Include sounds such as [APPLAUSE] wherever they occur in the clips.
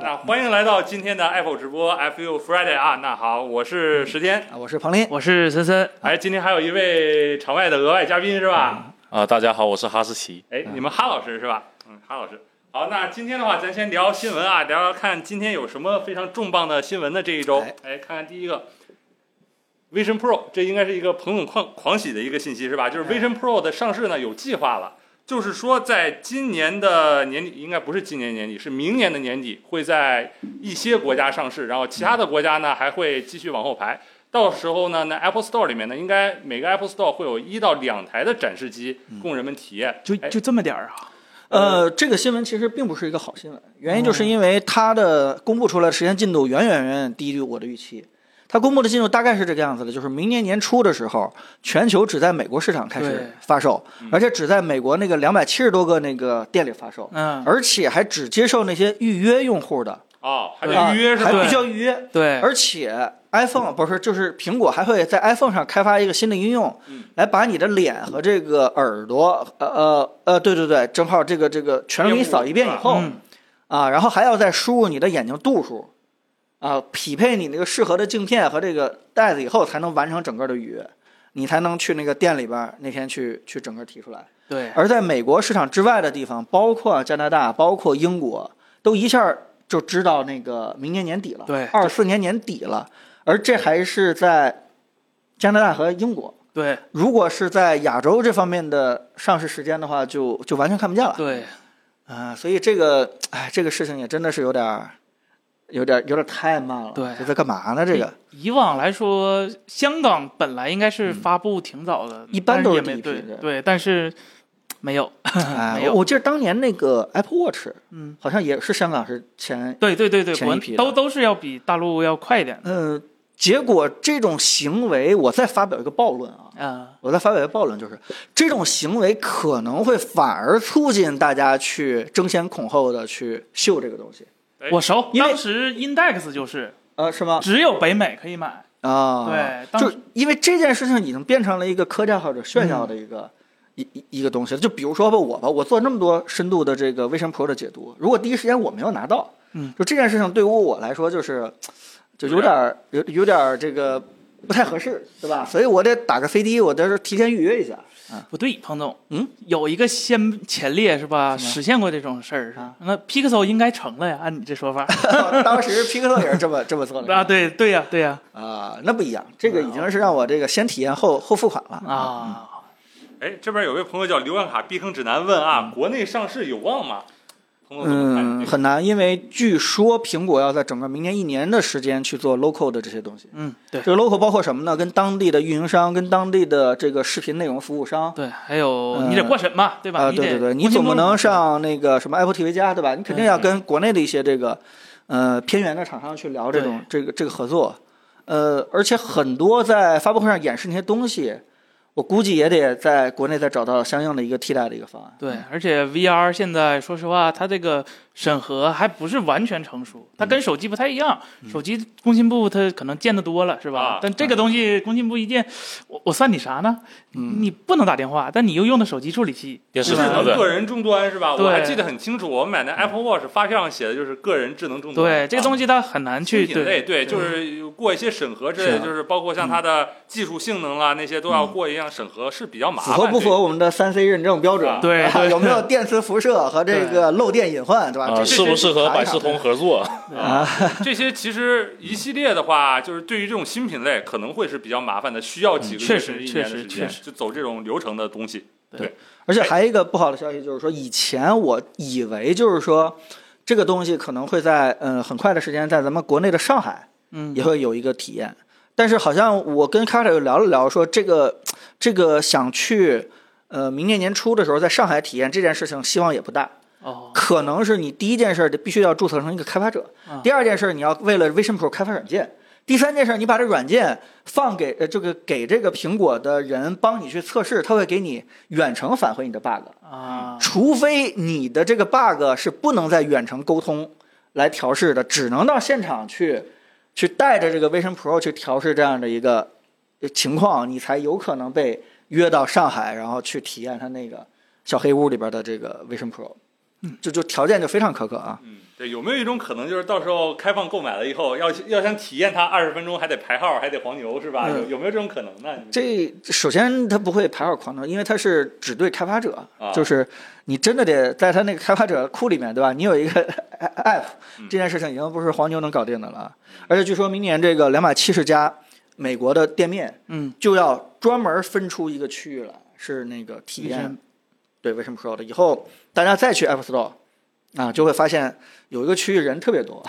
那啊欢迎来到今天的 Apple 直播 FU Friday 啊！那好，我是时间。啊，我是彭林。嗯我是森森，哎，今天还有一位场外的额外嘉宾是吧？啊、大家好，我是哈士奇。哎，你们哈老师是吧？嗯，哈老师。好，那今天的话，咱先聊新闻啊，聊聊看今天有什么非常重磅的新闻呢？这一周哎，哎，看看第一个，Vision Pro，这应该是一个彭总狂狂喜的一个信息是吧？就是哎 Vision Pro 的上市呢有计划了，就是说在今年的年底，应该不是今年年底，是明年的年底会在一些国家上市，然后其他的国家呢还会继续往后排。到时候呢，那 Apple Store 里面呢，应该每个 Apple Store 会有一到两台的展示机供人们体验。就哎就这么点儿啊？呃，这个新闻其实并不是一个好新闻，原因哦就是因为它的公布出来的时间进度远远远远低于我的预期。它公布的进度大概是这个样子的，就是明年年初的时候，全球只在美国市场开对始发售嗯，而且只在美国那个两百七十多个那个店里发售，嗯，而且还只接受那些预约用户的，哦，还啊得预约是吧？还对必须要预约。对，而且 iPhone 不是，就是苹果还会在 iPhone 上开发一个新的应用，嗯来把你的脸和这个耳朵，呃呃呃，对对对，正好这个这个全给你扫一遍以后、嗯，啊，然后还要再输入你的眼睛度数，啊，匹配你那个适合的镜片和这个袋子以后，才能完成整个的预约，你才能去那个店里边儿那天去去整个提出来。对，而在美国市场之外的地方，包括加拿大、包括英国，都一下就知道那个明年年底了，对二四年年底了。而这还是在加拿大和英国。对，如果是在亚洲这方面的上市时间的话，就就完全看不见了。对，啊、所以这个，哎，这个事情也真的是有点儿，有点儿，有点儿太慢了。对这在干嘛呢？这个嗯以往来说，香港本来应该是发布挺早的，一般都是但也没第一批对人对，但是没有，哎嗯没，有我我记得当年那个 Apple Watch 嗯，好像也是香港是前对对对对，前一国批的都都是要比大陆要快一点的呃，结果这种行为，我再发表一个暴论啊，啊，我再发表一个暴论，就是这种行为可能会反而促进大家去争先恐后的去秀这个东西，哎我熟，因为当时 Index 就是呃，是吗？只有北美可以买，啊，，对，当就时因为这件事情已经变成了一个科教或者炫耀的一个。一一一个东西了，就比如说吧，我吧，我做那么多深度的这个微神 Pro 的解读，如果第一时间我没有拿到，嗯，就这件事情对于我来说就是，就有点儿有有点儿这个不太合适，对吧？所以我得打个飞的，我得是提前预约一下。 [LAUGHS] 不对，彭总，嗯，有一个先前列是吧，什么实现过这种事儿是吧啊？那 Pixel 应该成了呀，按你这 [LAUGHS] 说法当时 p i x 也是这么这么做的啊，对对呀，对呀，啊，那不一样，这个已经是让我这个先体验后后付款了。啊。哎，这边有位朋友叫刘万卡避坑指南问嗯啊，国内上市有望吗？朋友怎么看嗯，这个？很难，因为据说苹果要在整个明年一年的时间去做 local 的这些东西。嗯，对这个 local 包括什么呢？跟当地的运营商、跟当地的这个视频内容服务商，对，还有嗯你得过审嘛，对吧？啊，你对对得对，公你平总不公能正上那个什么 Apple TV 加，对吧？你肯定要跟国内的一些这个呃偏远的厂商去聊这种这个这个合作，呃，而且很多在发布会上演示那些东西，我估计也得在国内再找到相应的一个替代的一个方案。对，而且 VR 现在说实话，它这个审核还不是完全成熟，它跟手机不太一样。嗯手机工信部它可能见得多了，是吧？啊但这个东西工信部一见，我我算你啥呢？嗯你不能打电话，但你又用的手机处理器，电视智屏吧幕能对个人终端是吧？对嗯我还记得很清楚，我买那 Apple Watch 发票上写的就是个人智能终端。对这个东西西它很难去品类对，对就是过一些审核之类是的，啊就是包括像它的技术性能啊啦那些都要嗯过一样审核，是比较麻符烦。合不符合我们的三 C 认证标准？对啊对有没有电磁辐射和这个漏电隐患，对吧？啊，这适不适合查一百查事通合作？这个？啊，这些其实一系列的话，就是对于这种新品类可能会是比较麻烦的，需要几个嗯确月实甚至一确年的实时确间实就走这种流程的东西。而且还有一个不好的消息就是说，以前我以为就是说，这个东西可能会在呃很快的时间，在咱们国内的上海嗯也会有一个体验。但是好像我跟卡卡又聊了聊，说这个这个想去呃明年年初的时候在上海体验这件事情，希望也不大。哦可能是你第一件事儿得必须要注册成一个开发者啊，第二件事儿你要为了 Vision Pro 开发软件，第三件事儿你把这软件放给呃这个给这个苹果的人帮你去测试，他会给你远程返回你的 bug，啊除非你的这个 bug 是不能在远程沟通来调试的，只能到现场去去带着这个 Vision Pro 去调试这样的一个呃情况，你才有可能被约到上海，然后去体验它那个小黑屋里边的这个 Vision Pro，就就条件就非常苛刻啊。嗯，对，有没有一种可能就是到时候开放购买了以后，要要想体验它二十分钟还得排号，还得黄牛是吧？嗯有有没有这种可能呢？这首先它不会排号狂牛，因为它是只对开发者，啊就是你真的得在它那个开发者库里面，对吧？你有一个 [LAUGHS] app，嗯这件事情已经不是黄牛能搞定的了。而且据说明年这个两百七十家美国的店面嗯，就要专门分出一个区域来，是那个体卫验生。对 Vision Pro 的，以后大家再去 App Store 啊，就会发现有一个区域人特 [LAUGHS] 别多，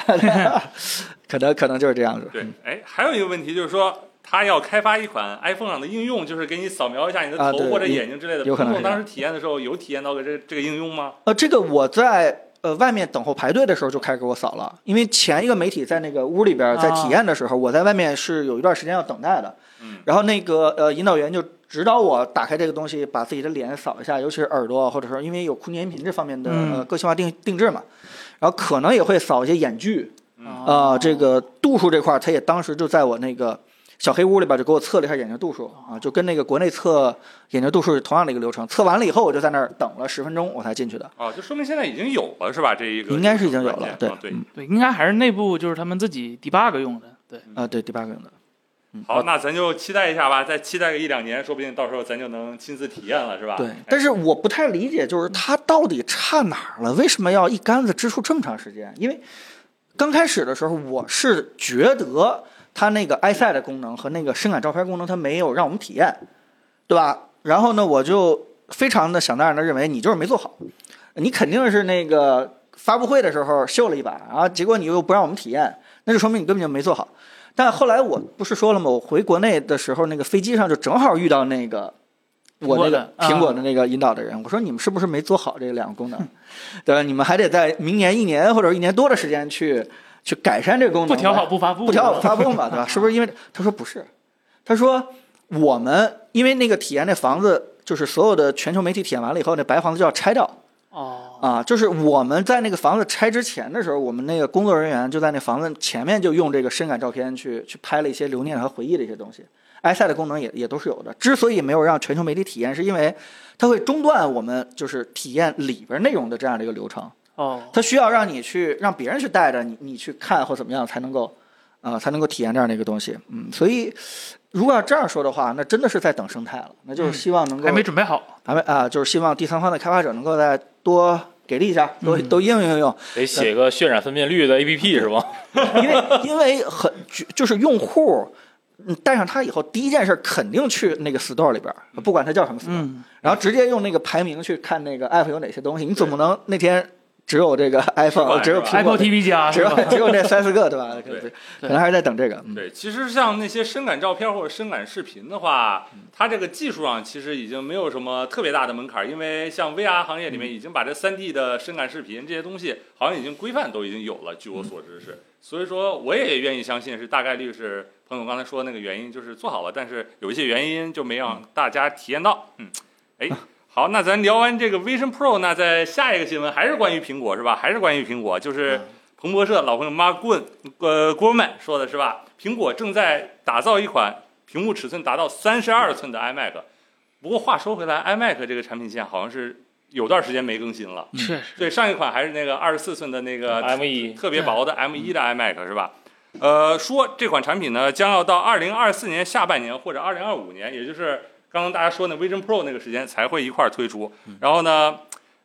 [LAUGHS] 可能可能就是这样子。对，哎，还有一个问题就是说，他要开发一款 iPhone 上的应用，就是给你扫描一下你的啊头对或者有眼睛之类的。有可能彭总是这样当时体验的时候有体验到个这这个应用吗？呃，这个我在呃外面等候排队的时候就开始给我扫了，因为前一个媒体在那个屋里边在体验的时候，我在外面是有一段时间要等待的。嗯，然后那个呃引导员就指导我打开这个东西，把自己的脸扫一下，尤其是耳朵，或者说因为有空间音频这方面的、嗯呃个性化定定制嘛，然后可能也会扫一些眼距，嗯啊，这个度数这块，儿，他也当时就在我那个小黑屋里边就给我测了一下眼睛度数啊，就跟那个国内测眼睛度数是同样的一个流程。测完了以后，我就在那儿等了十分钟，我才进去的。哦，就说明现在已经有了是吧？这一个应该是已经有软件了，对嗯啊对。对，应该还是内部就是他们自己 debug 用的，对，啊，对 debugging 的，嗯嗯好，那咱就期待一下吧，再期待个一两年，说不定到时候咱就能亲自体验了，是吧？对哎。但是我不太理解，就是它到底差哪儿了？为什么要一竿子支出这么长时间？因为刚开始的时候，我是觉得它那个 iSight 的功能和那个深感照片功能，它没有让我们体验，对吧？然后呢，我就非常的想当然的认为你就是没做好，你肯定是那个发布会的时候秀了一把，然后结果你又不让我们体验，那就说明你根本就没做好。但后来我不是说了吗？我回国内的时候，那个飞机上就正好遇到那个我那个苹果的嗯苹果的那个引导的人，我说你们是不是没做好这两个功能？对吧？你们还得在明年一年或者一年多的时间去去改善这个功能吧，不调好不发布，不调好发布嘛，对吧？是不是因为他说不是？他说我们因为那个体验那房子，就是所有的全球媒体体验完了以后，那白房子就要拆掉哦，啊。就是我们在那个房子拆之前的时候，我们那个工作人员就在那房子前面就用这个深感照片去去拍了一些留念和回忆的一些东西。iSight 的功能也也都是有的。之所以没有让全球媒体体验，是因为它会中断我们就是体验里边内容的这样的一个流程。哦，它需要让你去让别人去带着你，你去看或怎么样才能够，呃，才能够体验这样的一个东西。嗯，所以如果要这样说的话，那真的是在等生态了。那就是希望能够嗯还没准备好，咱们啊，就是希望第三方的开发者能够再多给力一下，多多应用应用，得写个渲染分辨率的 APP 是吧？因为因为很就是用户。嗯带上它以后，第一件事肯定去那个 store 里边儿，不管它叫什么 store，、嗯，然后直接用那个排名去看那个 app 有哪些东西。你总不能那天只有这个 iPhone，只有苹果 Apple 的 TV 加只是有吧？只有那三四个对吧？可对可能还是在等这个。嗯对，其实像那些深感照片或者深感视频的话，它这个技术上其实已经没有什么特别大的门槛儿，因为像 VR 行业里面已经把这 3D 的深感视频这些东西好像已经规范都已经有了，据我所知是。所以说，我也愿意相信是大概率是彭总刚才说的那个原因，就是做好了，但是有一些原因就没让大家体验到。嗯，哎，好，那咱聊完这个 Vision Pro，那在下一个新闻还是关于苹果是吧？还是关于苹果，就是彭博社老朋友 Mark Gun 呃 Gurman 说的是吧？苹果正在打造一款屏幕尺寸达到三十二寸的 iMac。不过话说回来，iMac 这个产品线好像是有段时间没更新了。确实，对，上一款还是那个二十四寸的那个 E M 一特别薄的 M 1的 iMac 是吧？呃，说这款产品呢将要到二零二四年下半年或者二零二五年，也就是刚刚大家说那 Vision Pro 那个时间才会一块儿推出。然后呢，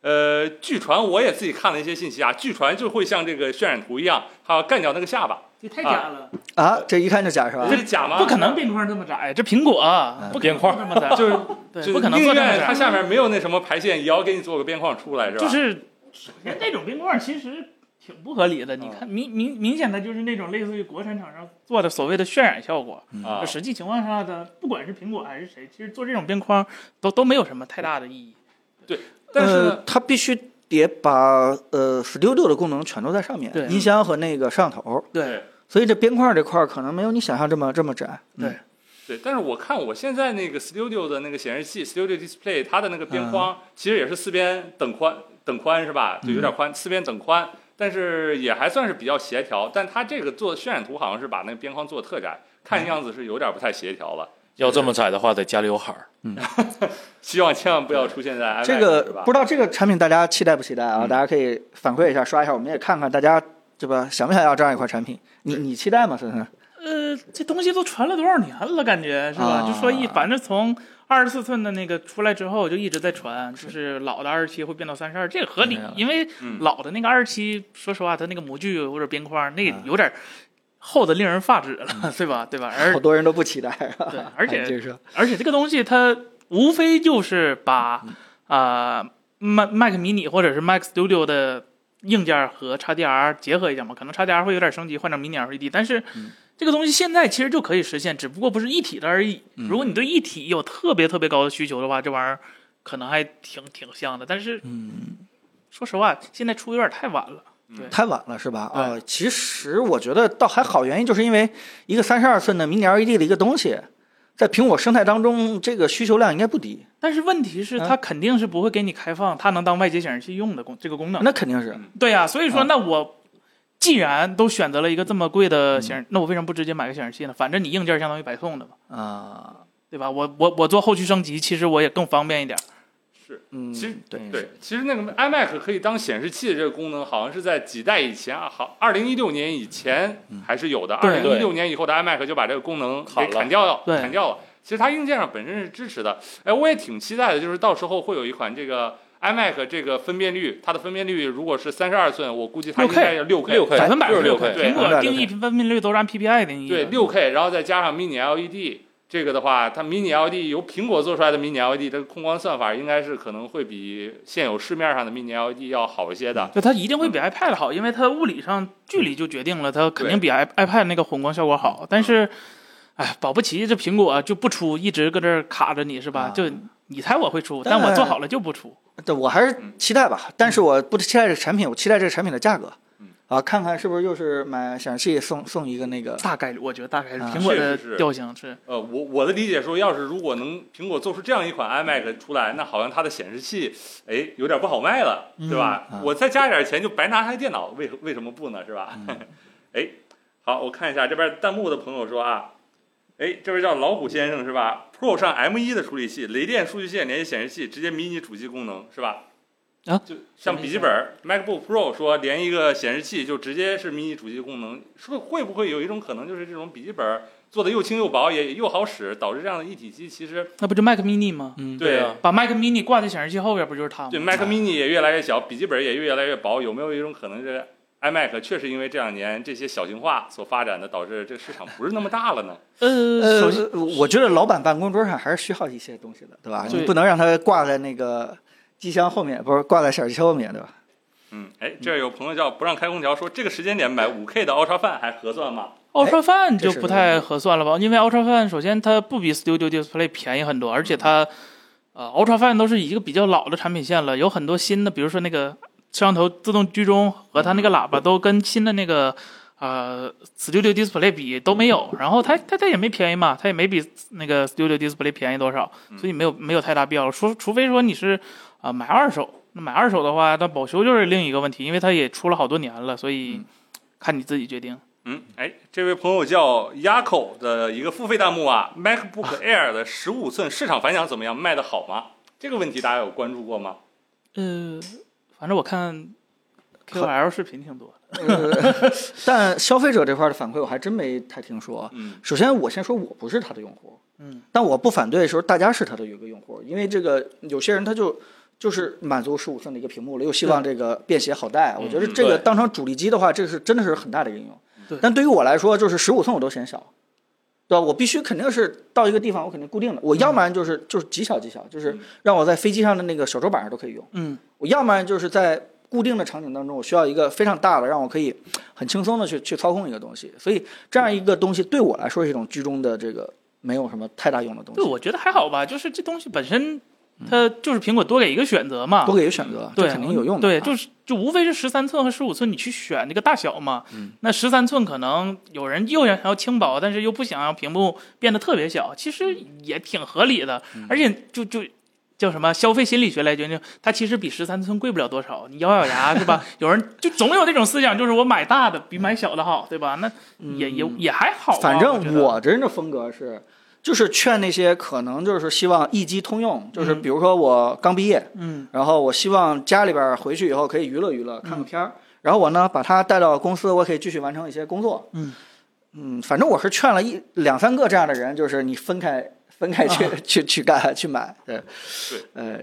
呃，据传我也自己看了一些信息啊，据传就会像这个渲染图一样，它要干掉那个下巴，这太假了，啊，这一看就假是吧这？是假吗？不可能边框这么窄，这苹果啊不可能边框这么窄，就是 [LAUGHS] 对，就不可能宁做这么愿它窄，下面没有那什么排线，也要给你做个边框出来，是吧？就是首先这种边框其实挺不合理的，嗯你看明明明显的就是那种类似于国产厂商做的所谓的渲染效果，啊就，实际情况下的，不管是苹果还是谁，其实做这种边框都都没有什么太大的意义。但是呃呢，它必须得把呃 Studio 的功能全都在上面对，音箱和那个摄像头，对所以这边框这块儿可能没有你想象这么这么窄。对嗯对，但是我看我现在那个 Studio 的那个显示器 Studio Display，它的那个边啊框其实也是四边等宽等宽是吧？嗯对，有点宽，四边等宽，但是也还算是比较协嗯调。但它这个做渲染图好像是把那个边框做得特窄，看样子是有点不太协调了。要这么窄的话，得家里有海儿。希望千万不要出现在 iMac 这个是吧不知道这个产品大家期待不期待啊？嗯大家可以反馈一下，刷一下，我们也看看大家对吧？想不想要这样一款产品？你你期待吗，森森？呃，这东西都传了多少年了，感觉是吧？啊就说一，反正从二十四寸的那个出来之后，就一直在传，就是老的二十七会变到三十二，这个合理嗯，因为嗯老的那个二十七，说实话，它那个模具或者边框，那啊有点厚的令人发指了， [LAUGHS] 对吧？对吧？而好多人都不期待，啊对， [LAUGHS] 而 [LAUGHS] 且嗯就是说而且这个东西它无非就是把嗯啊、Mac Mac mini 或者是 Mac Studio 的硬件和 XDR 结合一下嘛，可能 XDR 会有点升级，换成 mini LED，但是嗯这个东西现在其实就可以实现，只不过不是一体的而已。嗯如果你对一体有特别特别高的需求的话，这玩意儿可能还挺挺像的，但是嗯，说实话，现在出有点太晚了。太晚了是吧？对啊，其实我觉得倒还好，原因就是因为一个三十二寸的 mini LED 的一个东西，在苹果生态当中，这个需求量应该不低，但是问题是，啊它肯定是不会给你开放它能当外接显示器用的功这个功能。那肯定是。对呀、所以说，啊那我既然都选择了一个这么贵的显示，那我为什么不直接买个显示器呢？反正你硬件相当于白送的嘛，啊，对吧？我我我做后续升级，其实我也更方便一点。是嗯，其实对对，其实那个 iMac 可以当显示器的这个功能，好像是在几代以前啊，好，二零一六年以前还是有的，二对零一六年以后的 iMac 就把这个功能给砍了砍掉了，对砍掉了。其实它硬件上本身是支持的，哎，我也挺期待的，就是到时候会有一款这个 iMac 这个分辨率，它的分辨率如果是三十二寸，我估计它应 6K 该要六 K，六 K，百分百六十六对 K，对苹果定义分辨率都是按 PPI 定义的。对，六 K，然后再加上 Mini LED 这个的话，它 Mini LED 由苹果做出来的 Mini LED 这个控光算法应该是可能会比现有市面上的 Mini LED 要好一些的。就它一定会比 iPad 好，因为它物理上距离就决定了，它肯定比 i iPad 那个混光效果好。但是，哎，保不齐这苹果就不出，一直搁这儿卡着你是吧？啊就你猜我会出，但但我做好了就不出。对，我还是期待吧，但是我不期待这个产品，我期待这个产品的价格嗯。啊，看看是不是又是买显示器送送一个那个大概率，我觉得大概率啊苹果的确实是调性是呃，我我的理解说，要是如果能苹果做出这样一款 iMac 出来，那好像它的显示器，哎，有点不好卖了，对吧？嗯啊我再加点钱就白拿台电脑，为为什么不呢？是吧？嗯 [LAUGHS] 哎，好，我看一下这边弹幕的朋友说啊，哎，这位叫老虎先生是吧？Pro 上 M1 的处理器，雷电数据线联系显示器，直接迷你主机功能是吧？啊，就像笔记本 MacBook Pro 说连一个显示器就直接是迷你主机功能，说会不会有一种可能就是这种笔记本做的又轻又薄，也又好使，导致这样的一体机其实那不就 Mac mini 吗？嗯对啊，把 Mac mini 挂在显示器后边，不就是它吗？对 Mac Mini 也越来越小，笔记本也越来越薄，有没有一种可能是 iMac 确实因为这两年这些小型化所发展的，导致这个市场不是那么大了呢？呃，首先呃，我觉得老板办公桌上还是需要一些东西的，对吧？对你不能让它挂在那个机箱后面，不是挂在显示器后面，对吧？嗯，哎，这儿有朋友叫不让开空调，说这个时间点买五 K 的 Ultra Fan 还合算吗？ Ultra Fan 这就是不太合算了吧？因为 Ultra Fan 首先它不比 Studio Display 便宜很多，而且它呃 Ultra Fan 都是一个比较老的产品线了，有很多新的，比如说那个摄像头自动居中和它那个喇叭都跟新的那个。呃，Studio Display 比都没有，然后它它它也没便宜嘛，它也没比那个 Studio Display 便宜多少，所以没有没有太大必要。除除非说你是啊、呃买二手，那买二手的话，那保修就是另一个问题，因为它也出了好多年了，所以看你自己决定。嗯，哎，这位朋友叫 Yako 的一个付费弹幕啊，MacBook [LAUGHS] Air 的十五寸市场反响怎么样？卖的好吗？这个问题大家有关注过吗？呃，反正我看 KOL 视频挺多的。呃 [LAUGHS] 但消费者这块的反馈我还真没太听说。嗯首先，我先说我不是它的用户，嗯，但我不反对的时候，大家是它的有一个用户，因为这个有些人他就就是满足十五寸的一个屏幕了，又希望这个便携好带。我觉得嗯这个对当成主力机的话，这是真的是很大的一个应用。对但对于我来说，就是十五寸我都嫌小，对吧？我必须肯定是到一个地方我肯定固定的，我要不然就是就是极小极小，就是嗯让我在飞机上的那个小桌板上都可以用。嗯，我要不然就是在固定的场景当中，我需要一个非常大的，让我可以很轻松的去去操控一个东西。所以这样一个东西对我来说是一种居中的这个没有什么太大用的东对，西，我觉得还好吧，就是这东西本身，它就是苹果多给一个选择嘛多。给一个选择，啊对，这肯定有用的。对，啊就是就无非是十三寸和十五寸，你去选那个大小嘛。嗯、那十三寸可能有人又想要轻薄，但是又不想让屏幕变得特别小，其实也挺合理的。而且就就叫什么消费心理学来决定，它其实比十三寸贵不了多少。你咬咬牙是吧？有人就总有这种思想，就是我买大的比买小的好，对吧？那也、也也还好啊、反我觉正得我这人的风格是。就是劝那些可能就是希望一机通用，就是嗯比如说我刚毕业，嗯然后我希望家里边儿回去以后可以娱乐娱乐，看个片儿。然后我呢，把他带到公司，我可以继续完成一些工作。嗯嗯，反正我是劝了一两三个这样的人，就是你分开 [LAUGHS] 分开去、去去干去买。啊对，对，呃，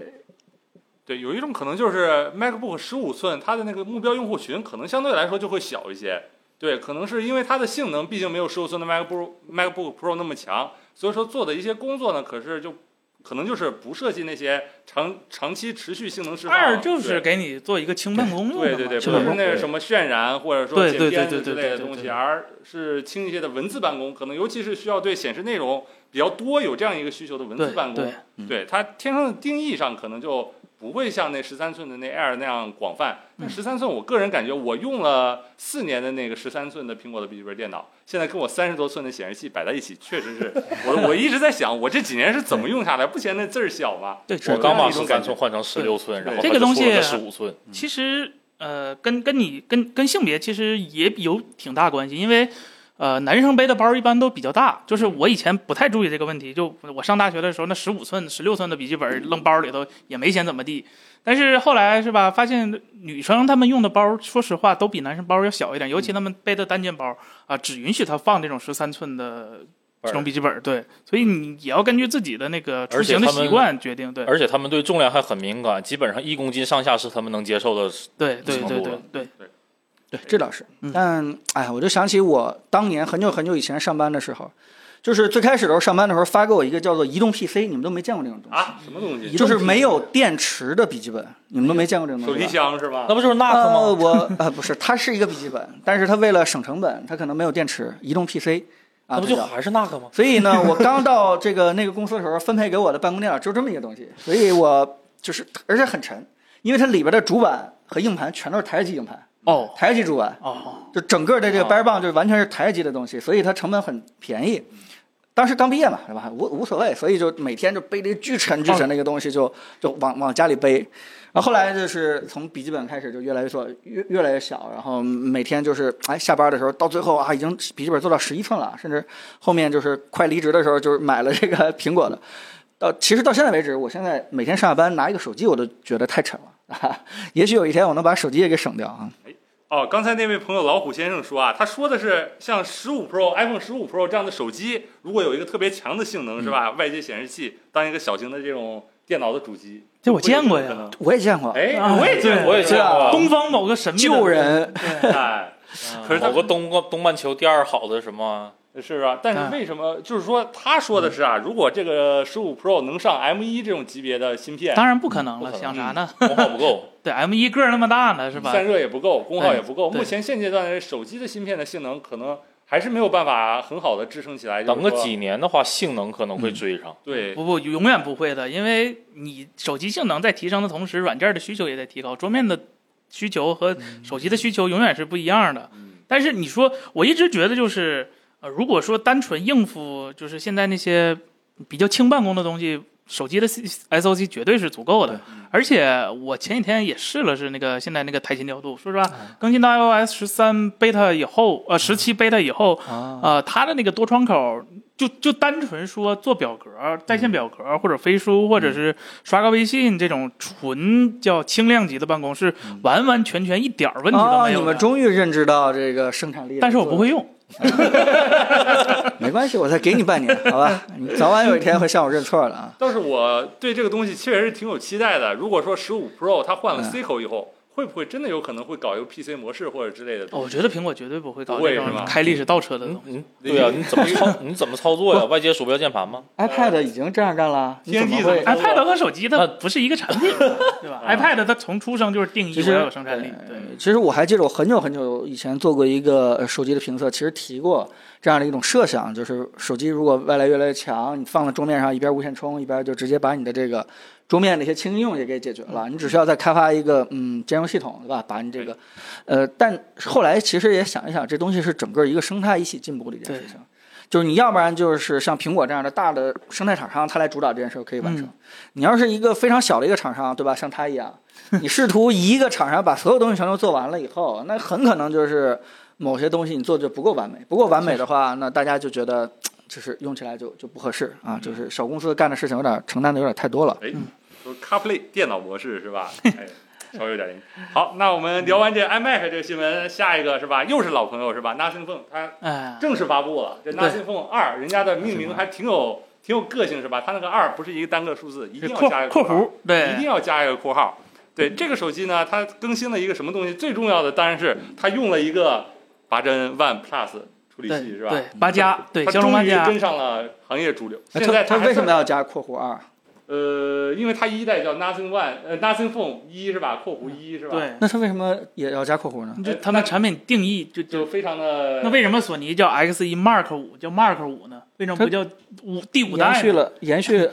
对，有一种可能就是 MacBook 十五寸，它的那个目标用户群可能相对来说就会小一些。对，可能是因为它的性能毕竟没有十五寸的 MacBook MacBook Pro 那么强，所以说做的一些工作呢，可是就可能就是不涉及那些长长期持续性能释放。二就是对给你做一个轻办公用的对嘛，对对，嗯是不吧是那个什么渲染或者说对剪对对片对子之对类的对对东西，对而是轻一些的文字办公，可能尤其是需要对显示内容比较多有这样一个需求的文字办对公对，嗯对它天生的定义上可能就不会像那十三寸的那 Air 那样广泛。嗯那十三寸，我个人感觉我用了四年的那个十三寸的苹果的笔记本电脑，现在跟我三十多寸的显示器摆在一起，确实是我我一直在想，我这几年是怎么用下来？不嫌那字儿小吗？对，我刚把一种十感三觉寸换成十六寸，然后这个东西十五寸，其实呃，跟跟你跟跟性别其实也有挺大关系，因为呃，男生背的包一般都比较大。就是嗯我以前不太注意这个问题，就我上大学的时候，那十五寸、十六寸的笔记本嗯扔包里头也没显怎么地。但是后来是吧，发现女生她们用的包，说实话都比男生包要小一点，尤嗯其她们背的单肩包啊、只允许她放这种十三寸的这种笔记本。对，所以你也要根据自己的那个出而且行的她们习惯决定。对，而且他们对重量还很敏感，基本上一公斤上下是他们能接受的。对，对，程对，度对了，对，对，这倒是嗯。但哎，我就想起我当年很久很久以前上班的时候，就是最开始的时候上班的时候发给我一个叫做移动 PC，你们都没见过这种东啊，什么东西西，？就是没有电池的笔记本，你们都没见过这种东手西提吧。箱是吧？不就是呃，？我呃不是，它是一个笔记本，但是它为了省成本，它可能没有电池，移动 PC 啊，那不它就叫还是那个吗？所以呢，我刚到这个那个公司的时候，分配给我的办公电脑只有这么一个东西，所以我就是而且很沉，因为它里边的主板和硬盘全都是台式机硬盘，哦台式机主板，哦。就整个的这个 b a r b o n 就是完全是台式机的东西，所以它成本很便宜。当时刚毕业嘛，是吧？无无所谓，所以就每天就背这个巨沉巨沉那个东西就，就往往家里背。然后后来就是从笔记本开始就越来越做越越来越小，然后每天就是哎下班的时候到最后啊，已经笔记本做到十一寸了，甚至后面就是快离职的时候就是买了这个苹果的。到其实到现在为止，我现在每天上下班拿一个手机我都觉得太沉了， [LAUGHS] 啊、也许有一天我能把手机也给省掉啊。哦，刚才那位朋友老虎先生说啊，他说的是像十五 Pro、iPhone 十五 Pro 这样的手机，如果有一个特别强的性能，是嗯吧？外接显示器当一个小型的这种电脑的主机，这我见过呀会有这种我也见过，可能。啊哎，我也见对啊过，我也见过东方某个神秘 [LAUGHS] 的救人对哎，可是他某个东东半球第二好的 [LAUGHS] 什么？是啊，但嗯是为什么？就是说，他说的是啊，如果这个十五 Pro 能上 M 1这种级别的芯片，当然不可能不了，可能想啥呢？ [LAUGHS] 功耗不够，对，M 一个儿那么大呢，是吧？哎散热也不够，功耗也不够。对目前现阶段的手机的芯片的性能，可能还是没有办法很好的支撑起来。就是等个说几年的话，性能可能会追上。对不不，永远不会的，因为你手机性能在提升的同时，软件的需求也在提高，桌面的需求和嗯手机的需求永远是不一样的。但是你说，我一直觉得就是，呃，如果说单纯应付就是现在那些比较轻办公的东西，手机的 C- SOC 绝对是足够的。而且我前几天也试了试那个现在那个台新调度，说实话，嗯更新到 iOS 十三 beta 以后，呃，十七 beta 以后，啊呃，它的那个多窗口就就单纯说做表格、嗯在线表格或者飞书，或者是刷个微信这种纯叫轻量级的办公，是完完全全一点儿问题都哦，没有嗯你的。们终于认知到这个生产力，但是我不，会用，没关系，我再给你半年，好 [LAUGHS] 吧？你早晚有一天会向我认错的啊。倒是我对这个东西确实是挺有期待的。如果说十五 Pro 它换了嗯 C 口以后，会不会真的有可能会搞一个 PC 模式或者之类的东西？我觉得苹果绝对不会搞不会这种是吧开历史倒车的东嗯西。嗯，对呀，你怎么操？你怎么 [LAUGHS] 操作呀？外接鼠标键盘吗？ iPad 已经这样干了，你怎么 TNT 会怎？么 iPad 和手机它不是一个 [LAUGHS] 产品，对呃啊吧呃？iPad 它从出生就是定义其我实要有生产力，对。其实我还记得我很久很久以前做过一个呃手机的评测，其实提过这样的一种设想，就是手机如果未来越来越强，你放在桌面上一边无线充，一边就直接把你的这个桌面的一些轻应用也给解决了，你只需要再开发一个嗯兼容系统，对吧？把你这个，呃，但后来其实也想一想，这东西是整个一个生态一起进步的一件事情。就是你要不然就是像苹果这样的大的生态厂商，它来主导这件事儿可以完成。你要是一个非常小的一个厂商，对吧？像它一样，你试图一个厂商把所有东西全都做完了以后，那很可能就是某些东西你做的就不够完美。不够完美的话，那大家就觉得嘖就是用起来就就不合适啊，就是小公司干的事情有点承担的有点太多了。哎，都是 CarPlay 电脑模式是吧？哎，稍微有点意思好，那我们聊完这 iMac 这个新闻，下一个是吧？又是老朋友是吧？Nothing Phone 它哎，正式发布了，这 Nothing Phone 二，人家的命名还挺有挺有个性是吧？它那个二不是一个单个数字，一定要括加一个括括弧，一定对，要加一个括号。对这个手机呢，它更新了一个什么东西？最重要的当然是它用了一个八针 One Plus 处理对器是吧？对，八加，对，它骁龙八终于加，跟上了行业主流。哎现在他它他还为什算么要加括弧二？呃，因为它一代叫 Nothing One，呃，Nothing Phone 一是吧？括弧一是吧？，哎对，那他为什么也要加括弧呢？就他们产品定义就就就非常的那为什么索尼叫 X 一 Mark 五叫 Mark 五呢？为什么不叫五第五代延呢？续了延续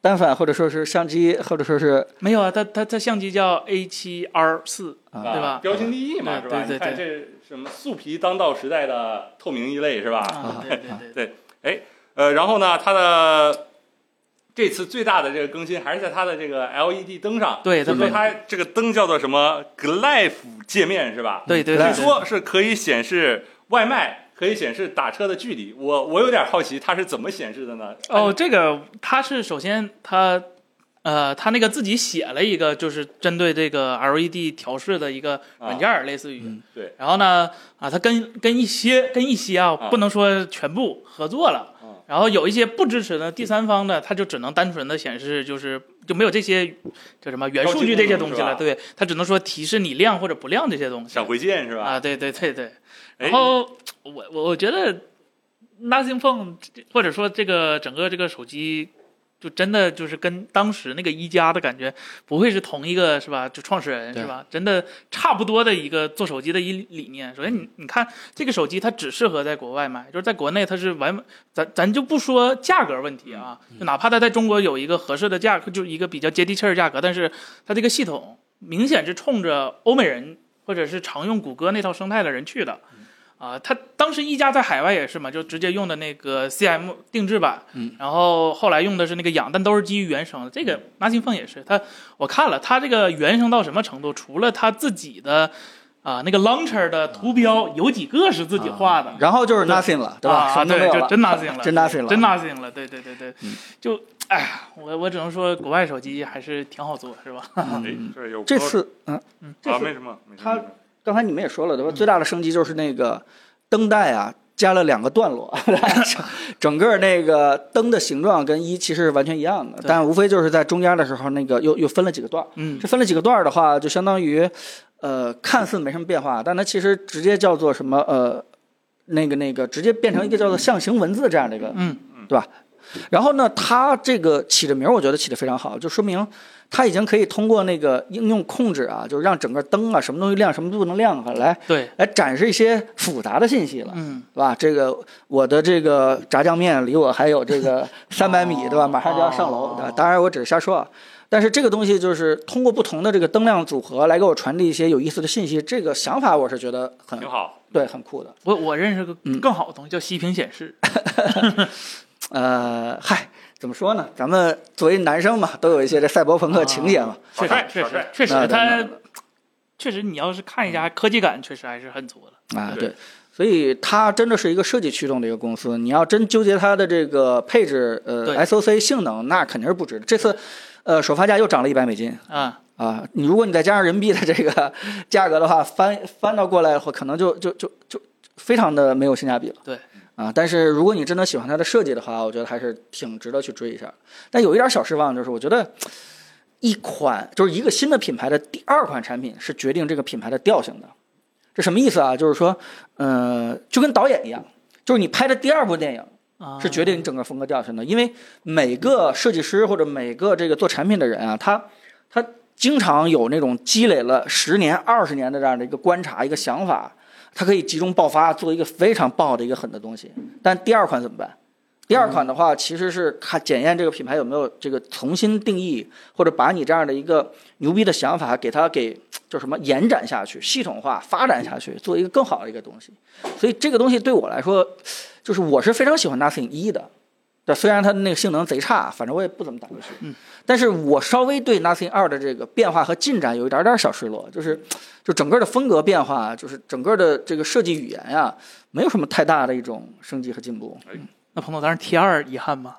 单反或者说是相机或者说是没有啊，它它它相机叫 A 七 R 四，啊对吧标新立异嘛，对是吧？对对你看这是什么素皮当道时代的透明一类是吧？啊，对对对，呃，然后呢，它的这次最大的这个更新还是在它的这个 LED 灯上，对就它是说没，它这个灯叫做什么 Glyph 界面是吧？对对来对，据对说是可以显示外卖，可以显示打车的距离。我我有点好奇它是怎么显示的呢？哦，这个它是首先它呃，它那个自己写了一个，就是针对这个 LED 调试的一个软件儿，类似于、嗯啊对。然后呢，啊，它跟跟一些跟一些啊，啊不能说全部合作嗯了。然后有一些不支持的第三方的，它就只能单纯的显示，就是就没有这些叫什么元数据这些东西高了。级对，它只能说提示你亮或者不亮这些东西闪回键是吧？啊。对对对对。哎然后我我我觉得 Nothing Phone 或者说这个整个这个手机，就真的就是跟当时那个一加的感觉不会是同一个是吧？就创始人对是吧？真的差不多的一个做手机的一理念。首先你你看这个手机它只适合在国外卖，就是在国内它是完咱咱就不说价格问题啊，就哪怕它在中国有一个合适的价格，就是一个比较接地气儿的价格，但是它这个系统明显是冲着欧美人或者是常用谷歌那套生态的人去的。啊，它当时一加在海外也是嘛，就直接用的那个 CM 定制版，嗯然后后来用的是那个氧，但都是基于原生的。这个拿金凤也是，它我看了，它这个原生到什么程度？除了它自己的啊、那个 launcher 的图标有几个是自己画的，然后就是 nothing 了，对吧？啊什么都没有对了，就真 nothing 了 [LAUGHS] 真 nothing 了，嗯真。nothing 了。对对对对，就哎呀，我我只能说国外手机还是挺好做，是 [LAUGHS] 吧？哎，这有这次嗯，这啊，次没什么，没什么它刚才你们也说了，对吧？最大的升级就是那个灯带啊，加了两个段落，整个那个灯的形状跟一其实是完全一样的，对但无非就是在中间的时候，那个又又分了几个段儿。嗯，这分了几个段儿的话，就相当于，呃，看似没什么变化，但它其实直接叫做什么呃，那个那个直接变成一个叫做象形文字这样的一个，嗯嗯对吧？然后呢，它这个起的名儿，我觉得起的非常好，就说明它已经可以通过那个应用控制啊，就是让整个灯啊，什么东西亮，什么不能亮啊，来对，来展示一些复杂的信息了。嗯，对吧？这个我的这个炸酱面离我还有这个三百米，对吧？马上就要上楼，对吧？当然我只是瞎说，啊。但是这个东西就是通过不同的这个灯亮组合来给我传递一些有意思的信息，这个想法我是觉得很挺好。对，很酷的。我我认识个嗯啊更好的东西叫息屏显示，呃，嗨，怎么说呢？咱们作为男生嘛，都有一些这赛博朋克情节嘛。小确帅实确小帅实确那嗯实，当然它了确实你要是看一下科技感，确实还是很足的。啊，对对，所以它真的是一个设计驱动的一个公司。你要真纠结它的这个配置，对呃，SOC 性能，那肯定是不值的。这次，呃，首发价又涨了一百美金啊，啊！你如果你再加上人民币的这个价格的话，翻翻到过来的话，可能就就就就非常的没有性价比了。对。啊，但是如果你真的喜欢它的设计的话，我觉得还是挺值得去追一下。但有一点小失望就是，我觉得一款就是一个新的品牌的第二款产品是决定这个品牌的调性的。这什么意思啊？就是说，呃，就跟导演一样，就是你拍的第二部电影啊是决定你整个风格调性的，因为每个设计师或者每个这个做产品的人啊，他他经常有那种积累了十年、二十年的这样的一个观察、一个想法，他可以集中爆发，做一个非常爆的一个狠的东西。但第二款怎么办？第二款的话，其实是看检验这个品牌有没有这个重新定义，或者把你这样的一个牛逼的想法给它给就什么延展下去、系统化发展下去，做一个更好的一个东西。所以这个东西对我来说，就是我是非常喜欢 Nothing 一的，对，虽然它的那个性能贼差，反正我也不怎么打游戏。嗯，但是我稍微对 Nothing 二的这个变化和进展有一点点小失落，就是就整个的风格变 [LAUGHS] 化，就是整个的这个设计语言呀、没有什么太大的一种升级和进步。那彭总，当然 T 二遗憾吗？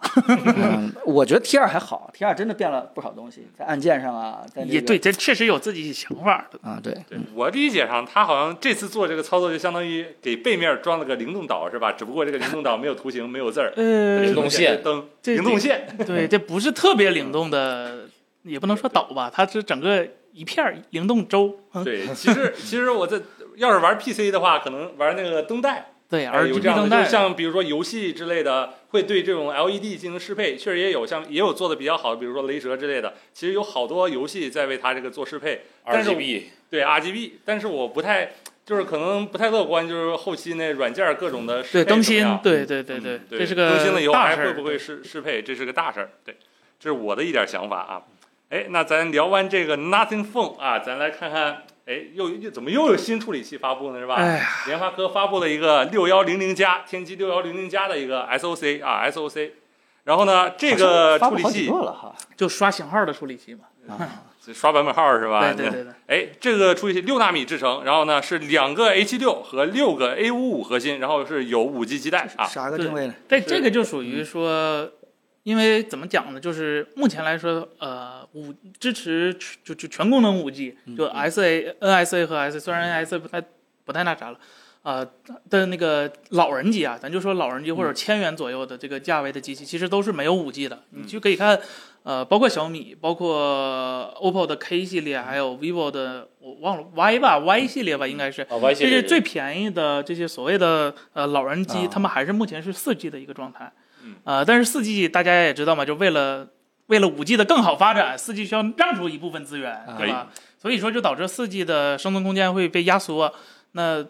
嗯，我觉得 T 二还好，T 二真的变了不少东西，在按键上啊，在、这个、也对，这确实有自己想法的。啊，对，对我理解上，他好像这次做这个操作就相当于给背面装了个灵动岛，是吧？只不过这个灵动岛没有图形，没有字儿，呃，灵动线是灯，这灵动线，对，这不是特别灵动的，也不能说岛吧，它是整个一片儿灵动州。嗯对。其实其实我在要是玩 PC 的话，可能玩那个灯带，对哎有，RGB 这样灯的，就带，像比如说游戏之类的，会对这种 LED 进行适配，确实也有像也有做的比较好的，比如说雷蛇之类的，其实有好多游戏在为它这个做适配，但是 RGB 对 RGB，但是我不太就是可能不太乐观，就是后期那软件儿各种的适对配哎怎更么新样，嗯对对对对对，这是更新个了以后大还事会儿。不会适适配，这是个大事儿。对，这是我的一点想法啊。哎，那咱聊完这个 Nothing Phone 啊，咱来看看，哎，又又怎么又有新处理器发布呢？是吧？哎呀，联发科发布了一个六幺零零加天玑六幺零零加的一个 SOC 啊 SOC，然后呢，这个发处布理好几器个了哈，就刷型号的处理器嘛。刷版本号是吧？对对对对，哎，这个处理器六纳米制成，然后呢是两个 A 七六和六个 A 五五核心，然后是有五 G 基带啊。啥个定位呢？但这个就属于说，因为怎么讲呢，就是目前来说，呃，五支持就就全功能五 G，就 SA、NSA 和 SA，虽然 NSA 不太不太那啥了。呃的那个老人机啊，咱就说老人机或者千元左右的这个价位的机器，其实都是没有五 G 的。你就可以看，呃，包括小米，包括 OPPO 的 K 系列，还有 vivo 的，我忘了 Y 吧，Y 系列吧，应该是啊，Y 系这列是最便宜的这些所谓的呃老人机，啊他们还是目前是四 G 的一个状态。嗯呃，但是四 G 大家也知道嘛，就为了为了五 G 的更好发展，四 G 需要让出一部分资源，对吧？所以说就导致四 G 的生存空间会被压缩。那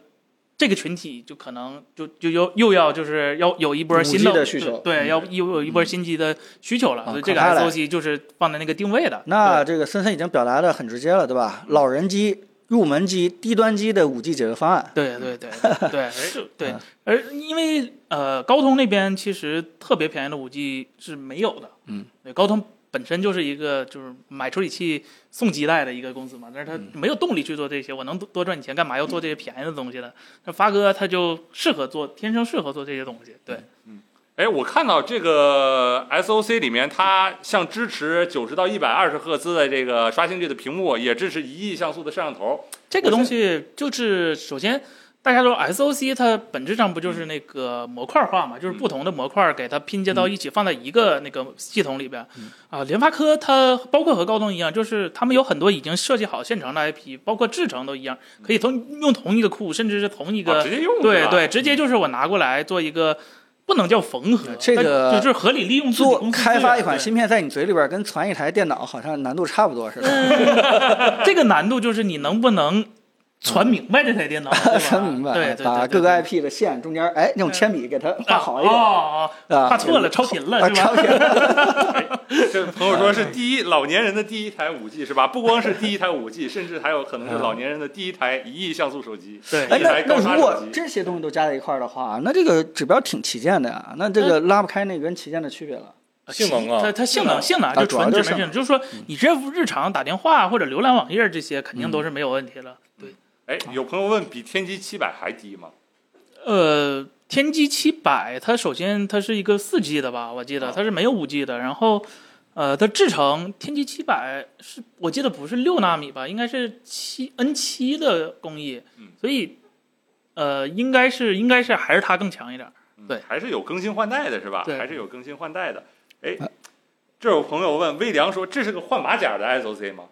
这个群体就可能就就又又要就是要有一波新 5G 的需求嗯对，要又有一波新机的需求了，啊所以这个看开了 SOC 就是放在那个定位的。那这个森森已经表达的很直接了，对吧？老人机、入门机、低端机的五 G 解决方案，对对对对对就对，而因为呃，高通那边其实特别便宜的五 G 是没有的，嗯，对，高通本身就是一个就是买处理器送基带的一个公司嘛，但是它没有动力去做这些，我能多多赚钱，干嘛要做这些便宜的东西呢？那发哥他就适合做，天生适合做这些东西，对，哎，我看到这个 SOC 里面，它像支持九十到一百二十赫兹的这个刷新率的屏幕，也支持一亿像素的摄像头。啊这个东西就是首先。大家都 SOC 它本质上不就是嗯那个模块化嘛，就是不同的模块给它拼接到嗯一起，放在一个那个系统里边。啊，联发科它包括和高通一样，就是他们有很多已经设计好现成的 IP，包括制成都一样，可以同用同一个库，甚至是同一啊个直接用是对吧对，直接就是我拿过来做一个，不能叫缝合，嗯这个但就是合理利用自己做公司资源开发一款对芯片在你嘴里边，跟传一台电脑好像难度差不多似 [LAUGHS] 的。这个难度就是你能不能传明白这台电脑，对吧嗯 [LAUGHS] 传明白，啊对对，把对各个对 IP 的线中间，哎，那种铅笔给它画好一啊点，哦哦，啊画错了，超频了啊，是 [LAUGHS] 吧？超前 [LAUGHS] 这朋友说是第一老年人的第一台五 G 是吧？不光是第一台五 G，甚至还有可能是嗯老年人的第一台一亿像素手机，对一哎，那台那高刷如果手机。这些东西都加在一块儿的话，那这个指标挺旗舰的呀。那这个拉不开那个跟旗舰的区别了。性能它啊，它性能性能啊就主要纯就指是纹性能，就是说你这日常打电话或者浏览网页这些肯定都是没有问题了。对，哎，嗯有朋友问比天玑七百还低吗？呃，天玑七百它首先它是一个四 G 的吧，我记啊得它是没有五 G 的，然后。呃，它制成天玑七百是我记得不是六纳米吧，应该是七 N 七的工艺嗯，所以呃，应该是应该是还是它更强一点。嗯对还是有更新换代的是吧？对啊还是有更新换代的。哎，这有朋友问微良说这是个换马甲的 SOC 吗？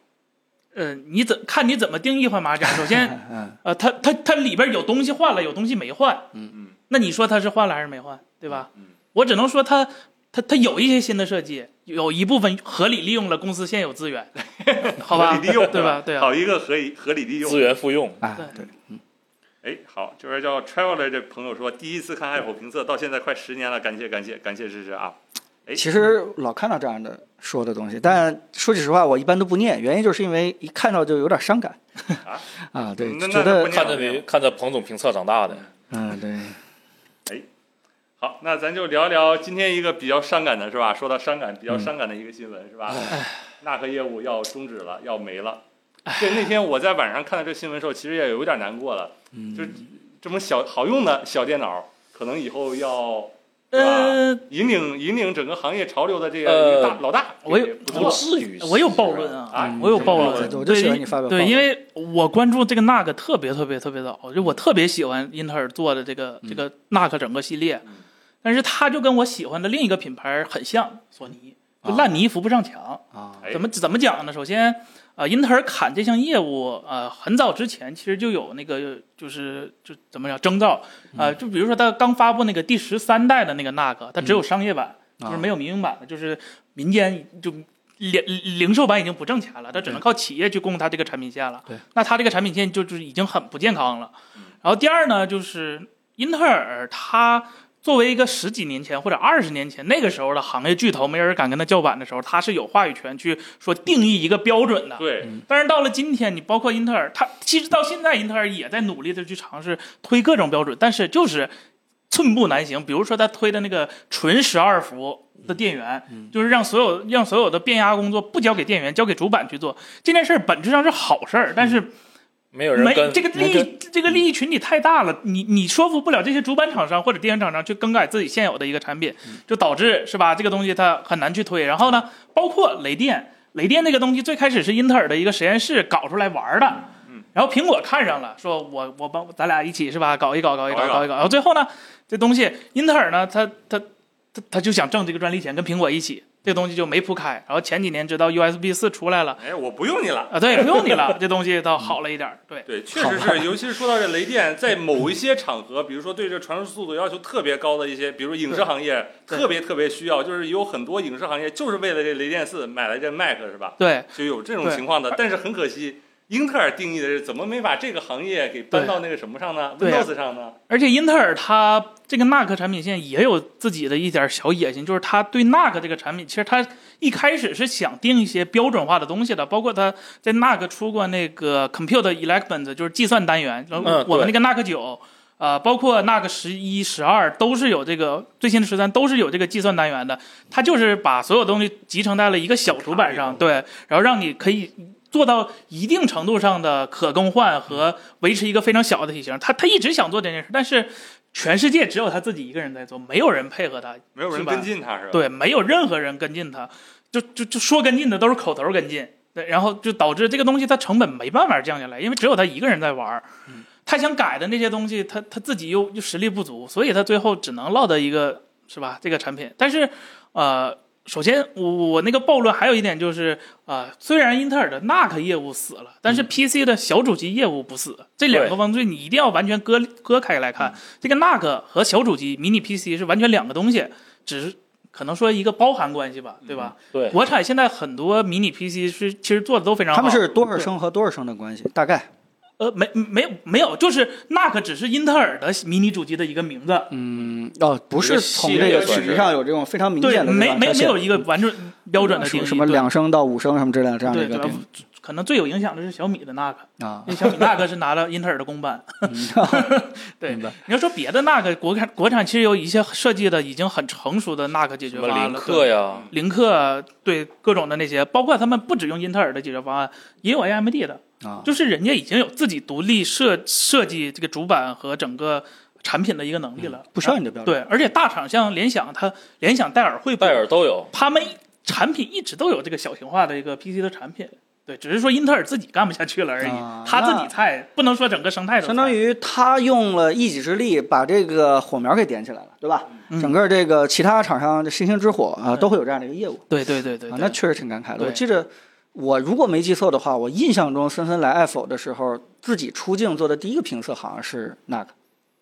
呃，你怎看你怎么定义换马甲？首先， [LAUGHS] 呃，它它它里边有东西换了，有东西没换。嗯嗯嗯，那你说它是换了还是没换，对吧？嗯，我只能说它它它有一些新的设计，有一部分合理利用了公司现有资 [LAUGHS] 源，好吧？合理利用对吧？对啊，好一个合理合理利用资。源复用，啊对，对，哎，好，这边叫 Traveler 这朋友说，第一次看爱普评测，到现在快十年了，感谢感谢感谢支持啊！哎其实老看到这样的说的东西，但说句实话，我一般都不念，原因就是因为一看到就有点伤感。啊 [LAUGHS] 啊，对，那那觉那得不念看着没看着彭总评测长大的，嗯，对，好，那咱就聊聊今天一个比较伤感的是吧？说到伤感，比嗯较伤感的一个新闻、是吧？纳克业务要终止了，要没了。这那天我在晚上看到这新闻的时候，其实也有嗯点难过了，就是这么小好用的小电脑，可能以后要是吧呃，引领引领整个行业潮流的这呃个一个大老大，我也不错不至于。我有暴论啊，啊，我有暴这论个，我就喜欢你发表对，因为为我关注这个 NUG 特别特别特别早，就我特别喜欢英特尔做的这个嗯这个 NUG 整个系列，但是它就跟我喜欢的另一个品牌很像，索尼，就烂泥扶不上墙。啊哎怎么怎么讲呢？首先，呃，英特尔砍这项业务，呃，很早之前其实就有那个就是就怎么讲征兆，呃，就比如说它刚发布那个第十三代的那个 NUG，它只有商业版，就是没有民用版的，就是民间就零零售版已经不挣钱了，它只能靠企业去供它这个产品线了。对，那它这个产品线就就是已经很不健康了。然后第二呢，就是英特尔它。作为一个十几年前或者二十年前那个时候的行业巨头，没人敢跟它叫板的时候，它是有话语权去说定义一个标准的。对，但是到了今天，你包括英特尔，它其实到现在，英特尔也在努力的去尝试推各种标准，但是就是寸步难行。比如说，它推的那个纯十二伏的电源，就是让所有让所有的变压工作不交给电源，交给主板去做。这件事儿本质上是好事儿，但是没有人没跟这个利没跟益，这个利益群体太大了，你你说服不了这些主板厂商或者电源厂商去更改自己现有的一个产品，就导致是吧？这个东西它很难去推。然后呢，包括雷电，雷电那个东西最开始是英特尔的一个实验室搞出来玩儿的，然后苹果看上了，说我我帮咱俩一起是吧？搞一搞，搞一搞，搞一搞搞一搞。然后最后呢，这东西英特尔呢，它它它它就想挣这个专利钱，跟苹果一起，这个东西就没铺开。然后前几年直到 USB 四出来了。哎，我不用你了。啊，对，不用你了，这东西倒好了一点儿。对，对，确实是，尤其是说到这雷电，在某一些场合，比如说对这传输速度要求特别高的一些，比如影视行业对特别特别需要，就是有很多影视行业就是为了这雷电四买了这 Mac 是吧？对，就有这种对情况的。但是很可惜，英特尔定义的是怎么没把这个行业给搬对到那个什么上呢对啊？Windows 上呢？而且英特尔它这个 NUC 产品线也有自己的一点小野心，就是它对 NUC 这个产品，其实它一开始是想定一些标准化的东西的，包括它在 NUC 出过那个 Compute Element，就是计算单元，然后嗯我们那个 NUC 九。啊，包括 NUC 十一、十二都是有这个最新的十三都是有这个计算单元的，它就是把所有东西集成在了一个小主板上，对，然后让你可以做到一定程度上的可更换和维持一个非常小的体型。他他一直想做这件事，但是全世界只有他自己一个人在做，没有人配合他，没有人是吧跟进它是吧？对，没有任何人跟进他，就就就说跟进的都是口头跟进，对，然后就导致这个东西它成本没办法降下来，因为只有他一个人在玩儿。嗯他想改的那些东西，他他自己又又实力不足，所以他最后只能落得一个是吧这个产品。但是，呃，首先我我那个暴论还有一点就是，呃，虽然英特尔的 NUC 业务死了，但是嗯 PC 的小主机业务不死，这两个方面你一定要完全割割开来嗯看。这个 NUC 和小主机迷你 PC 是完全两个东西，只是可能说一个包含关系吧，对吧？对国产现在很多迷你 PC 是其实做的都非常好，他们是多少升和多少升的关系？大概呃没没有没有，就是那个只是英特尔的迷你主机的一个名字，嗯哦，不一是个从系这列个算曲是上有这种非常明对，显的这没种没条没线有一个完整标准的定什义，什么对两升到五升什么之类的这样的对一个对吧定，可能最有影响的是小米的那个， [LAUGHS] 啊那小米那个是拿了英特尔的 [LAUGHS] 公版。对，明你白要说别的那个国产国产其实有一些设计的已经很成熟的那个解什决么方案林了，克呀，林克对各种的那些，包括他们不只用英特尔的解决方案，也有 AMD 的，啊就是人家已经有自己独立设设计这个主板和整个产品的一个能力了，嗯啊不需要你的标准对，而且大厂像联想，它联想、戴尔、惠普戴，尔都有。他们产品一直都有这个小型化的一个 PC 的产品。对，只是说英特尔自己干不下去了而已，啊他自那己菜，不能说整个生态都菜相当于他用了一己之力把这个火苗给点起来了，对吧？嗯整个这个其他厂商这星星之火啊，对都会有这样的一个业务对对对对啊对，，那确实挺感慨的。对我记着，我如果没记错的话，我印象中森森来爱否的时候，自己出镜做的第一个评测好像是那个，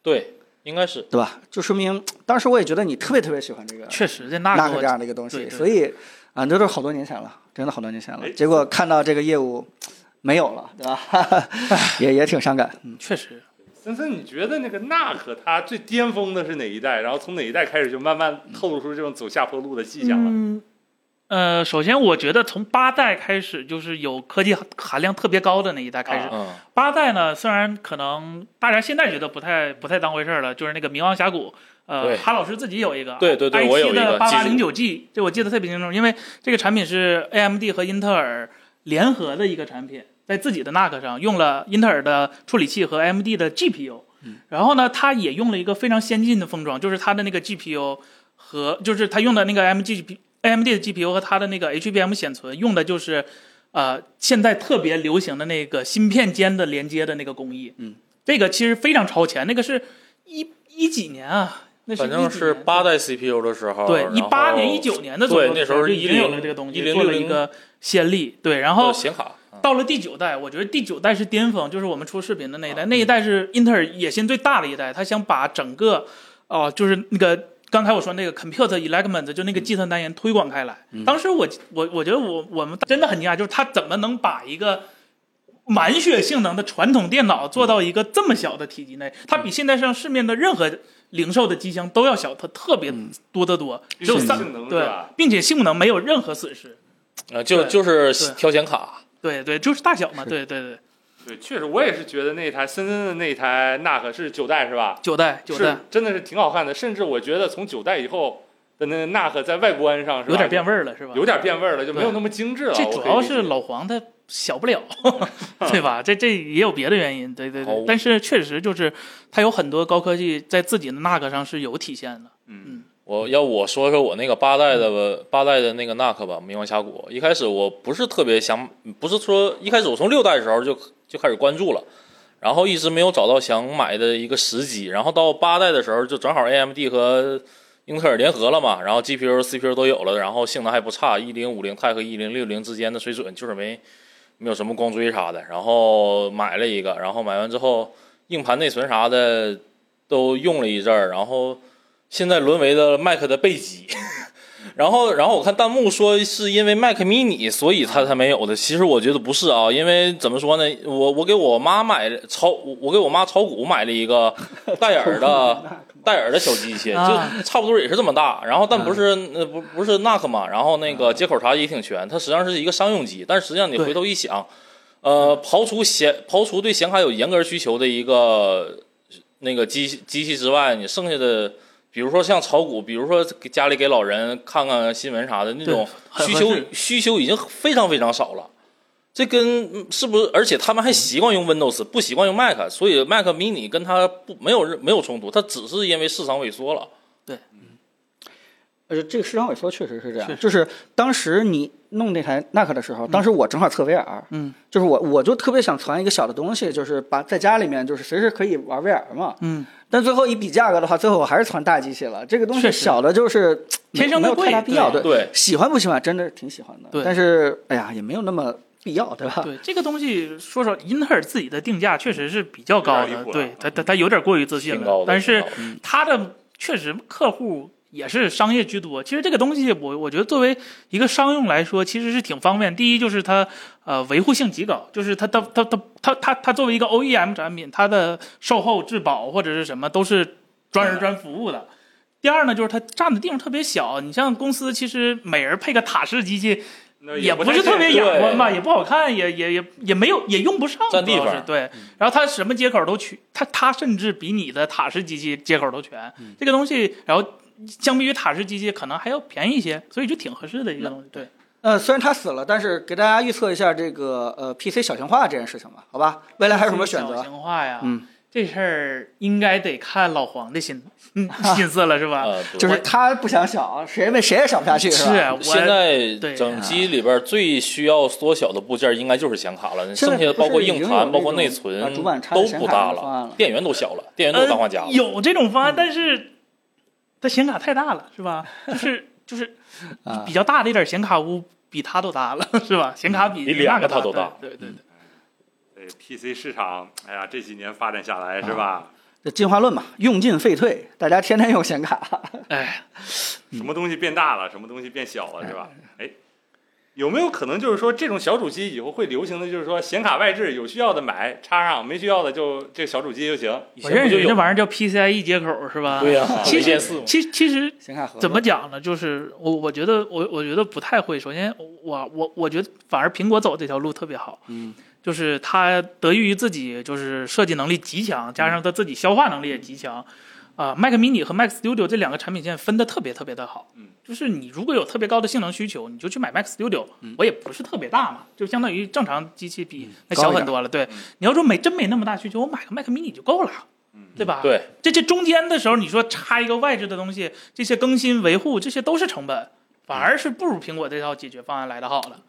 对，应该是对吧？就说明当时我也觉得你特别特别喜欢这个确实这那那个个我这样的一个东对西，对所以啊，那都是好多年前了，真的好多年前了哎。结果看到这个业务没有了，对吧？哈 [LAUGHS] 哈，也也挺伤感。确实森森，你觉得那个纳克它最巅峰的是哪一代？然后从哪一代开始就慢慢透露出这种走下坡路的迹象了？嗯，呃，首先我觉得从八代开始就是有科技含量特别高的那一代开始。啊嗯，八代呢，虽然可能大家现在觉得不太不太当回事儿了，就是那个《冥王峡谷》，呃，对哈老师自己有一个，对对对 i 我有7一个的八八记零住九 G，这我记得特别清楚，因为这个产品是 AMD 和英特尔联合的一个产品，在自己的 NUC 上用了英特尔的处理器和 AMD 的 GPU。嗯然后呢，它也用了一个非常先进的封装，就是它的那个 GPU 和就是它用的那个 MGP AMD 的 GPU 和它的那个 HBM 显存用的就是呃现在特别流行的那个芯片间的连接的那个工艺。嗯，这个其实非常超前，那个是一一几年啊，那是反正一几是年八代 CPU 的时候，对，一八年、一一九年的左右，对那时候就已经有10了这个东西， 1060做了一个先例。对，然后显卡，嗯到了第九代，我觉得第九代是巅峰，就是我们出视频的那一代，那一代是英特尔野心最大的一代，他想把整个，哦、就是那个刚才我说那个 compute element，就那个计算单元推广开来。当时我我我觉得我我们真的很惊讶，就是他怎么能把一个满血性能的传统电脑做到一个这么小的体积内？它比现在上市面的任何零售的机箱都要小，它特别多得多，只有三性能是对吧？，并且性能没有任何损失。呃，就对就是对挑显卡，对对，就是大小嘛，对对对，对，确实我也是觉得那台森森的那台那可是九代是吧？九代九代是。真的是挺好看的，甚至我觉得从九代以后的那那可在外观上是吧有点变味儿了，是吧？有点变味儿了，就没有那么精致了。这我可以主要理解是老黄他 [LAUGHS] 小不了，对吧？这这也有别的原因，对对哦对。但是确实就是他有很多高科技在自己的那个上是有体现的。我要我说说我那个八代的嗯八代的那个 NAC 吧，冥王峡谷。一开始我不是特别想，不是说一开始我从六代的时候就就开始关注了，然后一直没有找到想买的一个时机。然后到八代的时候，就正好 AMD 和英特尔联合了嘛，然后 GPU、CPU 都有了，然后性能还不差，一零五零钛和一零六零之间的水准，就是没没有什么光追啥的。然后买了一个，然后买完之后硬盘、内存啥的都用了一阵儿，然后。现在沦为了 Mac 的备机。 [LAUGHS] 然后，然后我看弹幕说是因为 Mac mini，所以它才没有的。其实我觉得不是啊，因为怎么说呢，我我给我妈买了炒，我我给我妈炒股买了一个戴尔的戴尔的小机器，啊就差不多也是这么大。然后，但嗯不是呃不不是 NAC 嘛，然后那个接口啥也挺全，它实际上是一个商用机。但实际上你对回头一想，呃，刨除显刨除对显卡有严格需求的一个那个机器机器之外，你剩下的，比如说像炒股，比如说给家里给老人看看新闻啥的那种很需合求适需求已经非常非常少了。这跟嗯是不是？而且他们还习惯用 Windows，不习惯用 Mac，所以 Mac mini 跟它不没有任没有冲突，它只是因为市场萎缩了。而且呃这个市场萎缩确实是这样，是就是当时你弄那台 NAC 的时候，当时我正好测 VR，嗯，就是我我就特别想传一个小的东西，就是把在家里面就是随时可以玩 VR 嘛，嗯，但最后一比价格的话，最后我还是传大机器了。这个东西确实小的就是没天生没有的贵太大必要，对对喜欢不喜欢真的挺喜欢的，对但是哎呀也没有那么必要，对吧？对这个东西，说实话，英特尔自己的定价确实是比较高有点离谱的，了嗯对它它它有点过于自信挺高了的，但是挺高它的确实客户。也是商业居多。其实这个东西我，我觉得作为一个商用来说，其实是挺方便。第一就是它，呃，维护性极高，就是它它它它它它它作为一个 E OEM 产品，它的售后质保或者是什么都是专人专服务 [LAUGHS] 的。第二呢，就是它占的地方特别小。你像公司，其实每人配个塔式机器，那也呃不不是太特别现实雅观吧，也不好看，也也也也没有也用不上，占地主要是方对。然后它什么接口都全，它它甚至比你的塔式机器接口都全。这个东西，然后相比于塔式机器可能还要便宜一些，所以就挺合适的一个东西。对，呃，虽然它死了，但是给大家预测一下这个呃 PC 小型化这件事情吧，好吧？未来还有什么选小择？型化呀？嗯，这事儿应该得看老黄的心心思啊了，是吧？呃，对就是他不想想，谁没谁也想不下去，是啊吧？我现在对啊整机里边最需要缩小的部件应该就是显卡现在了，剩不是下包括硬已经有那盘、种啊包括内存把主板插在都显不卡上大的方案了了，电源都小了，电源都大呃换家了。有这种方案，但是它显卡太大了，是吧？就是就是啊比较大的一点显卡屋比它都大了，是吧？显卡比嗯比那两个个它都大嗯对对对对。对 PC 市场，哎呀，这几年发展下啊来是吧？这进化论嘛，用进废退，大家天天用显卡。哎，什么东西变大了，什么东西变小了，是吧？哎，有没有可能就是说，这种小主机以后会流行的就是说，显卡外置，有需要的买插上，没需要的就这个小主机就行。以我前认不就识有这玩意儿叫 PCIe E 接口是吧？对呀，其一实键四嘛其其实显卡盒怎么讲呢？就是我我觉得我我觉得不太会。首先，我我我觉得反而苹果走这条路特别好，嗯，就是它得益于自己就是设计能力极强，加上它自己消化能力也极强。啊、m a c Mini 和 Mac Studio 这两个产品线分的特别特别的好，嗯，就是你如果有特别高的性能需求，你就去买 Mac Studio，、我嗯也不是特别大嘛，就相当于正常机器比那高小一很点多了。对嗯，你要说没真没那么大需求，我买个 Mac Mini 就够了，嗯对吧？对，这这中间的时候，你说插一个外置的东西，这些更新维护这些都是成本，反而是不如苹果这套解决方案来的好了。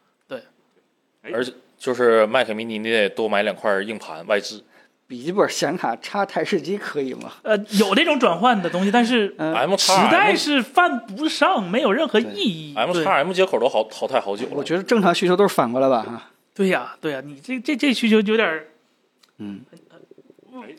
哎而且就是 Mac mini 你得多买两块硬盘外置。笔记本显卡插台式机可以吗？呃，有这种转换的东西，但是嗯 M 时叉代 M 是犯不上，没有任何意义。 M 对叉 M 接口都好淘汰好久我了。觉得正常需求都是反过来吧，哈。对呀、对呀、你这这这需求有点儿嗯，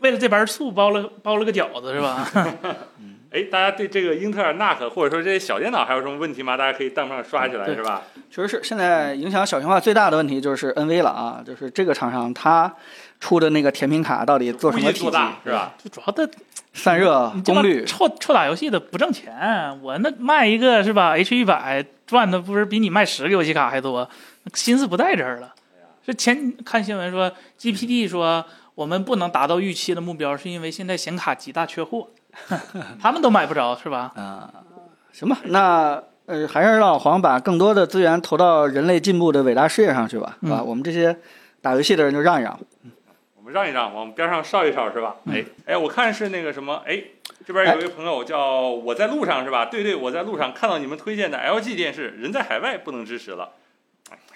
为了这盘醋包了包了个饺子是吧？ [LAUGHS] 哎，大家对这个英特尔 NUC 或者说这些小电脑还有什么问题吗？大家可以弹幕上刷起来，嗯对是吧？确实是，现在影响小型化最大的问题就是 NV 了啊，就是这个厂商它出的那个甜品卡到底做故什意么体做积？大是吧？就主要的散热嗯你这功帮率，臭臭打游戏的不挣钱，我那卖一个是吧？H 一百赚的不是比你卖十个游戏卡还多，心思不在这儿了。是前看新闻说 GPT 说我们不能达到预期的目标，是因为现在显卡极大缺货， [LAUGHS] 他们都买不着是吧？啊、行吧，那呃，还是让黄把更多的资源投到人类进步的伟大事业上去吧，嗯啊，我们这些打游戏的人就让一让。我们让一让，往边上稍一稍是吧？哎嗯哎，我看是那个什么，哎，这边有一位朋友叫我在路上是吧？对对，我在路上看到你们推荐的 LG 电视，人在海外不能支持了。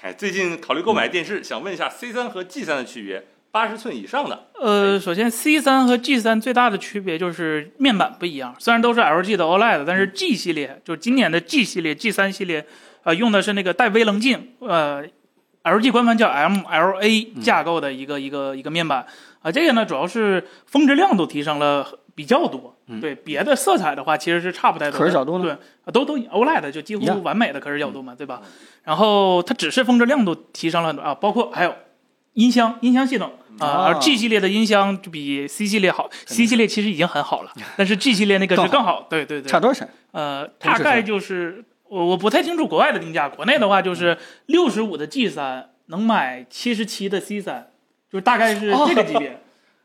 哎，最近考虑购买电视，想问一下 C 3和 G 3的区别，八十寸以上的呃，首先 C 3和 G 3最大的区别就是面板不一样，虽然都是 LG 的 OLED，但是 G 系列就是今年的 G 系列、G 3系列，呃，用的是那个带微棱镜，呃，LG 官方叫 MLA 架构的嗯一个、一个一个面板啊、这个呢主要是峰值亮度提升了比较多，嗯对别的色彩的话其实是差不太多的。可视角度呢对，啊都都 OLED 就几一样嗯乎完美的可视角度嘛，对吧？然后它只是峰值亮度提升了很多啊，包括还有音箱、音箱系统啊，啊而 G 系列的音箱就比 C 系列好，C 系列其实已经很好了，但是 G 系列那个是更更好。对对对差，多少钱？呃，同大尺寸概就是我我不太清楚国外的定价，国内的话就是六十五的 G 三能买七十七的 C 三，就是大概是这个级别。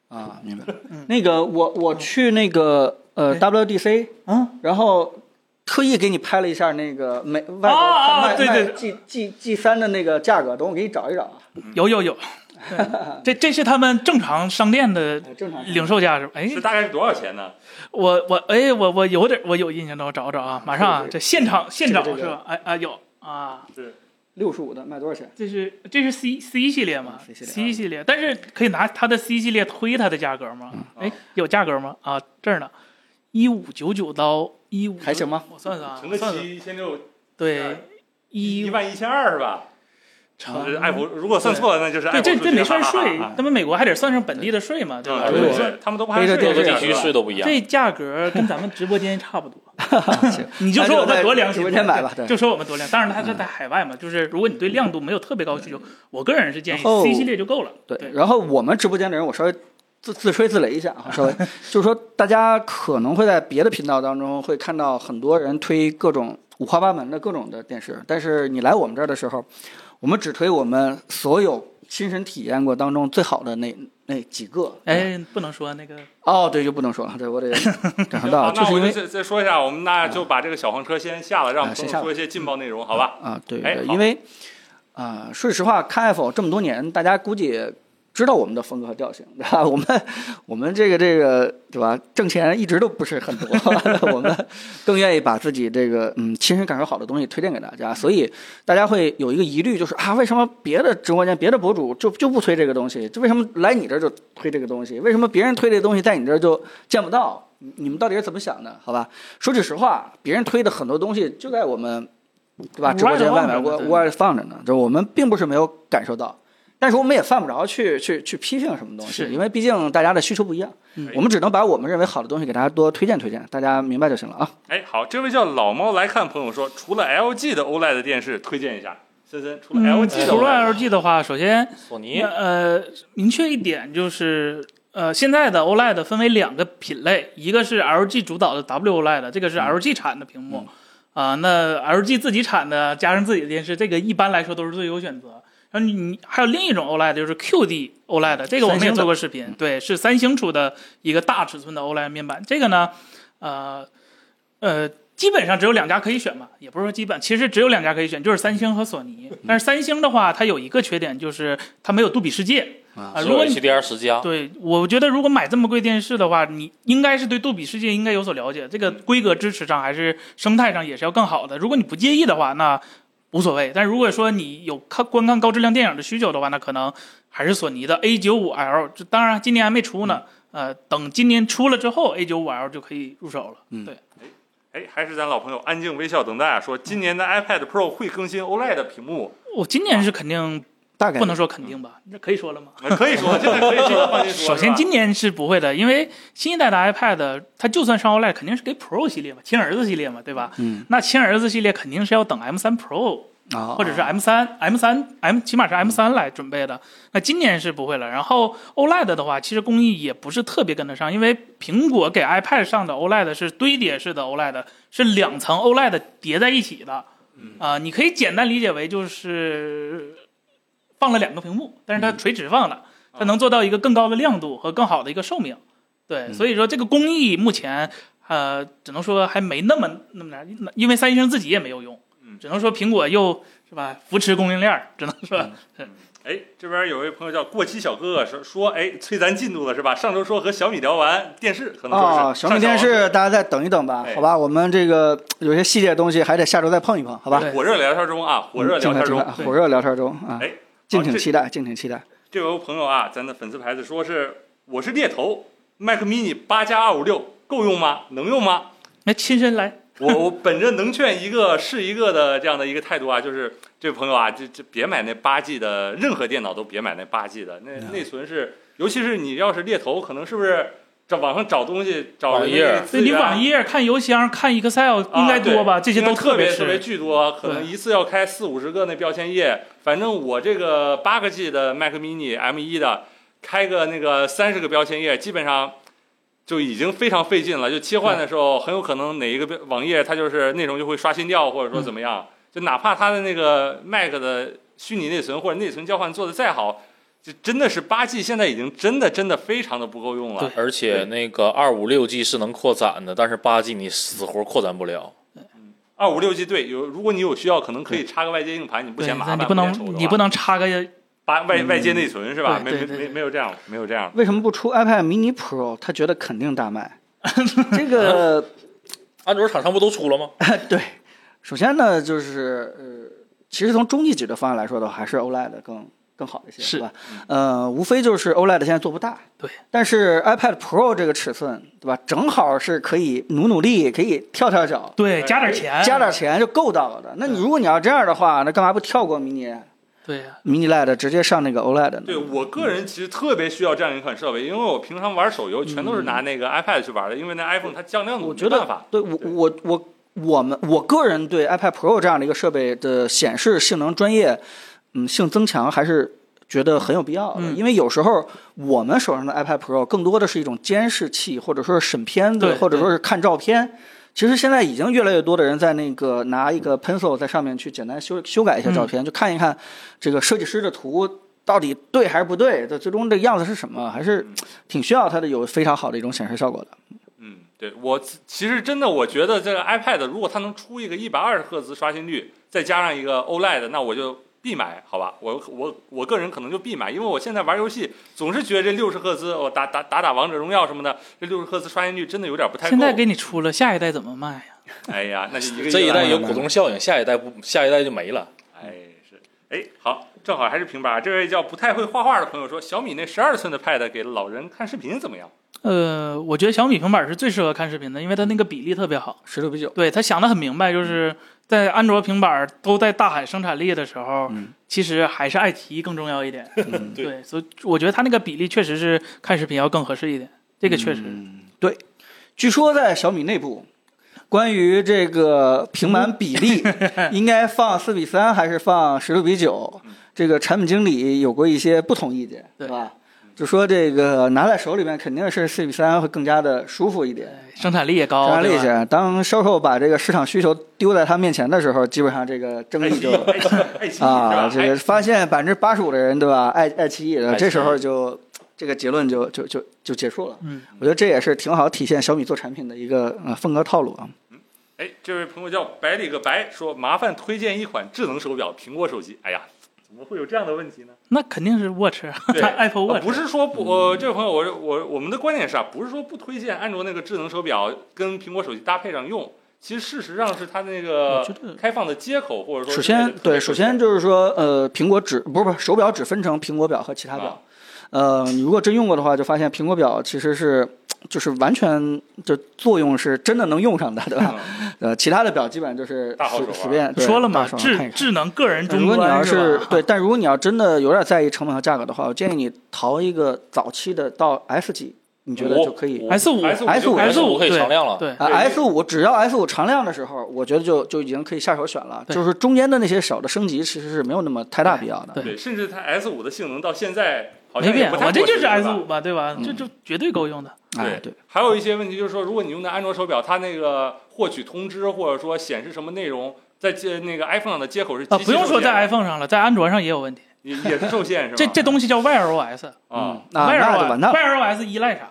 啊，明白嗯。那个我我去那个呃哎 WDC，嗯，然后特意给你拍了一下那个美外国啊啊卖对卖对 G G G 三的那个价格，等我给你找一找啊，嗯有有有，对这这是他们正常商店的哎正常。零售价是吧？哎，是大概是多少钱呢？我我哎，我我有点我有印象，等我找找啊，马上啊对，对这现场现这个场这是个吧？哎啊有啊，六十五的卖多少钱？这是这是 C C 系列嘛嗯，C 系列啊 c 系列，但是可以拿它的 C 系列推它的价格吗？嗯哎，有价格吗？啊，这儿呢，一五九九到一五还行吗？我算算啊，乘我个算算，七，一千六，对，一一万一千二是吧？乘是爱普，如果算错了，那就是爱啊对，普这这没算数据税了啊，他们美国还得算上本地的税嘛，对吧？啊对对，他们都不黑按着税各腚个这地样区是吧税都不一样。这价格跟咱们直播间差不多， [LAUGHS] 行，你就说我们多良直心，播间买吧。对，就说我们多亮，当然它是在海外嘛，就是如果你对亮度没有特别高需求，我个人是建议然后 C 系列就够了。对，对然后我们直播间的人，我稍微自自吹自擂一下啊，稍微就是说，大家可能会在别的频道当中会看到很多人推各种五花八门的各种的电视，但是你来我们这儿的时候，我们只推我们所有亲身体验过当中最好的那那几个。哎，不能说那个哦，对，就不能说了，对我得感受到，好，就啊那是我因就为再嗯再说一下，我们那就把这个小黄车先下了，让啊我们先下了说一些劲爆内容，好吧？啊，对哎对，好因为啊、说实话，看 F 这么多年，大家估计也知道我们的风格和调性，对吧？我们我们这个这个对吧？挣钱一直都不是很多， [LAUGHS] 我们更愿意把自己这个嗯亲身感受好的东西推荐给大家，所以大家会有一个疑虑，就是啊，为什么别的直播间、别的博主就就不推这个东西？就为什么来你这儿就推这个东西？为什么别人推这个东西，在你这儿就见不到？你你们到底是怎么想的？好吧，说句实话，别人推的很多东西就在我们，对吧？屋直播间外外面放着呢屋对屋外放着呢，就是我们并不是没有感受到，但是我们也犯不着去去去批评什么东西，是因为毕竟大家的需求不一样，嗯我们只能把我们认为好的东西给大家多推荐推荐，大家明白就行了啊。哎，好，这位叫老猫来看朋友说，除了 LG 的 OLED 电视，推荐一下。森森，除了嗯 LG 的 E 除 OLED，、了 LG 的话，首先索尼呃，明确一点就是，呃，现在的 OLED 分为两个品类，一个是 LG 主导的 WOLED，这个嗯 E 是 LG 产的屏幕，啊、那 LG 自己产的加上自己的电视，这个一般来说都是最优选择。然后你你还有另一种 OLED 就是 QD OLED，这个我 E 三们也星的做过视频，对，是 E 三星出的一个大尺寸的 OLED 面板，这个呢，呃呃，基本上只有两家可以选吧，也不是说基本，其实只有两家可以选，就是三星和索尼。但是三星的话，它有一个缺点就是它没有杜比世界啊啊。只如有果你 HDR 十加，对我觉得如果买这么贵电视的话，你应该是对杜比世界应该有所了解，这个规格支持上还是生态上也是要更好的。如果你不介意的话，那无所谓。但如果说你有看观看高质量电影的需求的话，那可能还是索尼的 A 9 5 L，这当然今年还没出呢。呃，等今年出了之后，A 9 5 L 就可以入手了。哎，还是咱老朋友安静微笑等待啊，说今年的 iPad Pro 会更新 OLED 屏幕，我今年是肯定大概不能说肯定吧，这可以说了吗？呃可以说现在可以这个放心说。首先，是吧今年是不会的，因为新一代的 iPad 它就算上 OLED，肯定是给 Pro 系列嘛，亲儿子系列嘛，对吧？嗯，那亲儿子系列肯定是要等 M 3 Pro 啊，或者是哎 M 3 M 3 M 起码是 M 3来准备的。那今年是不会了。然后 OLED 的话，其实工艺也不是特别跟得上，因为苹果给 iPad 上的 OLED 是堆叠式的 OLED，是两层 OLED 叠在一起的。嗯啊、你可以简单理解为就是放了两个屏幕，但是嗯它垂直放的，它能做到一个更高的亮度和更好的一个寿命。嗯对，所以说这个工艺目前呃，只能说还没那么那么难，因为三星自己也没有用嗯，只能说苹果又是吧扶持供应链儿，只能说、哎，这边有位朋友叫过期小哥哥说说，哎，催咱进度了是吧？上周说和小米聊完电视，可能说啊，是小米电视大家再等一等吧哎，好吧，我们这个有些细节东西还得下周再碰一碰，好吧？对火热聊天中啊，嗯火热聊天尽快中尽。快对火热聊天中啊哎，敬请这期待，敬请期待。这位朋友啊，咱的粉丝牌子说是我是猎头，Mac mini 八加二五六够用吗？能用吗？那亲身来，我我本着能劝一个是一个的这样的一个态度啊，就是这位朋友啊，这这别买那八 G 的，任何电脑都别买那八 G 的，那内存是，尤其是你要是猎头，可能是不是找网上找东西找网页那个所资以你源啊网页看邮箱、看 Excel 啊应该多吧？这些应该都特别特别吃。巨多，可能对一次要开四五十个那标签页。反正我这个八个 G 的 Mac Mini M1 的，开个那个三十个标签页，基本上就已经非常费劲了。就切换的时候，很有可能哪一个网页它就是内容就会刷新掉，或者说怎么嗯样。就哪怕它的那个 Mac 的虚拟内存或者内存交换做的再好，就真的是八 G 现在已经真的真的非常的不够用了对。而且那个二五六 G 是能扩展的，但是八 G 你死活扩展不了。二五六 G 对，有如果你有需要，可能可以插个外接硬盘，你不对嫌麻烦，你不嫌愁的能话你不能插个把外外接内存是吧？没嗯对没对没对没有这样，没有这样。为什么不出 iPad mini Pro？他觉得肯定大卖。 [LAUGHS] 这个安卓厂商不都出了吗？对，首先呢，就是呃，其实从中级解决方案来说的话，还是 OLED 更更好一些，是吧？呃，无非就是 OLED 现在做不大，对。但是 iPad Pro 这个尺寸，对吧？正好是可以努努力，可以跳跳脚，对，加点钱，加点钱就够到了的。那你如果你要这样的话，那干嘛不跳过 mini 对啊呀、 mini LED 直接上那个 OLED 呢？对我个人其实特别需要这样一款设备，因为我平常玩手嗯游全都是拿那个 iPad 去玩的，因为那 iPhone 它降亮度我没觉得办法。对我我我我们我个人对 iPad Pro 这样的一个设备的显示性能、专业嗯性增强还是。觉得很有必要的，嗯因为有时候我们手上的 iPad Pro 更多的是一种监视器，或者说是审片子对，或者说是看照片。其实现在已经越来越多的人在那个拿一个 pencil 在上面去简单修修改一下照片，就看一看这个设计师的图到底对还是不对，这最终这样子是什么，还是挺需要它的有非常好的一种显示效果的。嗯，对我其其实真的我觉得这个 iPad 如果它能出一个一百二十赫兹刷新率，再加上一个 OLED，那我就必买，好吧？我我我个人可能就必买，因为我现在玩游戏总是觉得这六十赫兹，我打打打打王者荣耀什么的，这六十赫兹刷新率真的有点不太够。现在给你出了，下一代怎么卖呀？哎呀，那就一个这一个代有股东效应，下一代不，下一代就没了。哎，是，哎，好，正好还是平板儿。这位叫不太会画画的朋友说，小米那十二寸的 Pad 给老人看视频怎 [LAUGHS] 么样？呃，我觉得小米平板是最适合看视频的，因为它那个比例特别好。十六比九，对他想的很明白，就是嗯在安卓平板都在大喊生产力的时候，嗯其实还是爱奇艺更重要一点。 [LAUGHS] 嗯对对，所以我觉得它那个比例确实是看视频要更合适一点，这个确实。嗯对。据说在小米内部，关于这个平板比 [LAUGHS] 例应该放四比三还是放十六比九，这个产品经理有过一些不同意见，对是吧？就说这个拿在手里面肯定是四比三会更加的舒服一点，生产力也高，生产力一哦对吧些。当销售把这个市场需求丢在他面前的时候，基本上这个争爱议奇就哎艺，爱奇艺，爱奇艺， [LAUGHS] 啊，哎是吧？这个发现百分之八十五的人对吧，爱爱奇艺的，爱奇艺这时候就这个结论就就就就结束了。嗯，我觉得这也是挺好体现小米做产品的一个呃风格套路啊。哎，哎，这位朋友叫白里个白，说麻烦推荐一款智能手表，苹果手机。哎呀，怎么会有这样的问题呢？那肯定是 Watch 啊 [LAUGHS] 对，Apple 呃 Watch 不是说不，呃，这位朋友，我我我们的观点是啊，不是说不推荐安卓那个智能手表跟苹果手机搭配上用，其实事实上是它那我个觉得开放的接口或者说首之类的先，对，首先就是说，呃，苹果只不是不是手表只分成苹果表和其他表啊。呃，你如果真用过的话，就发现苹果表其实是就是完全就作用是真的能用上的，对吧？呃，其他的表基本上就是大号随手腕随便对说了嘛，大手腕看智一看智能个人但如终果你要端是吧？对，但如果你要真的有点在意成本和价格的话，我建议你淘一个早期的到 S 级，你觉得就可以。 S 五 S 五 S 五 S 五可以对常亮了，对，啊对，S 五只要 S 五常亮的时候，我觉得就就已经可以下手选了。对就是中间的那些小的升级，其实是没有那么太大必要的。对对，甚至它 S 五的性能到现在好没像也变，哦不太我这过时就是 S 吧嗯五吧，对吧？这就绝对够用的。哎，对，还有一些问题就是说，如果你用的安卓手表，它那个获取通知或者说显示什么内容，在接那个 iPhone 上的接口是啊，极其不用受说在限的 iPhone 上了，在安卓上也有问题。也也是受 [LAUGHS] 限是吧？这这东西叫 Wear OS，啊，嗯那那就完蛋了。 Wear OS 依赖啥？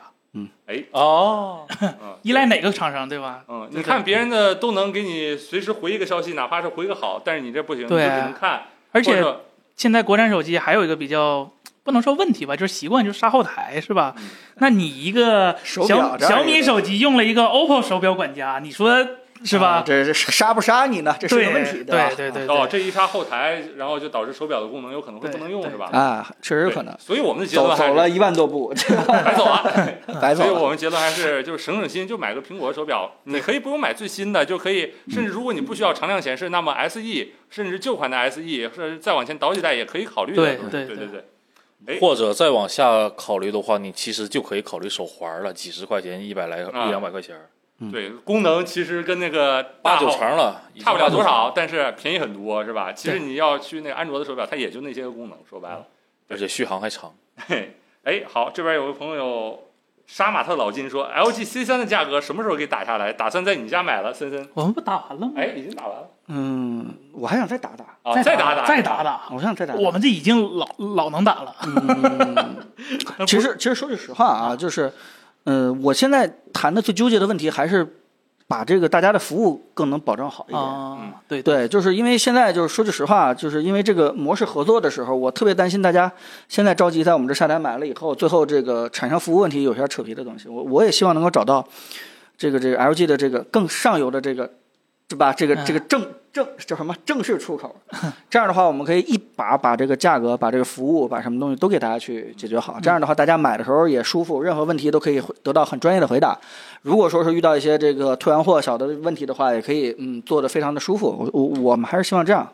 哦，嗯 [LAUGHS] 依赖哪个厂商，对吧？ [LAUGHS] 嗯，你看别人的都能给你随时回一个消息，哪怕是回个好，但是你这不行，你就对啊只能看。而且或者说现在国产手机还有一个比较不能说问题吧，就是习惯，就是杀后台，是吧？那你一个嗯手小表这样小一米个手机用了一个 OPPO 手表管家，你说是啊吧？这这杀不杀你呢？这是对个问题，吧？对对对哦，对，这一插后台，然后就导致手表的功能有可能会不能用对是吧？啊，确实有可能对。所以我们的结走论还走是了一万多 [LAUGHS] 步，白走啊。白所以走了。我们结论还是就是省省心，就买个苹果手表，你可以不用买最新的，就可以，甚至如果你不需要常亮显示，那么 SE 甚至旧款的 SE，甚至再往前倒几代也可以考虑的。对对对对对对，或者再往下考虑的话，你其实就可以考虑手环了，几十块钱，一百来，啊一两百块钱，对功能其实跟那个八大九号成了，已经差不了多八九少，成，但是便宜很多，是吧？其实对你要去那个安卓的手表，它也就那些个功能，说白了。而且续航还长。 [LAUGHS] 嘿，哎，好，这边有个朋友杀马特老金说，LG 哎 C 3的价格什么时候给打下来？打算在你家买了，森森。我们不打完了吗？哎，已经打完了嗯，我还想哦再打打，嗯啊！再打打，打，再打打。我想再打打。我们这已经老老能打了，其实，其实说句实话啊，就是，呃，我现在谈的最纠结的问题还是把这个大家的服务更能保障好一点。啊，对对对，就是因为现在就是说句实话，就是因为这个模式合作的时候，我特别担心大家现在着急在我们这下单买了以后，最后这个产生服务问题有些扯皮的东西。我我也希望能够找到这个这个 LG 的这个更上游的这个，对吧？这个这个正正叫什么正式出口，这样的话我们可以一把把这个价格、把这个服务、把什么东西都给大家去解决好。这样的话，大家买的时候也舒服，任何问题都可以回得到很专业的回答。如果说是遇到一些这个退完货小的问题的话，也可以嗯做的非常的舒服。我我我们还是希望这样。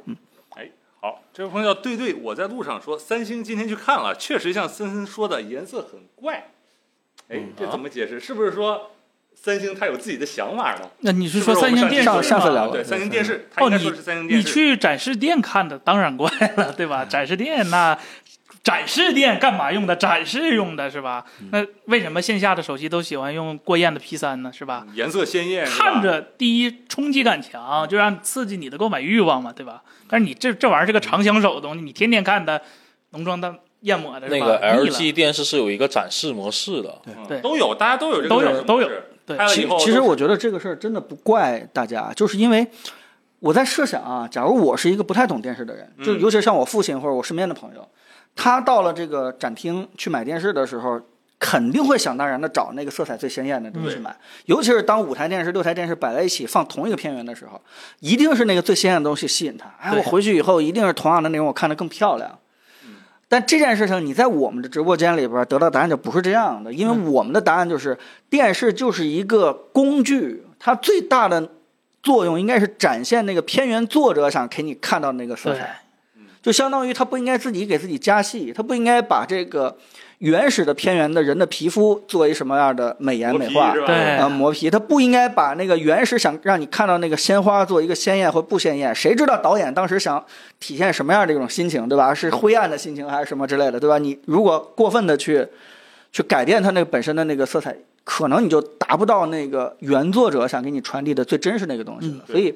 好，这位朋友叫对对，我在路上说，三星今天去看了，确实像森森说的，颜色很怪。哎，嗯啊这怎么解释？是不是说三星它有自己的想法呢？那你是是不说是我三们星电视上吗？上次聊了对，三星电视，它哦，应该你说是三星电你视。嗯去展示店看的，当然怪了，对吧？展示店那展示店干嘛用的？展示用的是吧？嗯那为什么线下的手机都喜欢用过艳的 P 三呢？是吧？颜色鲜艳，嗯是吧看着第一冲击感强，就让刺激你的购买欲望嘛，对吧？但是你这这玩意儿是个长相守的东西，你天天看它浓妆淡艳抹的，是那吧个腻了 LG 电视是有一个展示模式的，嗯对都有，大家都有这个都有展示都有模式对拍了其以后其实都我觉得这个事儿真的不怪大家，就是因为我在设想啊，假如我是一个不太懂电视的人，就嗯尤其是像我父亲或者我身边的朋友，他到了这个展厅去买电视的时候。肯定会想当然的找那个色彩最鲜艳的东西去买，尤其是当五台电视、六台电视摆在一起放同一个片源的时候，一定是那个最鲜艳的东西吸引他。哎，对我回去以后一定是同样的内容，我看得更漂亮。但这件事情，你在我们的直播间里边得到答案就不是这样的，因为嗯我们的答案就是电视就是一个工具，它最大的作用应该是展现那个片源作者想给你看到的那个色对彩，就相当于他不应该自己给自己加戏，他不应该把这个原始的片源的人的皮肤作为什么样的美颜磨美皮化是吧？对啊磨皮，他不应该把那个原始想让你看到那个鲜花做一个鲜艳或不鲜艳，谁知道导演当时想体现什么样的一种心情，对吧？是灰暗的心情还是什么之类的，对吧？你如果过分的去去改变它那个本身的那个色彩，可能你就达不到那个原作者想给你传递的最真实那个东西了。对所以，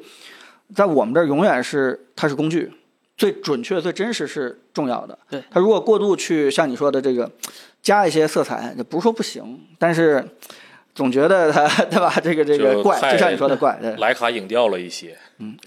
在我们这儿永远是它是工具，最准确、最真实是重要的。对它如果过度去像你说的这个加一些色彩，也不是说不行，但是总觉得它对吧？这个这个就怪，太就像你说的 [LAUGHS] 怪，对嗯徕卡影掉了一些。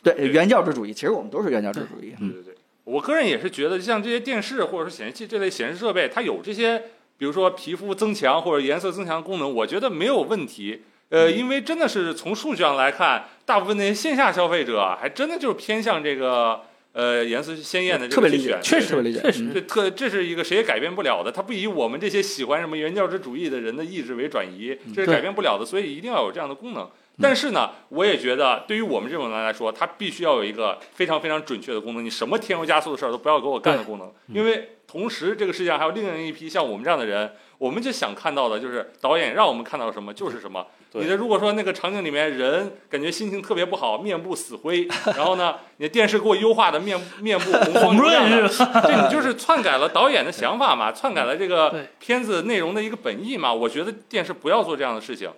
对，原教旨主义，其实我们都是原教旨主义。对嗯，对对，我个人也是觉得，像这些电视或者说显示器这类显示设备，它有这些，比如说皮肤增强或者颜色增强功能，我觉得没有问题。嗯呃，因为真的是从数据上来看，大部分那些线下消费者啊还真的就是偏向这个呃颜色鲜艳的这特个去别理解选，，确实特别理解，确实嗯这特这是一个谁也改变不了的，它不以我们这些喜欢什么原教旨主义的人的意志为转移，这是嗯对改变不了的，所以一定要有这样的功能。但是呢，我也觉得对于我们这种人来说，它必须要有一个非常非常准确的功能。你什么添油加醋的事儿都不要给我干的功能，嗯因为同时这个世界上还有另一批像我们这样的人，我们就想看到的就是导演让我们看到什么就是什么。对你的如果说那个场景里面人感觉心情特别不好，面部死灰，然后呢，你的电视给我优化的面面部 [LAUGHS] 红光红油亮润的是 [LAUGHS] 吧？这你就是篡改了导演的想法嘛，篡改了这个对片子内容的一个本意嘛。我觉得电视不要做这样的事情。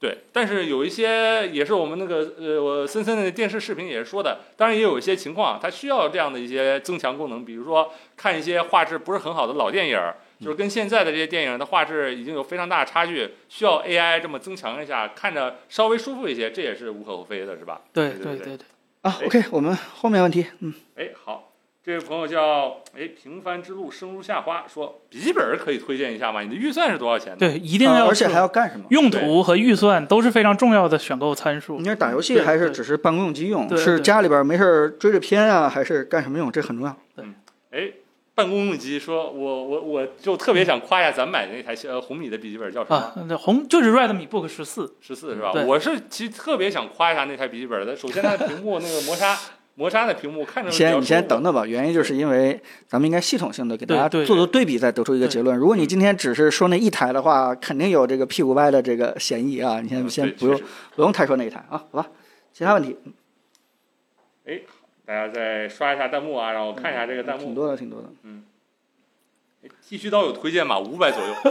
对，但是有一些也是我们那个呃，我森森的电视视频也是说的，当然也有一些情况，它需要这样的一些增强功能，比如说看一些画质不是很好的老电影儿，就是跟现在的这些电影的画质已经有非常大的差距，需要 AI 这么增强一下，看着稍微舒服一些，这也是无可厚非的，是吧？对对对对对对，啊。OK，我们后面问题，哎，好，这位朋友叫哎平凡之路生如夏花，说笔记本儿可以推荐一下吗？你的预算是多少钱呢？对一定呃要而且注还要干什么？用途和预算都是非常重要的选购参数你。是打游戏对还是对只是办公用机用？对是对家里边没事儿追着片啊，还是干什么用？这很重要。哎，办公用机说，我我我就特别想夸一下咱买的那台呃红米的笔记本叫什啊么？，那红就是 Red Mi Book 十四，十四、是吧？对我是其实特别想夸一下那台笔记本的，首先它的屏幕那个磨砂磨砂的屏幕看着你比较先你先舒服等等吧，原因就是因为咱们应该系统性的给大对家对做做对比，再得出一个结论。如果嗯你今天只是说那一台的话，肯定有这个屁股歪的这个嫌疑啊！你嗯先先对不用确实不用太说那一台啊，好吧？其他问题大家再刷一下弹幕啊，让我看一下这个弹幕嗯挺。多的，挺多的。哎剃须刀有推荐吗？五百左右。 [LAUGHS]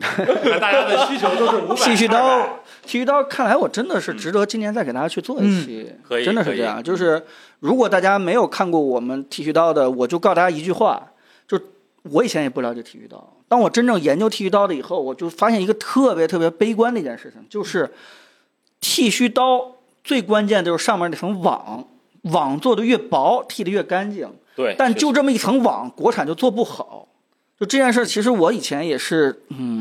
看大家的需求都是五百。剃须刀，剃须刀，看来我真的是值得今年再给大家去做一期，嗯可以真的是这样。就是如果大家没有看过我们剃须刀的，我就告诉大家一句话，就是我以前也不了解剃须刀，当我真正研究剃须刀了以后，我就发现一个特别特别悲观的一件事情，就是剃须刀最关键的就是上面那层网，网做的越薄，剃得越干净。对，但确就实这么一层网，国产就做不好。就这件事儿，其实我以前也是，嗯，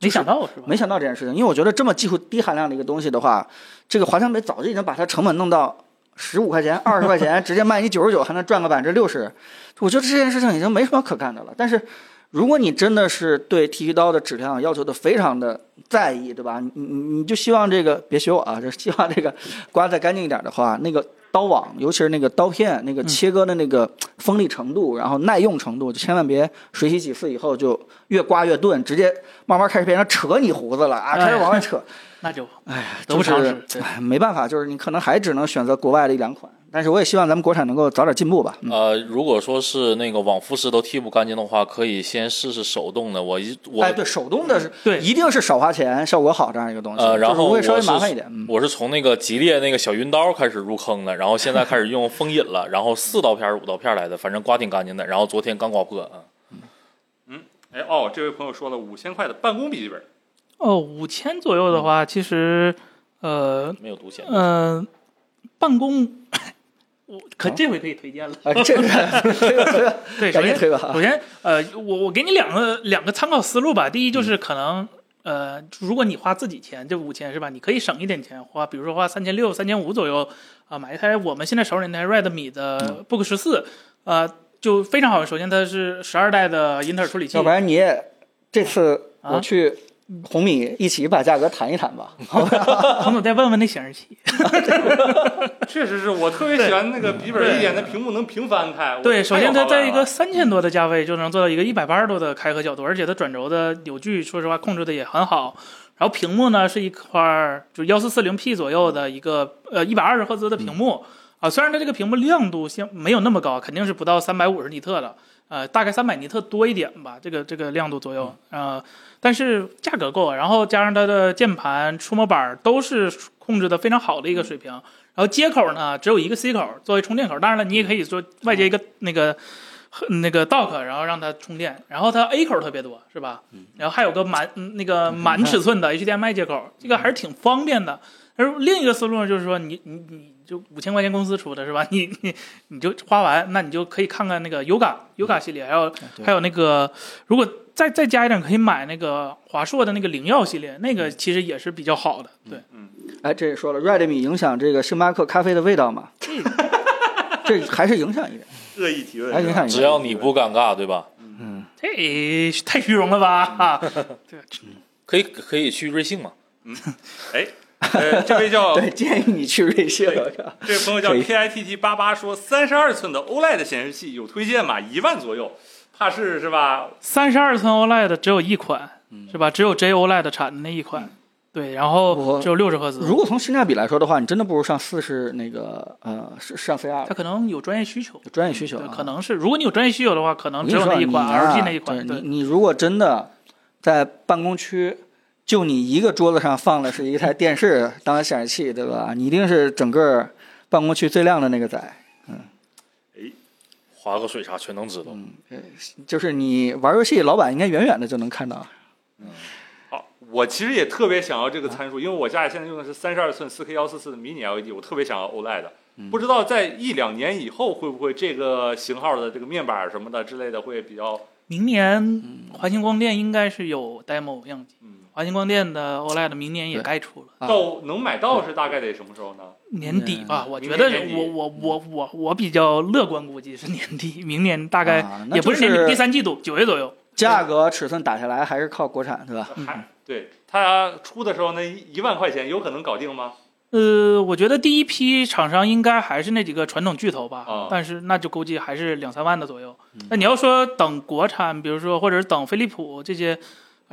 没想到是吧？没想到这件事情，因为我觉得这么技术低含量的一个东西的话，这个华强北早就已经把它成本弄到十五块钱、二十块钱， [LAUGHS] 直接卖你九十九，还能赚个百分之六十。我觉得这件事情已经没什么可干的了。但是，如果你真的是对剃须刀的质量要求的非常的在意，对吧？你你你就希望这个别学我啊，就是希望这个刮再干净一点的话，那个刀网，尤其是那个刀片，那个切割的那个锋利程度，然后耐用程度，就千万别水洗几次以后就越刮越钝，直接慢慢开始变成扯你胡子了哎啊，开始往外扯。那哎就得就不是偿失。对哎没办法，就是你可能还只能选择国外的一两款，但是我也希望咱们国产能够早点进步吧。呃，如果说是那个往复式都剃不干净的话，可以先试试手动的。我一我、哎，对，手动的是，对哎一定是少花钱、效果好这样一个东西，呃，然就是后我会是稍微麻烦一点。嗯，我是从那个吉列那个小云刀开始入坑的，然后现在开始用风引了，然后四刀片儿五刀片儿来的，反正刮挺干净的。然后昨天刚刮破啊。哎哦，这位朋友说了五千块的办公笔记本，哦，五千左右的话，其实呃没有独显。嗯、呃，办公我可啊这回可以推荐了。啊，这个 [LAUGHS] 这个这个对，首赶紧先推吧啊首。先，呃，我我给你两个两个参考思路吧。第一就是可能，呃，如果你花自己钱，这五千是吧？你可以省一点钱花，比如说花三千六、三千五左右啊、买一台我们现在手里那台 Redmi 的 Book 十四、呃，就非常好用。首先它是十二代的英特尔处理器要不，然你也这次我啊去红米一起把价格谈一谈吧。彭总再问问那显示器。 [LAUGHS] 确实是我特别喜欢那个笔记本一眼的屏幕能平翻开。我对，首先它在一个太有好三千多的价位就能做到一个一百八十度的开合角度，而且它转轴的扭矩，说实话控制的也很好。然后屏幕呢是一块儿就幺四四零 P 左右的一个呃一百二十赫兹的屏嗯幕啊，虽然它这个屏幕亮度相没有那么高，肯定是不到三百五十尼特的，呃，大概三百尼特多一点吧，这个这个亮度左右，嗯呃，但是价格够，啊然后加上它的键盘、触摸板都是控制的非常好的一个水平。然后接口呢只有一个 C 口作为充电口，当然了，你也可以说外接一个那个那个 dock，然后让它充电，然后它 A 口特别多，是吧？然后还有个满嗯那个满尺寸的 HDMI 接口，这个还是挺方便的。但是另一个思路就是说，你你你就五千块钱公司出的是吧？ [LAUGHS] 你你你就花完，那你就可以看看那个 Yoga Yoga 系列，还有还有那个如果再再加一点，可以买那个华硕的那个灵耀系列，那嗯个其实也是比较好的。对，哎，这也说了，Red 米影响这个星巴克咖啡的味道嘛？嗯 [LAUGHS] 这还是影响一点，恶意提问还是影响一点。只哎要你 [LAUGHS] 不尴尬，对吧？这太虚荣了吧？可以可以去瑞幸嘛？呃，这位哦叫对，建议你去瑞幸。 [LAUGHS] 这位朋友叫可以 K I T T 八八说，三十二寸的 OLED 显示器有推荐吗？一万左右，怕是是吧？三十二寸 OLED 只有一款，嗯是吧？只有 J OLED 产的那一款，对，然后我只有六十赫兹。如果从性价比来说的话，你真的不如上四是那个呃，是上 CR 它可能有专业需求，有专业需求对，啊。可能是。如果你有专业需求的话，可我能跟你只有说那一款你啊 LG 那一款。对对，你你如果真的在办公区，就你一个桌子上放的是一台电视当显示器，对吧？你一定是整个办公区最亮的那个仔。划个水啥全能知道。就是你玩游戏，老板应该远远的就能看到。好，哦我其实也特别想要这个参数，因为我家里现在用的是三十二寸四 K 幺四四的迷你 LED，我特别想要 OLED。不嗯知道在一两年以后会不会这个型号的这个面板什么的之类的会比较明嗯年华星光电应该是有 demo 样机嗯，华星光电的 OLED 明年也对该出了。啊到能买到是大概得什么时候呢？年底吧，嗯啊我明觉年得年底我我我我我比较乐观，估计是年底，明年大概、啊那也不就是年底，第三季度九月左右。价格尺寸打下来还是靠国产，对吧？还对它出的时候那一一万块钱有可能搞定吗？呃，我觉得第一批厂商应该还是那几个传统巨头吧，哦但是那就估计还是两三万的左右。那你要说等国产，比如说或者是等飞利浦这些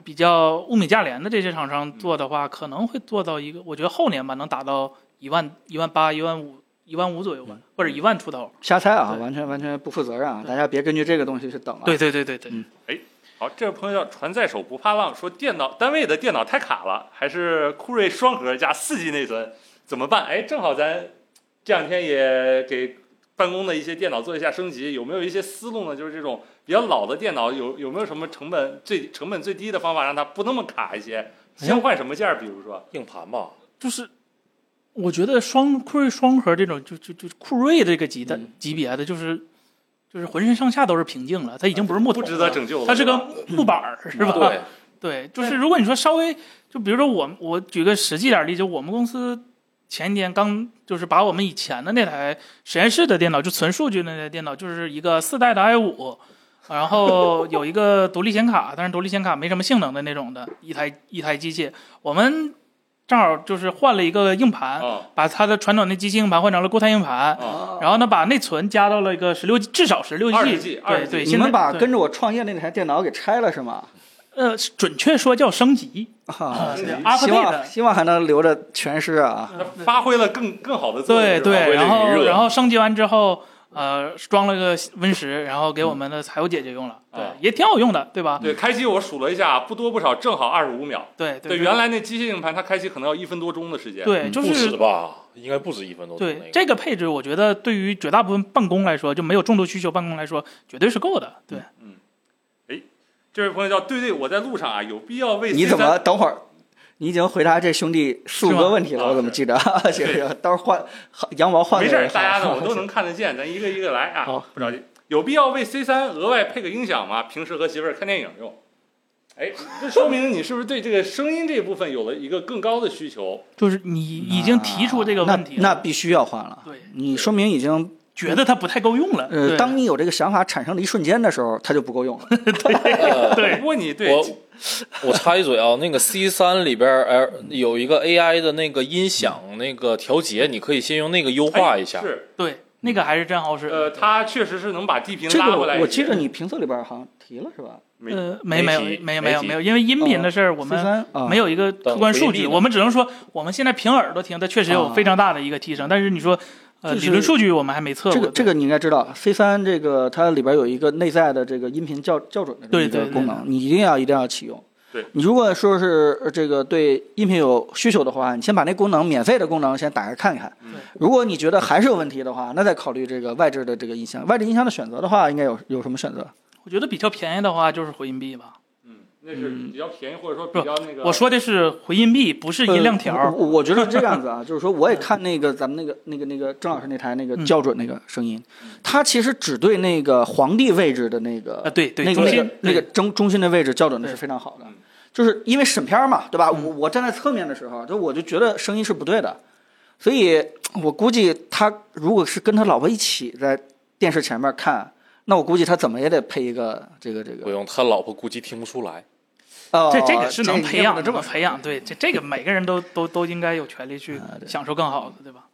比较物美价廉的这些厂商做的话，可能会做到一个，我觉得后年吧能达到一万、一万八、一万五、一万五左右吧，或者一万出头。瞎猜啊，对完全完全不负责任啊！对大家别根据这个东西去等了。对对对对对，嗯好，这位朋友叫船在手不怕浪，说电脑单位的电脑太卡了，还是酷睿双核加四 G 内存，怎么办？哎，正好咱这两天也给办公的一些电脑做一下升级，有没有一些思路呢？就是这种比较老的电脑，有有没有什么成本最成本最低的方法，让它不那么卡一哎些？先换什么件儿？比如说，硬盘吧，就是我觉得双酷睿双核这种，就就就酷睿这个级的、级别的，就是就是浑身上下都是平静了，它已经不是木不头了，值得拯救了，它是个吧木板儿，是吧？对，对，就是如果你说稍微，就比如说我，我举个实际点儿例子，就我们公司前一天刚就是把我们以前的那台实验室的电脑，就存数据的那台电脑，就是一个四代的 i 五，然后有一个独立显卡，但是独立显卡没什么性能的那种的一台一台机器，我们正好就是换了一个硬盘，啊把它的传统的机器硬盘换成了固态硬盘，啊，然后呢把内存加到了一个十六至少十六 G， 20 G 对对，你现在们把对跟着我创业那台电脑给拆了是 [LAUGHS] 吗？呃准确说叫升级。啊，是的希 update 望希望还能留着全尸啊！它发挥了更更好的作用，对是吧对，为然了余后热然后升级完之后，呃，装了个温十，然后给我们的财务姐姐用了，对啊，也挺好用的，对吧？对，开机我数了一下，不多不少，正好二十五秒。对对，原来那机械硬盘它开机可能要一分多钟的时间。对就不止是。吧，应该不止一分钟。那对个这个配置，我觉得对于绝大部分办公来说，就没有重度需求办公来说，绝对是够的。对，这位朋友叫对对，我在路上啊，有必要为你 C3 怎么等会儿？你已经回答这兄弟四五是吗个问题了，啊我怎么记着？这个到时候换好羊毛换没个事儿？人啊大家呢，好我都能看得见，咱一个一个来啊好，不着急。有必要为 C 3额外配个音响吗？平时和媳妇儿看电影用。哎，这说明你是不是对这个声音这部分有了一个更高的需求？就是你已经提出这个问题那，那了，必须要换了。对，你说明已经觉得它不太够用了。呃，对当你有这个想法产生的一瞬间的时候，它就不够用了。呃不过你对我我插一嘴啊，那个 C 三里边儿呃有一个 AI 的那个音响那个调节，你可以先用那个优哎化一下。是对那个还是真好使。呃，它确实是能把地平这拉个回来一些。我我记得你评测里边好像提了是吧？没呃，没没没有提没有没没有提没有，因为音频的事儿，我我们哦三啊没有一个客观数等回避据，呢我们只能说我们现在凭耳朵听，它确实有非常大的一个提升。但是你说，呃，啊就是理论数据我们还没测这过个。这个你应该知道，C 三这个它里边有一个内在的这个音频校校准的这么对一个对功能，你一定要一定要启用。对你如果说是呃这个对音频有需求的话，你先把那功能免费的功能先打开看看嗯。如果你觉得还是有问题的话，那再考虑这个外置的这个音箱。外置音箱的选择的话，应该有有什么选择？我觉得比较便宜的话就是回音壁吧。嗯，那是比较便宜，或者说比较那个。我说的是回音壁，不是音量条。啊呃我我我觉得是这样子啊，就是说我也看那个咱们那个那个那个郑老师那台那个嗯校准那个声音，它其实只对那个皇帝位置的那个啊，对对，那个中那心个那个中中心的位置校准的是非常好的嗯，就是因为审片儿嘛，对吧？嗯我我站在侧面的时候，就我就觉得声音是不对的，所以我估计他如果是跟他老婆一起在电视前面看，那我估计他怎么也得配一个这个这不个。用，他老婆估计听不出来。哦，这这个是能个培养不的，能这么培养。对，这这个每个人都都都应该有权利去啊对享受更好的，对吧？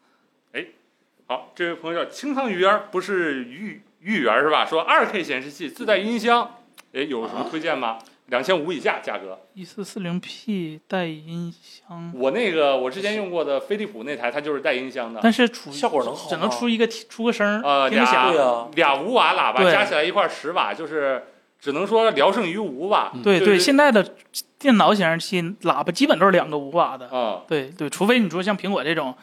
好，这位朋友叫清汤鱼圆儿，不是芋芋圆儿是吧？说二 K 显示器自带音箱，哎，有什么推荐吗？两千五以下价格，一四四零 P 带音箱，嗯我那个我之前用过的飞利浦那台，它就是带音箱的，但是出效果能好吗只能出一个出个声呃，儿，听不俩响。对啊俩五瓦喇叭对加起来一块十瓦，就是只能说聊胜于无吧。嗯对对对，对现在的电脑显示器喇叭基本都是两个五瓦的。啊、对对，除非你说像苹果这种，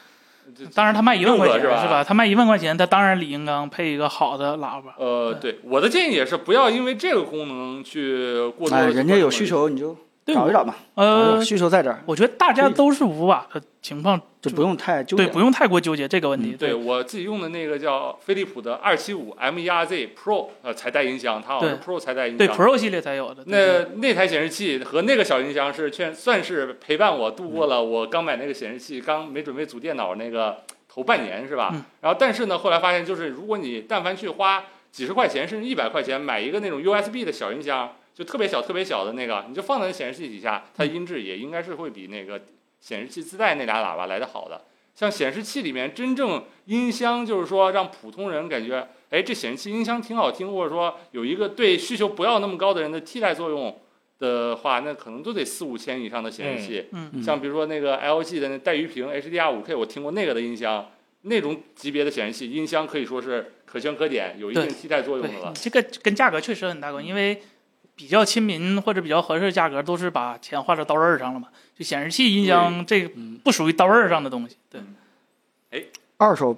这当然它卖一万块钱六个是吧吧？它卖一万块钱，它当然理应当配一个好的喇叭。呃，对，我的建议也是不要因为这个功能去过多。哎，人家有需，求你就对找一找嘛，呃，需求在这儿，我觉得大家都是五瓦的情况，就不用太纠结。对，不用太过纠结这个问题。嗯对我自己用的那个叫飞利浦的二七五 M E R Z Pro，呃，才带音箱，它好像是 Pro 才带音对箱。 Pro 系列才有的。对那那台显示器和那个小音箱是劝算是陪伴我度过了嗯我刚买那个显示器，刚没准备组电脑那个头半年是吧？嗯然后但是呢，后来发现就是如果你但凡去花几十块钱甚至一百块钱买一个那种 USB 的小音箱，就特别小特别小的那个，你就放在显示器底下，它嗯音质也应该是会比那个显示器自带那俩喇叭来的好的。像显示器里面真正音箱，就是说让普通人感觉，哎，这显示器音箱挺好听，或者说有一个对需求不要那么高的人的替代作用的话，那可能都得四五千以上的显示器。嗯嗯像比如说那个 LG 的那带鱼屏 HDR 五 K，我听过那个的音箱，那种级别的显示器音箱可以说是可圈可点，有一定对替代作用对的了，。这个跟价格确实很大关系，因为比较亲民或者比较合适的价格都是把钱花到刀刃上了嘛。就显示器、音箱这个嗯不属于刀刃上的东西。对，二手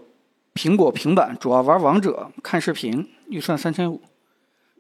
苹果平板，主要玩王者、看视频，预算三千五。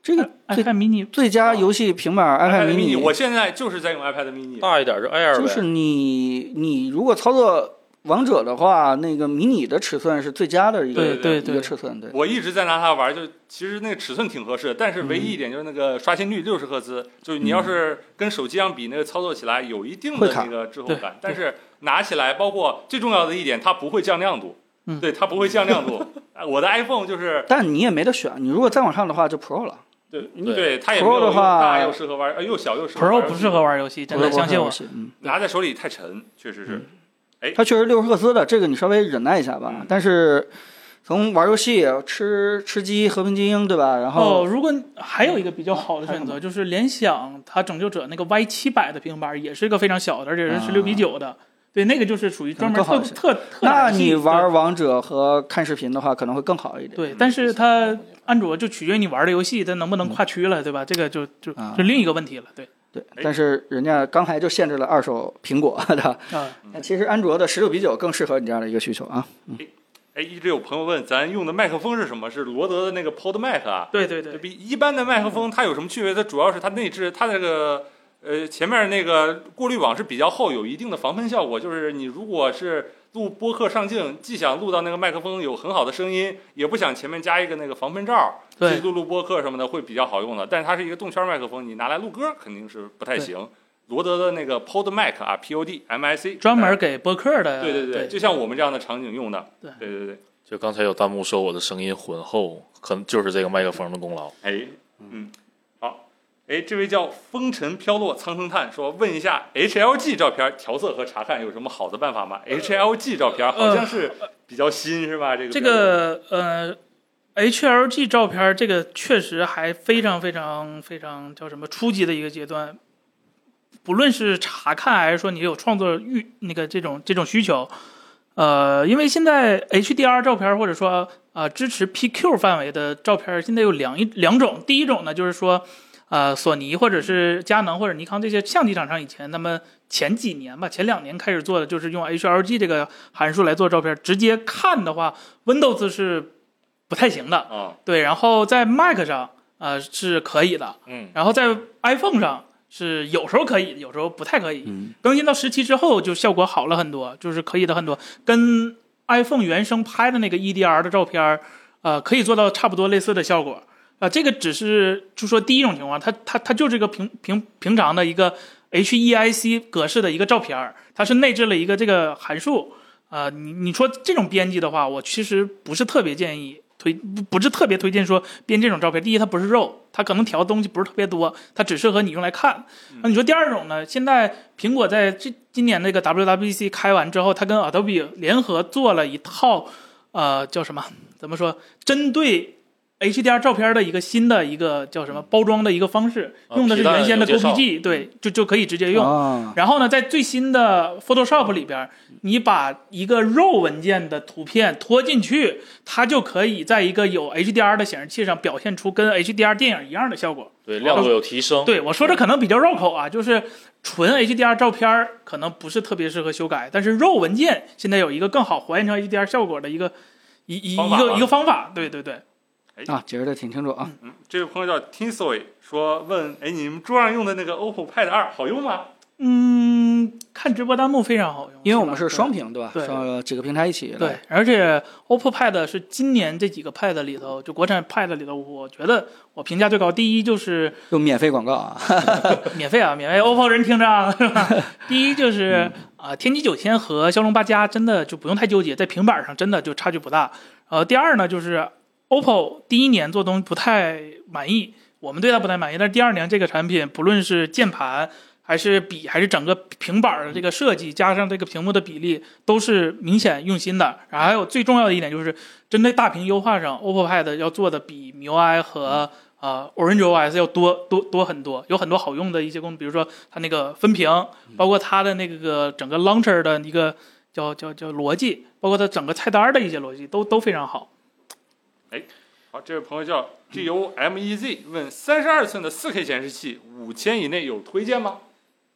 这哎个最 iPad mini 最佳游戏平板 iPad mini， mini，我现在就是在用 iPad mini。大一点就 Air 呗。就是你你如果操作王者的话，那个迷你的尺寸是最佳的一个对对一对个尺寸，对。我一直在拿它玩，就是其实那个尺寸挺合适的，但是唯一一点就是那个刷新率六十赫兹，就是你要是跟手机上比，那个操作起来有一定会的卡那个滞后感，但是拿起来，包括最重要的一点，它不会降亮度，嗯对，它不会降亮度。啊我的 iPhone 就是但你也没得选，你如果再往上的话就 Pro 了对对对，它也 Pro 没有的又话大又适合玩，呃又小又适合玩 Pro 不适合玩游戏，真的，Pro 相信玩游我。戏嗯，拿在手里太沉，确实是。它确实六十赫兹的，这个你稍微忍耐一下吧嗯。但是从玩游戏、吃吃鸡、和平精英，对吧？然哦，后嗯如果还有一个比较好的选还有择，就是联想它拯救者那个 Y 七百的平板，也是一个非常小的，而且是啊十六比九的。对，那个就是属于专门更好特一些特特那打游戏你的玩王者和看视频的话，可能会更好一点。对，但是它安卓就取决于你玩的游戏，它能不能跨区了，对吧？这个就就嗯啊就另一个问题了，对对哎，但是人家刚才就限制了二手苹果的，啊，那其实安卓的十六比九更适合你这样的一个需求啊。哎，一直有朋友问咱用的麦克风是什么？是罗德的那个 Pod Mic 啊？对对就对，比一般的麦克风它有什么区别？它主要是它内置它那个呃前面那个过滤网是比较厚，有一定的防喷效果。就是你如果是录播客上镜，既想录到那个麦克风有很好的声音，也不想前面加一个那个防喷罩，对自己录录播客什么的会比较好用的。但是它是一个动圈麦克风，你拿来录歌肯定是不太行。罗德的那个 Pod Mic 啊，P O D M I C，哎专门给播客的，对对对，就像我们这样的场景用的。对对对对，就刚才有弹幕说我的声音浑厚，可能就是这个麦克风的功劳。哎，嗯，好，哎，这位叫风尘飘落苍生叹说，问一下 HLG 照片调色和查看有什么好的办法吗？HLG 呃照片好像是比较新是吧？这个这标准个呃，HLG 照片儿这个确实还非常非常非常叫什么初级的一个阶段，不论是查看还是说你有创作欲那个这种这种需求，呃，因为现在 HDR 照片儿或者说啊、呃支持 PQ 范围的照片儿现在有两一两种，第一种呢就是说。呃索尼或者是佳能或者尼康这些相机厂商以前他们前几年吧，前两年开始做的就是用 HLG 这个函数来做照片，直接看的话，Windows 是不太行的，啊，对，然后在 Mac 上呃是可以的，嗯，然后在 iPhone 上是有时候可以，有时候不太可以。嗯，更新到十七之后，就效果好了很多，就是可以的很多，跟 iPhone 原生拍的那个 EDR 的照片儿，呃，可以做到差不多类似的效果。啊，这个只是就说第一种情况，它它它就是一个平平平常的一个 HEIC E 格式的一个照片儿，它是内置了一个这个函数。啊，你你说这种编辑的话，我其实不是特别建议推，不不是特别推荐说编这种照片。第一，它不是肉，它可能调的东西不是特别多，它只适合你用来看。那你说第二种呢？现在苹果在这今年那个 WWDC 开完之后，它跟 Adobe 联合做了一套，呃，叫什么？怎么说？针对 HDR 照片的一个新的一个叫什么包装的一个方式，啊用的是原先的皮蛋有 GoPG，对，就就可以直接用。啊，然后呢，在最新的 Photoshop 里边，你把一个 RAW 文件的图片拖进去，它就可以在一个有 HDR 的显示器上表现出跟 HDR 电影一样的效果。对，亮度有提升。嗯对我说这可能比较绕口啊，就是纯 HDR 照片儿可能不是特别适合修改，但是 RAW 文件现在有一个更好还原成 HDR 效果的一个一一方一法个啊一个方法。对对对，啊，解释的挺清楚啊。嗯这位朋友叫 Tinsoy 说问，哎，你们桌上用的那个 OPPO Pad 二好用吗？嗯，看直播弹幕非常好用，因为我们是吧是双屏对吧？对双几个平台一起对来，，而且 OPPO Pad 是今年这几个 Pad 里头，就国产 Pad 里头，我觉得我评价最高。第一就是用免费广告啊。免费啊，免费，OPPO 人听着啊，是吧？第一就是啊、天玑九千和骁龙八加真的就不用太纠结，在平板上真的就差距不大。呃，第二呢就是 OPPO 第一年做东西不太满意，我们对它不太满意，但是第二年这个产品不论是键盘。还是笔，还是整个平板儿的这个设计，加上这个屏幕的比例，都是明显用心的。然后还有最重要的一点就是，针对大屏优化上，OPPO Pad 要做的比 MIUI 和啊、OrangeOS 要多多多很多，有很多好用的一些功能，比如说它那个分屏，嗯包括它的那个整个 launcher 的一个叫叫叫逻辑，包括它整个菜单的一些逻辑都都非常好。好，这位朋友叫嗯 G O M E Z 问，三十二寸的四 K 显示器五千以内有推荐吗？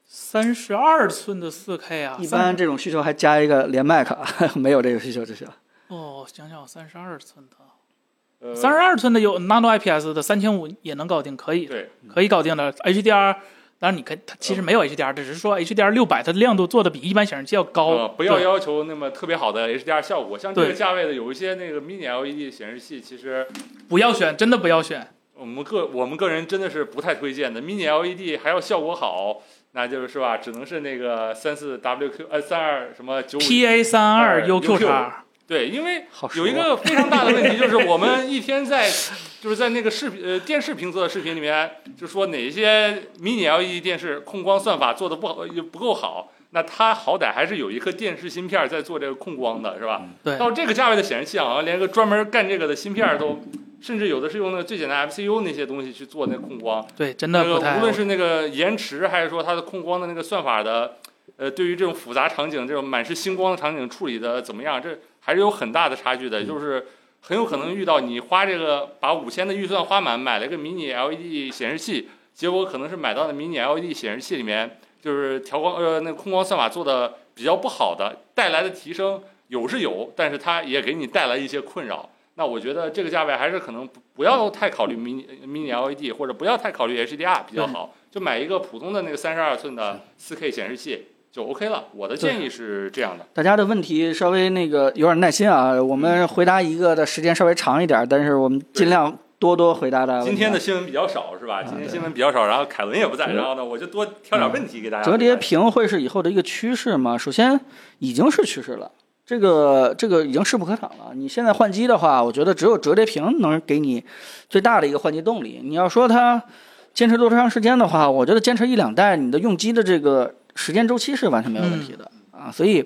三十二寸的四 K 啊，一三般这种需求还加一个连麦克， [LAUGHS] 没有这个需求就行。哦，想想三十二寸的，呃，三十二寸的有 Nano IPS 的三千五也能搞定，可以对，可以搞定的 HDR。当然，你可以它其实没有 HDR，只是说 HDR 六百它的亮度做的比一般显示器要高，呃，不要哦对要求那么特别好的 HDR 效果，像这个对价位的有一些那个 mini LED E 显示器，其实不要选，真的不要选。我们个我们个人真的是不太推荐的。mini LED 还要效果好，那就是是吧？只能是那个三四 WQ 呃三二什么九五 PA 三哎二 UQ 叉。对，因为好熟啊有一个非常大的问题就是，我们一天在 [LAUGHS] 就是在那个视频呃电视评测的视频里面，就说哪些 mini LED E 电视控光算法做的不好，又不够好。那它好歹还是有一颗电视芯片在做这个控光的，是吧？对到这个价位的显示器，好像连个专门干这个的芯片都，甚至有的是用那个最简单的 MCU 那些东西去做那控光。对，真那的个不太。无论是那个延迟，还是说它的控光的那个算法的，呃，对于这种复杂场景、这种满是星光的场景处理的怎么样，这还是有很大的差距嗯的。就是很有可能遇到你花这个把五千的预算花满，买了个迷你 LED 显示器，结果可能是买到的迷你 LED 显示器里面就是调光呃那个控光算法做的比较不好的，带来的提升有是有，但是它也给你带来一些困扰。那我觉得这个价位还是可能不不要太考虑 mini mini LED 或者不要太考虑 HDR 比较好，就买一个普通的那个三十二寸的四 K 显示器就 OK 了。我的建议是这样的，大家的问题稍微那个有点耐心啊，我们回答一个的时间稍微长一点，但是我们尽量多多回答大家问题啊。今天的新闻比较少是啊吧？今天新闻比较少，然后凯文也不在，嗯然后呢，我就多挑点问题给大家。啊折叠屏会是以后的一个趋势吗？首先，已经是趋势了，这个这个已经势不可挡了。你现在换机的话，我觉得只有折叠屏能给你最大的一个换机动力。你要说它坚持多长时间的话，我觉得坚持一两代，你的用机的这个时间周期是完全没有问题的、嗯啊。所以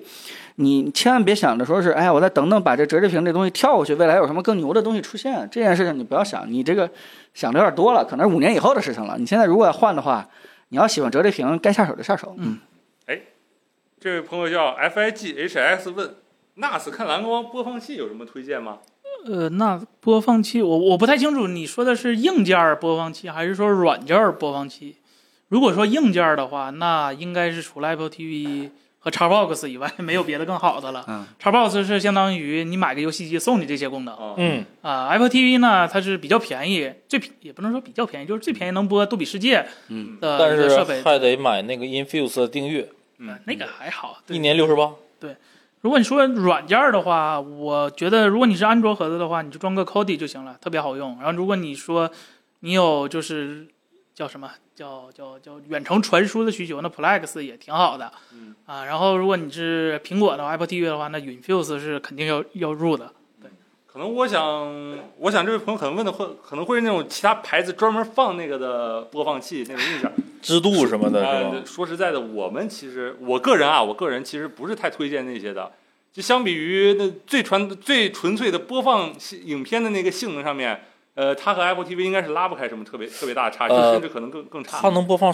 你千万别想着说是，哎呀，我再等等把这折叠屏这东西跳过去，未来有什么更牛的东西出现，这件事情你不要想，你这个想的有点多了，可能是五年以后的事情了。你现在如果要换的话，你要喜欢折叠屏，该下手就下手。嗯，这位朋友叫 FIGHX 问。NAS 看蓝光播放器有什么推荐吗？呃，那播放器我我不太清楚，你说的是硬件儿播放器还是说软件儿播放器？如果说硬件儿的话，那应该是除了 Apple TV 和 Xbox 以外，没有别的更好的了。嗯 Xbox 是相当于你买个游戏机送你这些功能啊，嗯，啊、Apple TV 呢，它是比较便宜，最便也不能说比较便宜，就是最便宜能播杜比世界嗯呃的但一个是设备，还得买那个 Infuse 的订阅，嗯呃那个还好。对一年六十八。如果你说软件儿的话，我觉得如果你是安卓盒子的话，你就装个 Kodi 就行了，特别好用。然后如果你说你有就是叫什么叫叫叫远程传输的需求，那 Plex 也挺好的。嗯啊，然后如果你是苹果的话 Apple TV 的话，那 Infuse 是肯定要要入的。可能我想，我想这位朋友可能问的会，可能会是那种其他牌子专门放那个的播放器那种硬件。支度什么的，啊、是吧？说实在的，我们其实我个人啊，我个人其实不是太推荐那些的。就相比于那最传最纯粹的播放系影片的那个性能上面，呃，它和 Apple TV 应该是拉不开什么特别特别大的差距，呃甚至可能更更差它。能播放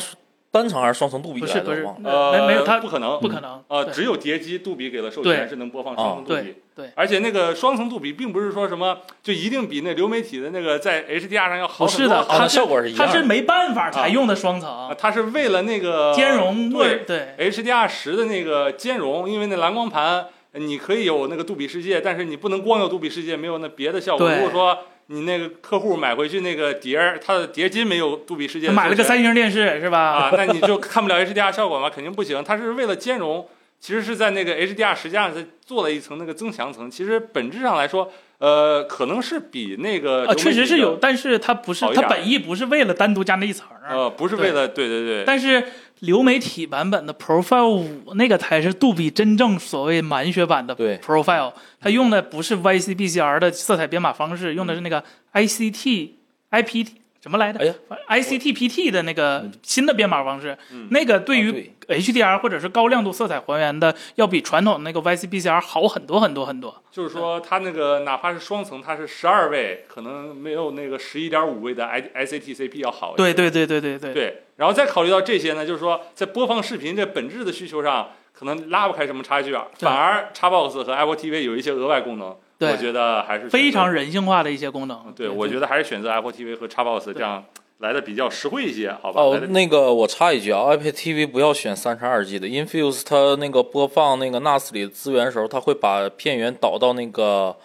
单程还是双程杜比不来是的？不是我忘，了。呃没没有它不可能，不可能。呃，对只有碟机杜比给了授对权是能播放哦双层杜比。对对而且那个双层杜比并不是说什么就一定比那流媒体的那个在 HDR 上要好很不是多的，它它啊效果是一样它的是没办法才用的双啊层，它是为了那个兼容对对 HDR 十的那个兼容，因为那蓝光盘呃你可以有那个杜比世界，但是你不能光有杜比世界，没有那别的效果。对如果说你那个客户买回去那个碟儿，它的碟机没有杜比世界的授权，买了个三星电视是吧？啊， [LAUGHS] 那你就看不了 HDR 效果嘛，肯定不行。它是为了兼容，其实是在那个 HDR 实际上是做了一层那个增强层。其实本质上来说，呃，可能是比那个啊，确实是流有，媒体但是它不是好一它点本意不是为了单独加那一层啊儿的，呃，不是为了对对对，但是流媒体版本的 Profile 五那个才是杜比真正所谓满血版的对 Profile，它用的不是 YCBCR 的色彩编码方式，用的是那个 ICT IPT 什么来着？哎呀 i c t p t 的那个新的编码方式，嗯那个对啊于 HDR 或者是高亮度色彩还原的，要比传统的那个 YCBCR 好很多很多很多。就是说它那个哪怕是双层，它是十二位，可能没有那个十一点五位的 I ICTCP 要好一点。对对对对对对对，然后再考虑到这些呢，就是说在播放视频这本质的需求上，可能拉不开什么差距啊，对反而 Xbox 和 Apple TV 有一些额外功能，对我觉得还是选择嗯非常人性化的一些功能。对，我觉得还是选择 Apple TV 和 Xbox 这样来的比较实惠一些，好吧？哦来，得嗯那个我插一句啊，iPad TV 不要选三十二 G 的，Infuse 它那个播放那个 NAS 里的资源的时候，它会把片源导到那个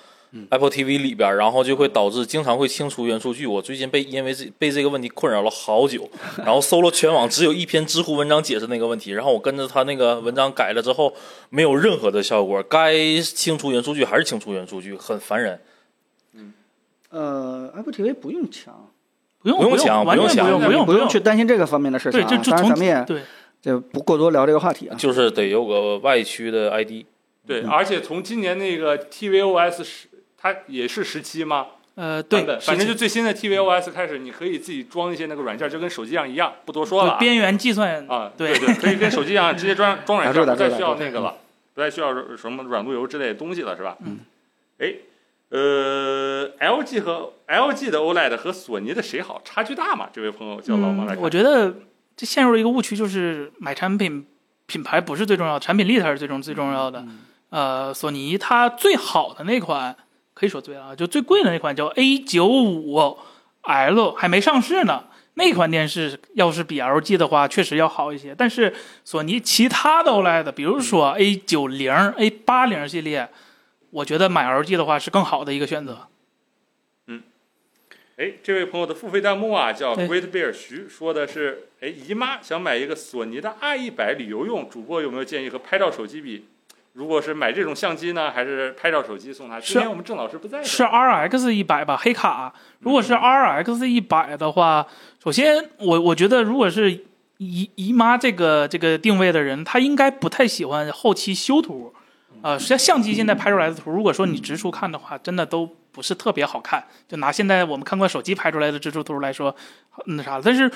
Apple TV 里边儿，然后就会导致经常会清除原数据。我最近被因为这被这个问题困扰了好久，然后搜了全网只有一篇知乎文章解释那个问题，然后我跟着他那个文章改了之后，没有任何的效果，该清除原数据还是清除原数据，很烦人。呃，Apple TV 不用抢，不用不用抢完全不不用用抢用不用去担心这个方面的事情对，啊。就就当然从咱们也对就不过多聊这个话题啊。就是得有个外区的 ID。对，而且从今年那个 TVOS 十，它也是十七吗？呃版对，本嗯是反正就最新的 TVOS 开始，你可以自己装一些那个软件，就跟手机一样一样，不多说了就啊。边缘计算啊，对对，可以跟手机一样直接装装软件，打不住打再住需要那个 [LAUGHS] 了，不再需要什么软路由之类的东西了，是吧？嗯。哎，呃，LG 和 LG 的 OLED 和索尼的谁好？差距大嘛？这位朋友叫老王来嗯，看。我觉得这陷入了一个误区，就是买产品品牌不是最重要的，产品力才是最重最重要的。呃，索尼它最好的那款，可以说最啊，就最贵的那款叫 A 九五 L，还没上市呢。那款电视要是比 LG 的话，确实要好一些。但是索尼其他的 OLED，比如说 A 九零、A 八零系列，我觉得买 LG 的话是更好的一个选择。哎，这位朋友的付费弹幕啊，叫对 Great Bear 徐，说的是，哎，姨妈想买一个索尼的 R 一百旅游用，主播有没有建议和拍照手机比？如果是买这种相机呢，还是拍照手机送他？是今天我们郑老师不在，是 RX 一百吧，黑卡。如果是 RX 一百的话，首先我我觉得，如果是姨姨妈这个这个定位的人，他应该不太喜欢后期修图。呃，实际上相机现在拍出来的图，如果说你直出看的话，真的都不是特别好看。就拿现在我们看过手机拍出来的直出图来说，那啥，但是。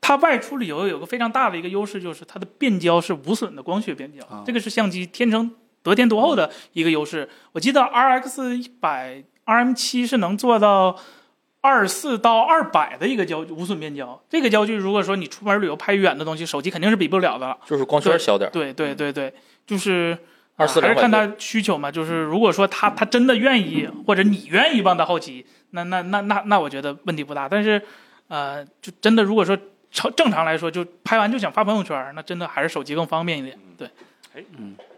它外出旅游有个非常大的一个优势，就是它的变焦是无损的光学变焦，啊这个是相机天生得天独厚的一个优势。我记得 RX 一百 RM 七是能做到二四到二百的一个焦距无损变焦。这个焦距，如果说你出门旅游拍远的东西，手机肯定是比不了的。就是光圈对小点儿，对对对对，就是呃二四还两是百嗯看多。他需求嘛。就是如果说他他真的愿意，或者你愿意帮他后期，那那那那那我觉得问题不大。但是，呃，就真的如果说正正常来说，就拍完就想发朋友圈，那真的还是手机更方便一嗯点。对，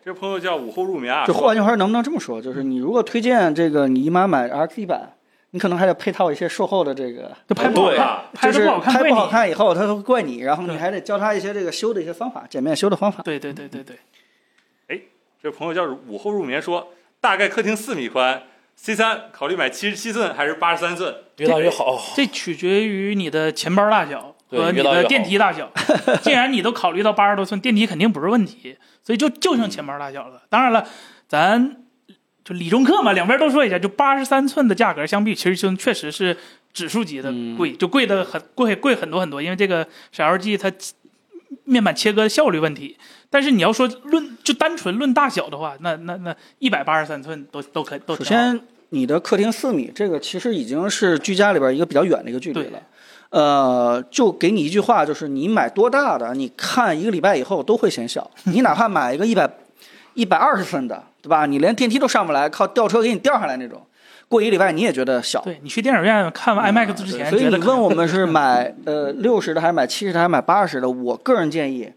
这朋友叫午后入眠啊，就说换句话说，能不能这么说？就是你如果推荐这个你姨妈买 RX 版，你可能还得配套一些售后的这个，就拍不好对看，啊，拍就的是不好看拍怪不好你。看以后，他会怪你，然后你对还得教他一些这个修的一些方法，简便修的方法。对对对对对，这朋友叫午后入眠说，大概客厅四米宽，C 三考虑买七十七寸还是八十三寸？越大越好。这取决于你的钱包大小对和你越大越的好电梯 [LAUGHS] 大小。既然你都考虑到八十多寸，电梯肯定不是问题，所以就就嗯剩钱包大小了。当然了，咱就理中客嘛，两边都说一下，就八十三寸的价格相比七十寸确实是指数级的嗯贵，就贵的很贵贵很多很多，因为这个闪耀 G 它面板切割效率问题。但是你要说论就单纯论大小的话，那那那一百八十三寸都都可都首挺好先，你的客厅四米，这个其实已经是居家里边一个比较远的一个距离对了。呃，就给你一句话，就是你买多大的，你看一个礼拜以后都会显 [LAUGHS] 小。你哪怕买一个一百一百二十寸的，对吧？你连电梯都上不来，靠吊车给你吊上来那种，过一个礼拜你也觉得小。对你去电影院看完 IMAX 之嗯对前，所以觉得你可能问我 [LAUGHS] 们是买呃六十的，还是买七十的，还是买八十的？我个人建议，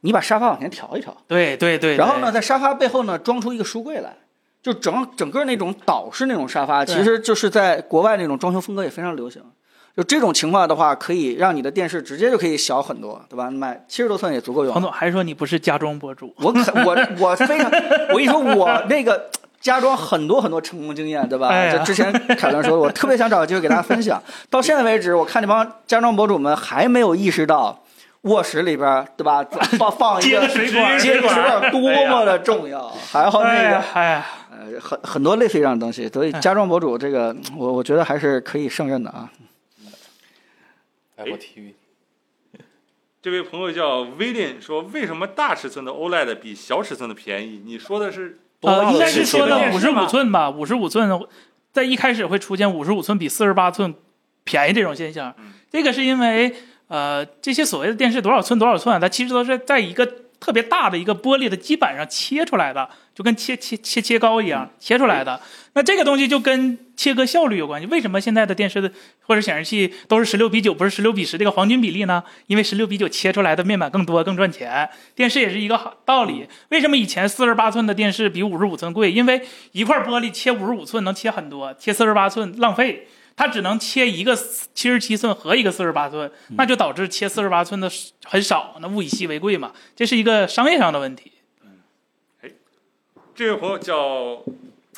你把沙发往前调一调。对对对，然后对呢，在沙发背后呢装出一个书柜来，就整整个那种岛式那种沙发，对其实就是在国外那种装修风格也非常流行。就这种情况的话，可以让你的电视直接就可以小很多，对吧？买七十多寸也足够用彭了。总还说你不是家装博主，我可我我非常，我跟你说，我那个家装很多很多成功经验，对吧？哎呀就之前凯伦说的，我特别想找个机会给大家分享。到现在为止，我看这帮家装博主们还没有意识到卧室里边，对吧？放放一个接个水管儿接个水管儿多么的重要。还好哦那哎个呀，哎呀，呃，很很多类似于这样的东西，所以家装博主这个，我我觉得还是可以胜任的啊。哎，我体育这位朋友叫威廉说，为什么大尺寸的 OLED 比小尺寸的便宜？你说的是呃，应该是说的电五视十嘛五寸吧，五十五寸，在一开始会出现五十五寸比四十八寸便宜这种现象嗯。这个是因为呃，这些所谓的电视多少寸多少寸啊，它其实都是在一个特别大的一个玻璃的基板上切出来的，就跟切切切切糕一样切出来的。那这个东西就跟切割效率有关系。为什么现在的电视的或者显示器都是十六比九，不是十六比十这个黄金比例呢？因为十六比九切出来的面板更多，更赚钱。电视也是一个好道理。为什么以前四十八寸的电视比五十五寸贵？因为一块玻璃切五十五寸能切很多，切四十八寸浪费。它只能切一个七十七寸和一个四十八寸，那就导致切四十八寸的很少，那物以稀为贵嘛，这是一个商业上的问题。这位朋友叫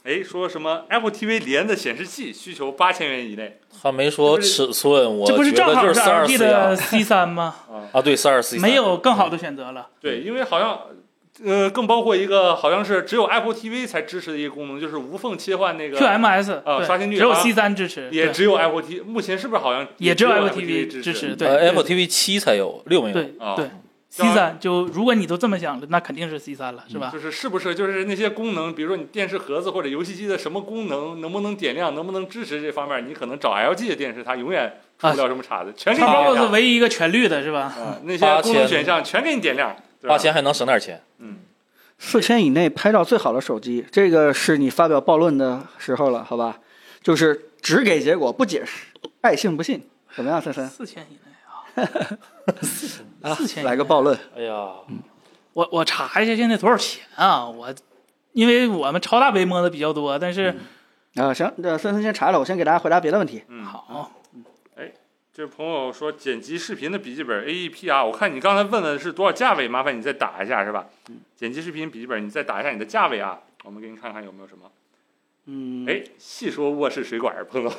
哎说什么 Apple TV 连的显示器需求八千元以内他没说尺寸，我这不是觉正得好就是是四二 LG 四的呀 C 三吗？啊？啊，对，四二四没有更好的选择了。对，因为好像呃更包括一个好像是只有 Apple TV 才支持的一个功能，就是无缝切换那个 QMS 啊对刷新率只有啊 C 三支持，也对只有 Apple TV，目前是不是好像也只只有 Apple Apple TV 支持，对呃对，Apple TV 七才有，六没有。对啊对当，C 然三就如果你都这么想了，那肯定是 C 三了，是吧？就是是不是就是那些功能，比如说你电视盒子或者游戏机的什么功能，能不能点亮，能不能支持这方面，你可能找 LG 的电视，它永远出不了什么岔子，全给你点 Xbox 亮。唯一一个全绿的啊是吧？啊那些功能8000选项全给你点亮，对吧花钱还能省点钱，四千以内拍照最好的手机，这个是你发表暴论的时候了，好吧？就是只给结果不解释，爱信不信，怎么样，森森四千以内啊，啊四千以内来个暴论，哎呀，我我查一下现在多少钱啊？我因为我们超大杯摸的比较多，但是啊！行，那森森先查了，我先给大家回答别的问题。嗯，好，这位朋友说剪辑视频的笔记本 AEP 啊，我看你刚才问的是多少价位，麻烦你再打一下是吧？嗯剪辑视频笔记本，你再打一下你的价位啊，我们给你看看有没有什么。嗯，啊哎，细说卧室水管，彭总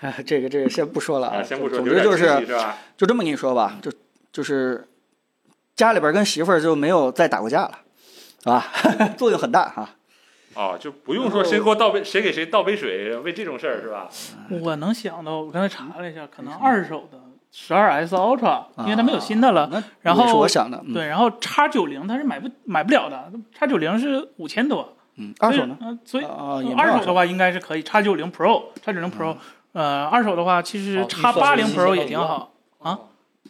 哎，这个这个先不说了啊，先不说，总有之点就惊喜是是吧？就这么跟你说吧，就就是家里边跟媳妇儿就没有再打过架了，啊， [LAUGHS] 作用很大哈、啊，就不用说谁给我倒杯，谁给谁倒杯水，为这种事儿是吧？我能想到，我刚才查了一下，可能二手的十二 S Ultra，因为它没有新的了，那呃然后也是我想啊的，嗯、对，然后叉九零它是买不买不了的，叉九零是五千多，嗯，二手呢？所以？嗯、所以啊，啊也没有二手的话应该是可以，叉九零 Pro，叉九零 Pro，、呃，嗯二手的话其实哦叉八零预算是 Pro 也挺好，啊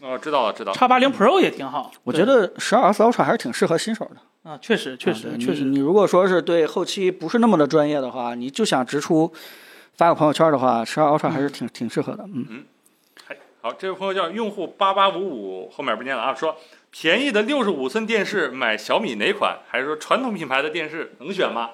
哦，知道了，知道了。叉八零 Pro 也挺好。嗯我觉对得十二 S Ultra 还是挺适合新手的。啊，确实确实啊对确实你，你如果说是对后期不是那么的专业的话，你就想直出发个朋友圈的话，十二 Ultra 还是挺、挺适合的。嗯，好，这位朋友叫用户八八五五，后面不念了啊，说便宜的六十五寸电视买小米哪款？还是说传统品牌的电视能选吗？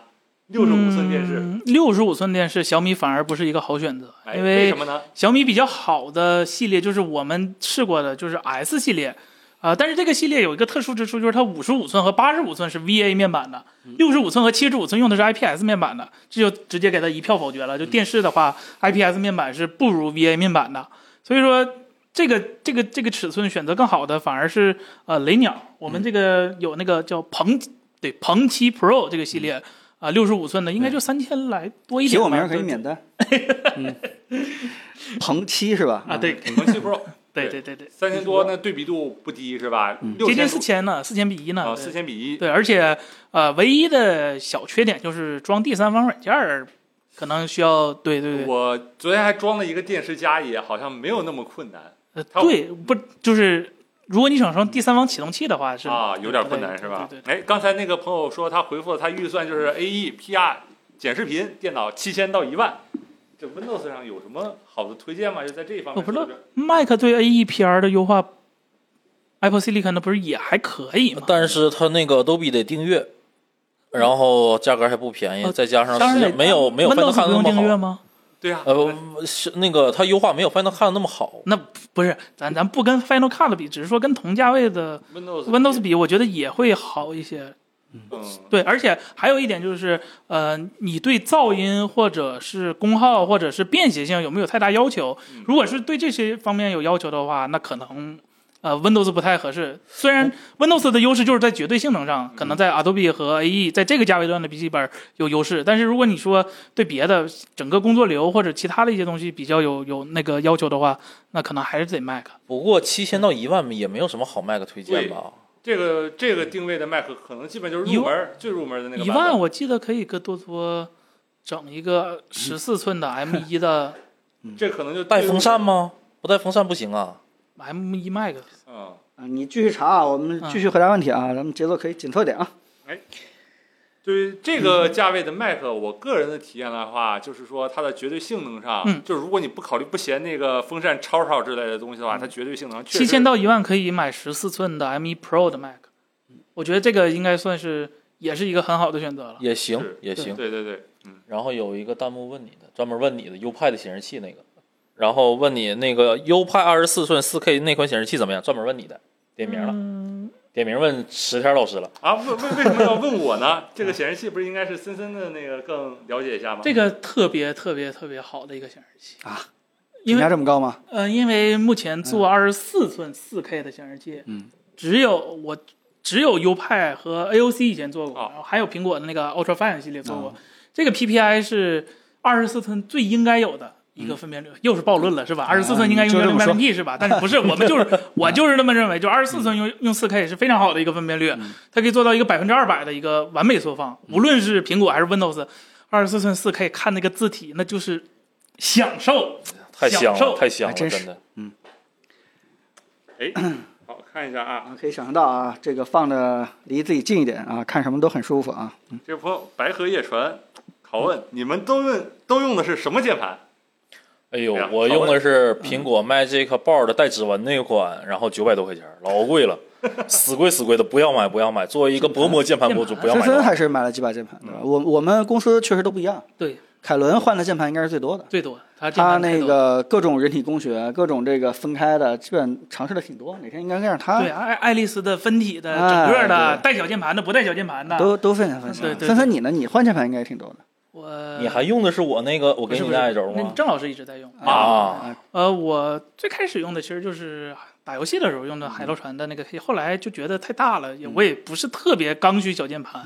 六十五寸电视，六十五寸电视，小米反而不是一个好选择，哎，嗯因为为什么呢？小米比较好的系列就是我们试过的，就是 S 系列，啊、但是这个系列有一个特殊之处，就是它五十五寸和八十五寸是 VA 面板的，嗯六十五寸和七十五寸用的是 IPS 面板的，这就直接给它一票嗯否决了。就电视的话、i p s 面板是不如 VA 面板的，所以说这个这个这个尺寸选择更好的反而是呃雷鸟，嗯我们这个有那个叫鹏对鹏七 Pro 这个系列。啊，六十五寸的应该就三千来多一写点嗯吧。我名儿可以对免 [LAUGHS] 单。嗯，鹏七是吧？啊，对，红七 Pro 对对对对，三千多，那对比度不低是吧？六嗯接千近四千呢，四千比一呢。啊，对四千比一，对，而且呃，唯一的小缺点就是装第三方软件儿，可能需要对对对，我昨天还装了一个电视加也，好像没有那么困难呃它对不就是如果你想装第三方启动器的话是啊，有点困难对是吧对对？哎，刚才那个朋友说他回复了他预算就是 A E P R 剪视频电脑七千到一万，这 Windows 上有什么好的推荐吗？就在这一方面，哦我不知道 Mac 对 AEPR 的优化，Apple Silicon 的不是也还可以吗？但是它那个 Adobe 得订阅，然后价格还不便宜，呃再加上当时然得间没有没有 Final Windows 看不那用订阅么好，吗？对啊呀，呃，是那个它优化没有 Final 看那么好。那不是，咱咱不跟 Final Cut 比，只是说跟同价位的 Windows Windows 比，我觉得也会好一些。嗯，对，而且还有一点就是，呃，你对噪音或者是功耗或者是便携性有没有太大要求嗯？如果是对这些方面有要求的话，那可能呃 Windows 不太合适。虽然 Windows 的优势就是在绝对性能上，可嗯能在 Adobe 和 AE 在这个价位段的笔记本有优势，但是如果你说对别的整个工作流或者其他的一些东西比较有有那个要求的话，那可能还是得 Mac。不过七千到一万也没有什么好 Mac 推荐吧？这个这个定位的 Mac 可能基本就是入门儿最入门的那个一版万，本我记得可以跟多多整一个十四寸 [LAUGHS] 的 M 一的这可能就带风扇吗？吗？不带风扇不行啊！ M 一 Mac。嗯，啊，你继续查啊，我们继续回答问题啊，咱们节奏可以紧凑点啊。对于嗯这个价位的 Mac，我个人的体验的话，就是说它的绝对性能上，嗯就是如果你不考虑不嫌那个风扇吵吵之类的东西的话，它绝对性能确实嗯七千到一万可以买十四寸的 M1 Pro 的 Mac，我嗯觉得这个应该算是也是一个很好的选择嗯了。也行是，也行。对对对，嗯，然后有一个弹幕问你的，专门问你的 U 派的显示器那个，然后问你那个 U 派二十四寸四 K 那款显示器怎么样，专门问你的，点名了，点名问石天老师了。啊，为为为什么要问我呢？这个显示器不是应该是森森的那个更了解一下吗？这个特别特别特别好的一个显示器啊，因评价为这么高吗？呃，因为目前做二十四寸四 K 的显示器，嗯，只有我只有 U 派和 AOC 以前做过，哦然后还有苹果的那个 UltraFine 系列做过，这个 PPI 是二十四寸最应该有的。一个分辨率又是暴论了是吧？二十四寸应该用就幺这零么八说零 P 是吧？但是不是我们就是我就是这么认为，就二十四寸用用四 K 是非常好的一个分辨率，它可以做到一个百分之二百的一个完美缩放。无论是苹果还是 Windows，二十四寸四 K 看那个字体那就是享受。太香享受了，太香还了，真真是的。哎，好看一下啊，啊，可以想象到啊，这个放的离自己近一点啊，看什么都很舒服啊。嗯这位朋友白河夜船，拷问你们都用都用的是什么键盘？哎呦哎呀，我用的是苹果 Magic Board 带指纹那款，然后九百多块钱，老贵 [LAUGHS] 了，死贵死贵的，不要买不要买。作为一个薄膜键盘哎博主，不要森买。嗯森还是买了几把键盘，对吧？我我们公司确实都不一样。对，凯伦换的键盘应该是最多的，最多它这他款那太多了个各种人体工学、各种这个分开的，基本尝试的挺多。哪天应该让他对啊爱爱丽丝的分体的哎整个的对带小键盘的不带小键盘的，都都分享分享。啊对对对森森你呢？你换键盘应该也挺多的我你还用的是我那个我不给是你不的是艾轴那吗？郑老师一直在用啊，呃，我最开始用的其实就是打游戏的时候用的海盗船的那个 K，后来就觉得太大了，也我也不是特别刚需小键盘，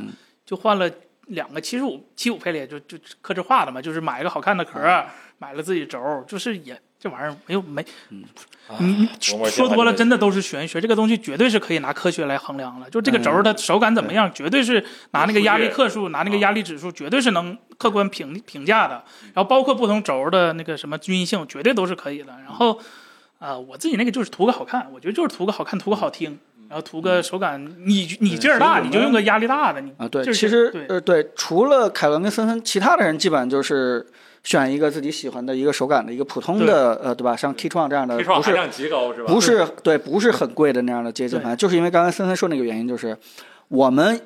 就换了两个七十五七五配列，就就刻制化的嘛，就是买一个好看的壳，买了自己轴，就是也这玩意儿没有没，你薄膜键说盘多了真真的都是玄学，这个东西绝对是可以拿科学来衡量了。就这个轴它手感怎么样，绝嗯对是拿那个压力克数、拿啊那个压力指数，绝对是能客观评评价的。嗯然后包括不同轴的那个什么均匀嗯性，呃绝对都是可以的。然后啊、我自己那个就是图个好看，我觉得就是图个好看，图个好听。然后图个手感，你你劲儿大，嗯对所以我们你就用个压力大的，你啊，对，就是其实对呃，对，除了凯文跟森森，其他的人基本就是选一个自己喜欢的一个手感的一个普通的呃，对吧？像 Key 创这样的， K 不创含是量极高是吧？不是对，不是很贵的那样的接近盘，就是因为刚才森森说那个原因，就是我们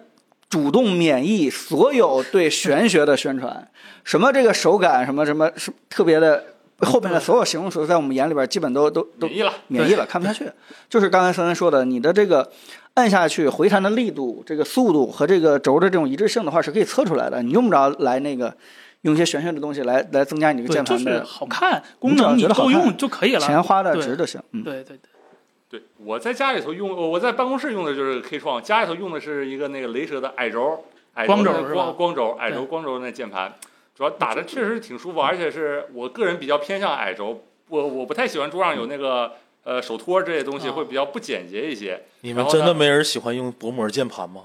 主动免疫所有对玄学的宣传，什么这个手感，什么什么什么特别的。后面的所有形容词，在我们眼里边基本都都都免疫了，免疫了，看不下去。就是刚才森森说的，你的这个按下去回弹的力度、这个速度和这个轴的这种一致性的话是可以测出来的，你用不着来那个用一些玄学的东西来来增加你这个对，键就盘是的好看，你功只要能你觉得好够看用就可以了。钱花的对值就行。嗯，对对对，对，我在家里头用，我在办公室用的就是 K 创，家里头用的是一个那个雷蛇的矮轴，矮光轴的是吧光光轴，矮轴对嗯光轴那键盘，主要打着确实挺舒服，而且是我个人比较偏向矮轴，我我不太喜欢桌上有那个呃手托这些东西，啊会比较不简洁一些，你然们后真呢的没人喜欢用薄膜键盘吗？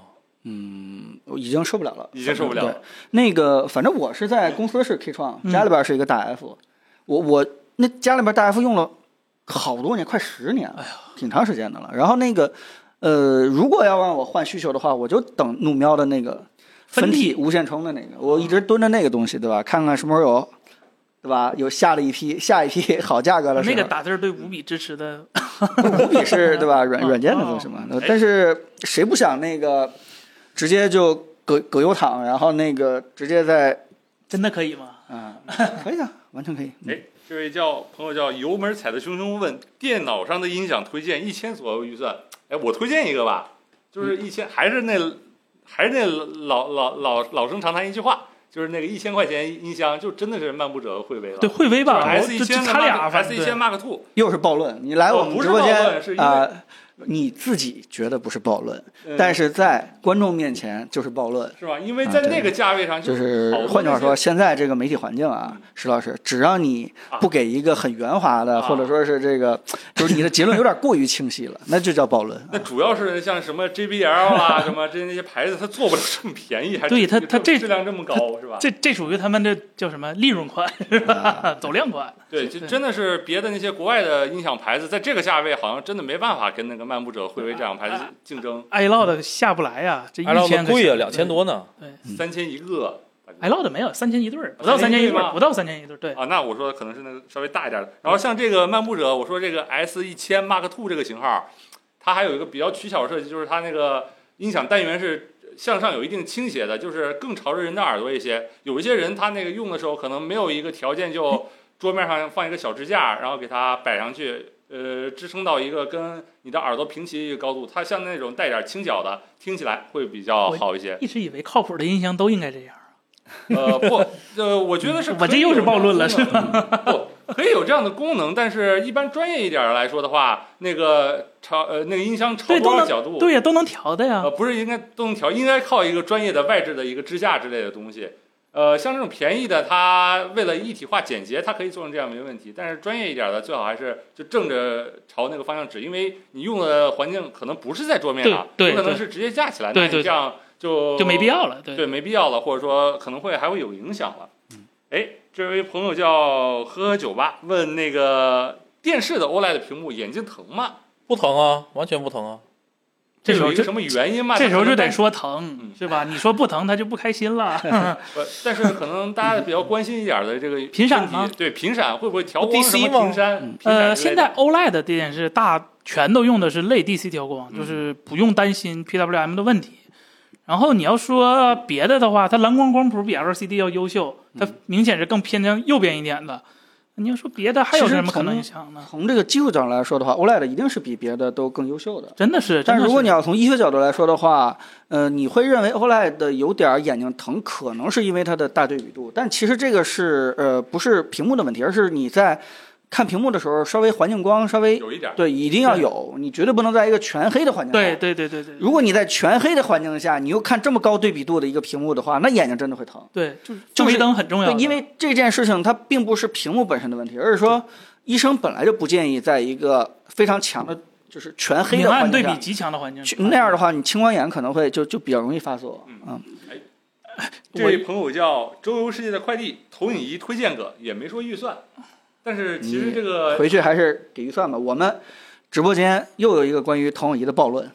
我已经受不了了，已经受不了嗯对了。那个，反正我是在公司是 K 创，家里边是一个大 F，、我我那家里边大 F 用了好多年，快十年，哎呀，挺长时间的了。然后那个，呃，如果要让我换需求的话，我就等怒喵的那个分粉体体无线充的那个，我哦一直蹲着那个东西，对吧？看看什么时候有，对吧？有下了一批，下一批好价格的时候，那个打字儿对五笔支持 [LAUGHS] 的，无 [LAUGHS] 比是对吧？嗯软软件的东西嘛。哎但是谁不想那个直接就葛葛优躺，然后那个直接在真的可以吗？啊， [LAUGHS] 可以啊，完全可以。哎，这位叫朋友叫油门踩得熊熊问，电脑上的音响推荐一千左右预算，哎，我推荐一个吧，就是一千，还是那还是那老老老老生常谈一句话，就是那个一千块钱音箱，就真的是漫步者会为了。对，惠威吧，S 我一就就千他俩反 S 正一千 Mark Two，又是暴论，你来我们直播哦不是暴论是间因为啊、你自己觉得不是暴论，嗯但是在观众面前就是暴论。是吧？因为在那个价位上，就是好多换句话那说，些，现在这个媒体环境啊，石老师，只要你不给一个很圆滑的，嗯啊或者说是这个，就是你的结论有点过于清晰了， [LAUGHS] 那就叫暴论。那主要是像什么 JBL 啊，什么这些那些牌子，它做不了这么便宜，还对它它这质量这么高，是吧？这这属于他们这叫什么利润款是啊吧？ [LAUGHS] 走量款，对，就真的是别的那些国外的音响牌子，在这个价位好像真的没办法跟那个漫步者、惠威这样的牌子竞争， i l o d 下不来呀，这一还让千的贵啊，两千。多呢。三千一个。 i l o d 没有三千一对儿，不到三千一对3000一对儿，吗不到三千一对儿，对，啊，那我说的可能是那个稍微大一点的。然后像这个漫步者，我说这个 S 一千 Mark Two 这个型号，它还有一个比较取巧的设计，就是它那个音响单元是向上有一定倾斜的，就是更朝着人的耳朵一些。有一些人他那个用的时候，可能没有一个条件，就桌面上放一个小支架，然后给它摆上去，呃，支撑到一个跟你的耳朵平齐一个高度。它像那种带点倾角的，听起来会比较好一些。一直以为靠谱的音箱都应该这样。 [LAUGHS] 呃，不，呃，我觉得是我这又是暴论了是吧？嗯不，可以有这样的功能，但是一般专业一点儿来说的话，那个朝呃那个音箱朝对都多少能角度？对呀，都能调的呀呃，。不是应该都能调，应该靠一个专业的外置的一个支架之类的东西。呃，像这种便宜的，它为了一体化简洁，它可以做成这样没问题。但是专业一点的，最好还是就正着朝那个方向指，因为你用的环境可能不是在桌面上，对对有可能是直接架起来，对那对你这样就就没必要了，对嗯呃对，没必要了，或者说可能会还会有影响了。哎，这位朋友叫喝喝酒吧，问那个电视的 OLED 屏幕眼睛疼吗？不疼啊，完全不疼啊。这时候有一个就什么原因吗？这时候他可就得能担说疼嗯，是吧？你说不疼，他就不开心了。呃不，呃但是可能大家比较关心一点的这个 [LAUGHS] 频闪问题吗对，频闪会不会调光 DC 什么吗频闪？频闪呃，之类现的在 OLED 的电视大全都用的是类 DC 调光，嗯就是不用担心 PWM 的问题。然后你要说别的的话，它蓝光光谱比 LCD 要优秀，它明显是更偏向右边一点的。你要说别的还有其实什么可从能影响呢？啊从这个技术角度来说的话，OLED 一定是比别的都更优秀的。真的是，但真的如果是你要从医学角度来说的话，呃，你会认为 OLED 的有点儿眼睛疼，可能是因为它的大对比度，但其实这个是呃不是屏幕的问题，而是你在看屏幕的时候，稍微环境光稍微有一点儿，对一定要有，你绝对不能在一个全黑的环境下。对对对对对如果你在全黑的环境下，你又看这么高对比度的一个屏幕的话，那眼睛真的会疼。对，就是就正是微灯很重要对的，，因为这件事情它并不是屏幕本身的问题，而是说医生本来就不建议在一个非常强的就是全黑明的环暗境对下比极强的环境去那样的话，你青光眼可能会就就比较容易发作。嗯，这位朋友叫周游世界的快递投影仪推荐个，也没说预算，但是其实这个回去还是给预算吧。我们直播间又有一个关于投影仪的暴论，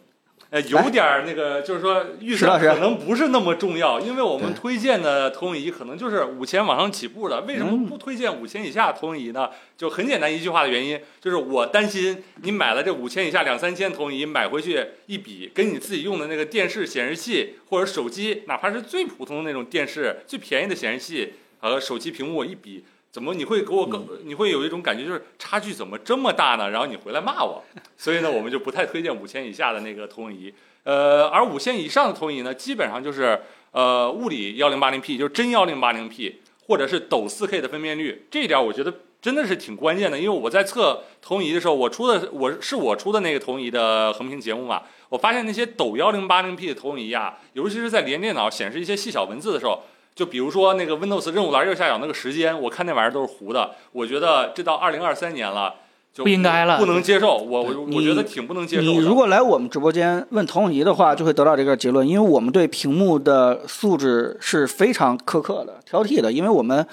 呃，有点儿那个，就是说预石老算可师能不是那么重要，因为我们对推荐的投影仪可能就是五千往上起步的。为什么不推荐五千以下投影仪呢？就很简单一句话的原因，就是我担心你买了这五千以下两三千投影仪，买回去一比，跟你自己用的那个电视显示器或者手机，哪怕是最普通的那种电视、最便宜的显示器和手机屏幕一比。怎么你会给我更？你会有一种感觉，就是差距怎么这么大呢？然后你回来骂我，所以呢，我们就不太推荐五千以下的那个投影仪。呃，而五千以上的投影仪呢，基本上就是呃物理幺零八零 P，就是真幺零八零 P，或者是抖四 K 的分辨率，这一点我觉得真的是挺关键的。因为我在测投影仪的时候，我出的我是我出的那个投影仪的横屏节目嘛，我发现那些抖幺零八零 P 的投影仪啊，尤其是在连电脑显示一些细小文字的时候。就比如说那个 Windows 任务栏右下角那个时间，我看那玩意儿都是糊的。我觉得这到二零二三年了，就不应该了不能接受。我我我你觉得挺不能接受的。你如果来我们直播间问投影仪的话，就会得到这个结论，因为我们对屏幕的素质是非常苛刻的、挑剔的，因为我们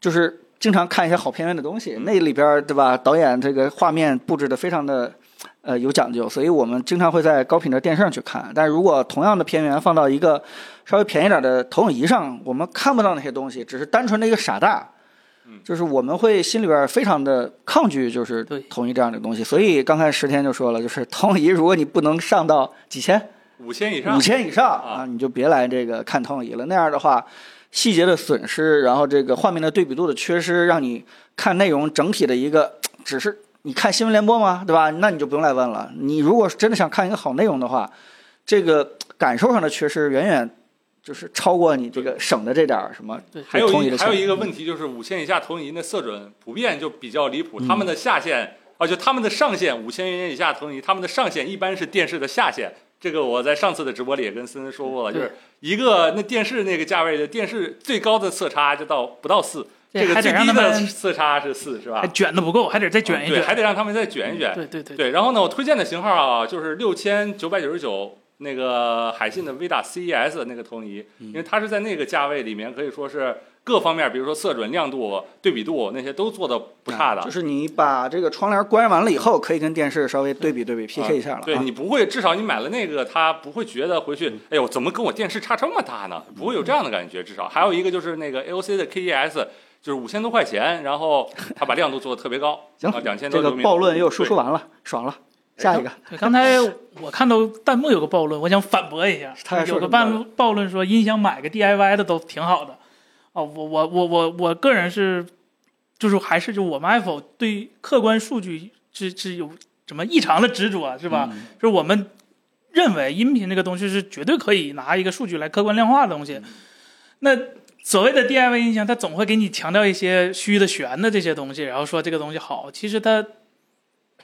就是经常看一些好片源的东西，那里边儿对吧？导演这个画面布置的非常的呃有讲究，所以我们经常会在高品质电视上去看。但如果同样的片源放到一个稍微便宜点的投影仪上，我们看不到那些东西，只是单纯的一个傻大嗯。就是我们会心里边儿非常的抗拒，就是对投影这样的东西，所以刚才十天就说了，就是投影仪，如果你不能上到几千、五千以上，五千以上啊啊，你就别来这个看投影仪了。那样的话，细节的损失，然后这个画面的对比度的缺失，让你看内容整体的一个只是你看新闻联播吗？对吧？那你就不用来问了。你如果真的想看一个好内容的话，这个感受上的缺失远远就是超过你这个省的这点儿什么对还有投影仪一的还有钱一个问题就是五千以下投影仪的色准普遍就比较离谱，嗯他们的下限啊，就他们的上限五千元以下投影仪，他们的上限一般是电视的下限。这个我在上次的直播里也跟森森说过了，就对是一个那电视那个价位的电视最高的色差就到不到四，对这个还最得让低他的们色差是四是吧还？卷的不够，还得再卷嗯一对，还卷。得让他们再卷一卷。对对对，对，然后呢，我推荐的型号啊，就是六千九百九十九那个海信的 VIDA CES 那个投影仪，因为它是在那个价位里面，可以说是各方面，比如说色准、亮度、对比度那些都做的不差的。啊就是你把这个窗帘关完了以后，可以跟电视稍微对比对比 PK 一下了、啊。嗯对你不会，至少你买了那个，他不会觉得回去，哎呦，怎么跟我电视差这么大呢？不会有这样的感觉。至少还有一个就是那个 AOC 的 KES，就是五千多块钱，然后然后他把亮度做的特别高，行啊，两千多这个流明哎暴论又输对出完了，爽了，下一个。对，刚才我看到弹幕有个暴论，我想反驳一下他还。说有个什么暴半论暴论说音响买个 DIY 的都挺好的。哦，我我我我我个人是，就是还是就我们 Apple 对客观数据是是有什么异常的执着啊，是嗯吧？就是我们认为音频这个东西是绝对可以拿一个数据来客观量化的东西。那所谓的 DIY 音箱，它总会给你强调一些虚的、玄的这些东西，然后说这个东西好。其实它，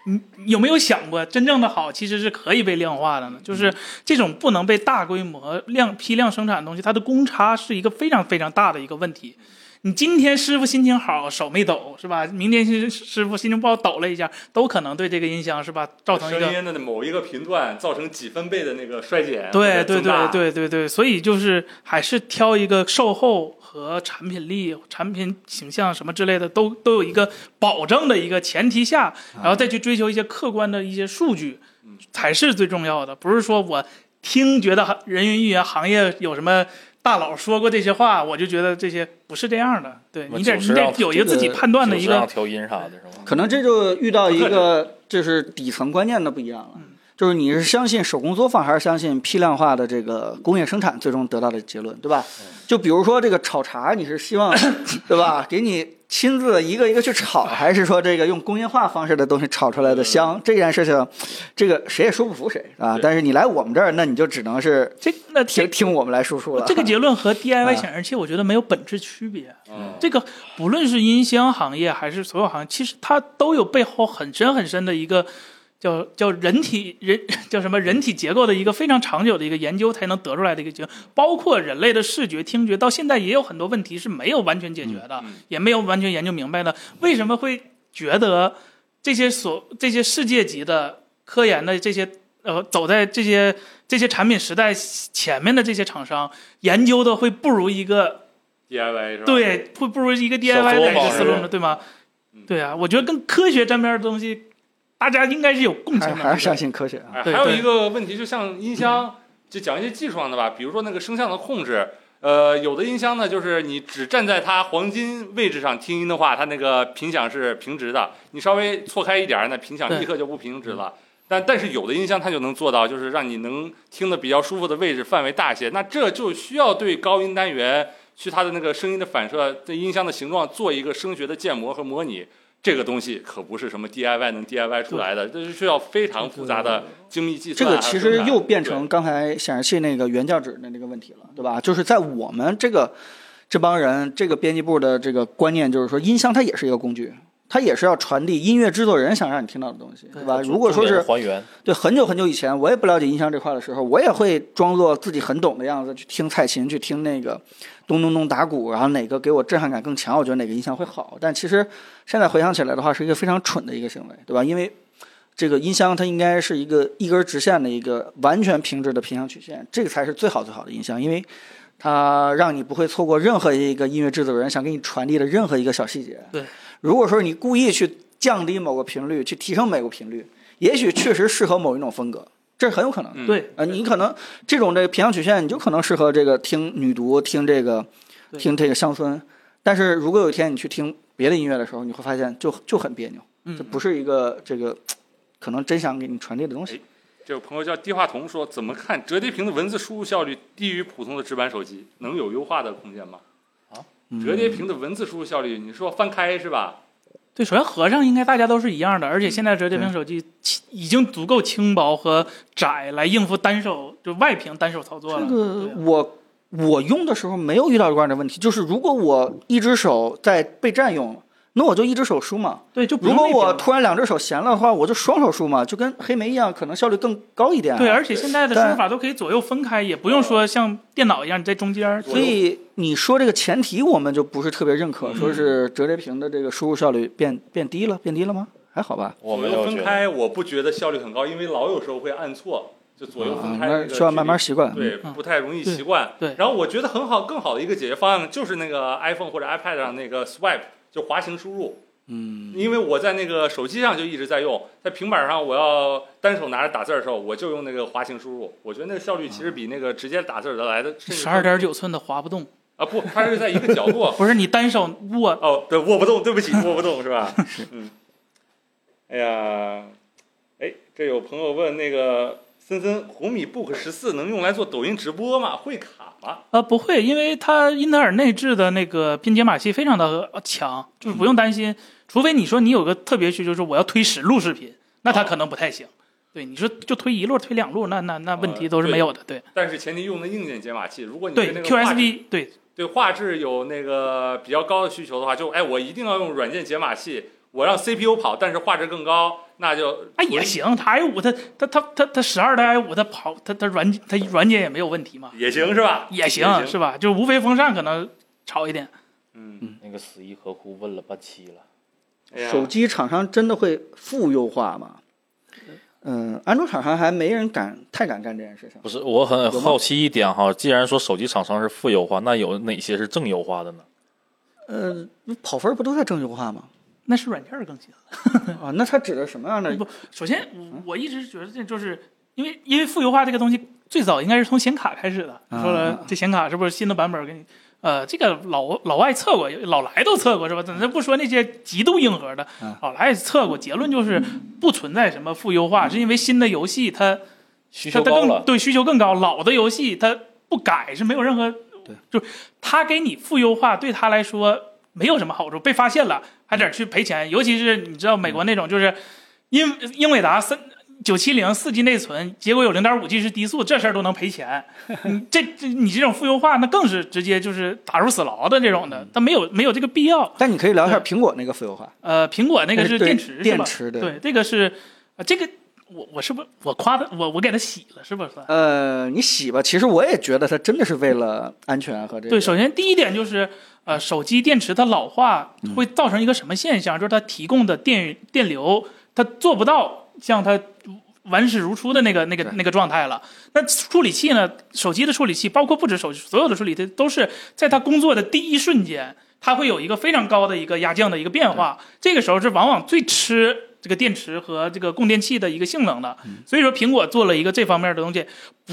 你你有没有想过，真正的好其实是可以被量化的呢？就是这种不能被大规模量批量生产的东西，它的公差是一个非常非常大的一个问题。你今天师傅心情好，手没抖是吧？明天师师傅心情不好，抖了一下，都可能对这个音箱是吧造成一个声音的某一个频段造成几分贝的那个衰减，对对增大对对对对，所以就是还是挑一个售后和产品力、产品形象什么之类的，都都有一个保证的一个前提下，然后再去追求一些客观的一些数据，嗯才是最重要的。不是说我听觉得人云亦云，行业有什么大佬说过这些话，我就觉得这些不是这样的。对那你得九你十让得有一个自己判断的就一是让个，调音啥的是吗？可能这就遇到一个就是底层观念的不一样了，就是你是相信手工作坊还是相信批量化的这个工业生产，最终得到的结论，对吧？就比如说这个炒茶，你是希望对吧，给你亲自一个一个去炒，还是说这个用工业化方式的东西炒出来的香？这件事情，这个谁也说不服谁啊。但是你来我们这儿，那你就只能是这那这听听我们来输出了。这个结论 [LAUGHS] 和 DIY 啊显示器，我觉得没有本质区别。嗯这个不论是音箱行业还是所有行业，其实它都有背后很深很深的一个叫叫人体人叫什么人体结构的一个非常长久的一个研究才能得出来的一个结论，包括人类的视觉、听觉，到现在也有很多问题是没有完全解决的，嗯嗯也没有完全研究明白的。为什么会觉得这些所这些世界级的科研的这些呃走在这些这些产品时代前面的这些厂商研究的会不如一个 DIY 是吧？对，会不如一个小 DIY 作的一坊个思路是吧呢，对吗嗯？对啊，我觉得跟科学沾边的东西，大家应该是有共还情还的是。相信科学啊。哎，对还有对一个问题，就像音箱，就讲一些技术上的吧，比如说那个声像的控制。呃，有的音箱呢，就是你只站在它黄金位置上听音的话，它那个频响是平直的；你稍微错开一点儿，那频响对立刻就不平直了。但但是有的音箱它就能做到，就是让你能听得比较舒服的位置范围大一些。那这就需要对高音单元去它的那个声音的反射，对音箱的形状做一个声学的建模和模拟。这个东西可不是什么 DIY 能 DIY 出来的，这是需要非常复杂的精密计这算个啊。其实生产又变成刚才显示器那个原教旨的那个问题了，对吧？就是在我们这个这帮人这个编辑部的这个观念，就是说音箱它也是一个工具，它也是要传递音乐制作人想让你听到的东西，对吧？如果说重点是还原，对很久很久以前我也不了解音箱这块的时候，我也会装作自己很懂的样子去听蔡琴，去听那个咚咚咚打鼓，然后哪个给我震撼感更强，我觉得哪个音箱会好。但其实现在回想起来的话，是一个非常蠢的一个行为，对吧？因为这个音箱它应该是一个一根直线的一个完全平直的平行曲线，这个才是最好最好的音箱，因为它让你不会错过任何一个音乐制作人想给你传递的任何一个小细节。对，如果说你故意去降低某个频率，去提升某个频率，也许确实适合某一种风格，这是很有可能的。嗯对，呃，你可能这种这个平行曲线，你就可能适合这个听女读，听这个对听这个乡村。但是如果有一天你去听别的音乐的时候，你会发现就就很别扭，嗯这不是一个这个可能真想给你传递的东西。这个朋友叫低话筒说，怎么看折叠屏的文字输入效率低于普通的直板手机，能有优化的空间吗？哎嗯折叠屏的文字输入效率，你说翻开是吧？对，首先合上应该大家都是一样的，而且嗯现在折叠屏手机轻已经足够轻薄和窄来应付单手就外屏单手操作了。嗯这个对啊我我用的时候没有遇到这样的问题，就是如果我一只手在被占用了，那我就一只手输嘛。对，就不如用果我内屏突然两只手闲了的话，我就双手输嘛，就跟黑莓一样，可能效率更高一点啊。对，而且现在的但输入法都可以左右分开，也不用说像电脑一样你在中间儿。左所以你说这个前提，我们就不是特别认嗯可，说是折叠屏的这个输入效率变变低了，变低了吗？还好吧，我左没右有觉分得。开，我不觉得效率很高，因为老有时候会按错，就左右啊分，开这那个需要距慢离慢习惯。对，嗯不太容易对习惯。对然后我觉得很好，更好的一个解决方案就是那个 iPhone 或者 iPad 上那个 Swipe，就滑行输入。嗯，因为我在那个手机上就一直在用，在平板上我要单手拿着打字儿的时候，我就用那个滑行输入。我觉得那个效率其实比那个直接打字儿的来的甚至嗯十二点九寸的滑不动，啊不，它是在一个角落。不是你单手握哦，对，握不动，对不 [LAUGHS] 起，握不动是吧？嗯。哎呀，哎，这有朋友问那个森森红米 Book 十四能用来做抖音直播吗？会卡吗？呃，不会，因为它英特尔内置的那个拼解码器非常的呃强，就是不用担心。除非你说你有个特别需求，说我要推十路视频，那它可能不太行。对，你说就推一路、推两路，那那那问题都是没有的。对但是前提用的硬件解码器，如呃果你那对个画质，QSB 对对画质有那个比较高的需求的话，就哎，我一定要用软件解码器，我让 CPU 跑，但是画质更高，那就啊也行，它 i 五它它它它它十二的 i 五它跑它它软它软件也没有问题嘛，也行是吧？也行也行是吧？就无非风扇可能吵一点。嗯，那个死一何库问了半期了，哎呀，手机厂商真的会负优化吗？嗯，安卓厂商还没人敢太敢干这件事情。不是我很吗好奇一点哈，既然说手机厂商是负优化，那有哪些是正优化的呢？呃，跑分儿不都在正优化吗？那是软件更新。啊，那它指的什么样的？不，首先我我一直觉得这就是因为因为负优化这个东西最早应该是从显卡开始的。你说啊了这显卡是不是新的版本给你？呃，这个老老外测过，老来都测过是吧？咱咱不说那些极度硬核的啊，老来也测过，结论就是不存在什么负优化，是因为新的游戏它需它求它高更了，对需求更高，老的游戏它不改是没有任何，对，就是他给你负优化，对他来说没有什么好处，被发现了还得去赔钱，尤其是你知道美嗯国那种就是英英伟达三。九七零四 G 内存，结果有零点五 G 是低速，这事儿都能 [LAUGHS] 赔钱。你这这你这种负优化，那更是直接就是打入死牢的这种嗯的，它没有没有这个必要。但你可以聊一下苹果那个负优化。呃，苹果那个是哎对电池是吧电？池的。对，这个是，呃这个我我是不是我夸他我我给他洗了是不是？呃，你洗吧，其实我也觉得它真的是为了安全和这个。对，首先第一点就是，呃，手机电池它老化嗯会造成一个什么现象？就是它提供的电电流它做不到像它完始如初的那个那个对那个状态了。那处理器呢？手机的处理器，包括不止手所有的处理器，都是在它工作的第一瞬间，它会有一个非常高的一个压降的一个变化。这个时候是往往最吃这个电池和这个供电器的一个性能的。嗯所以说，苹果做了一个这方面的东西，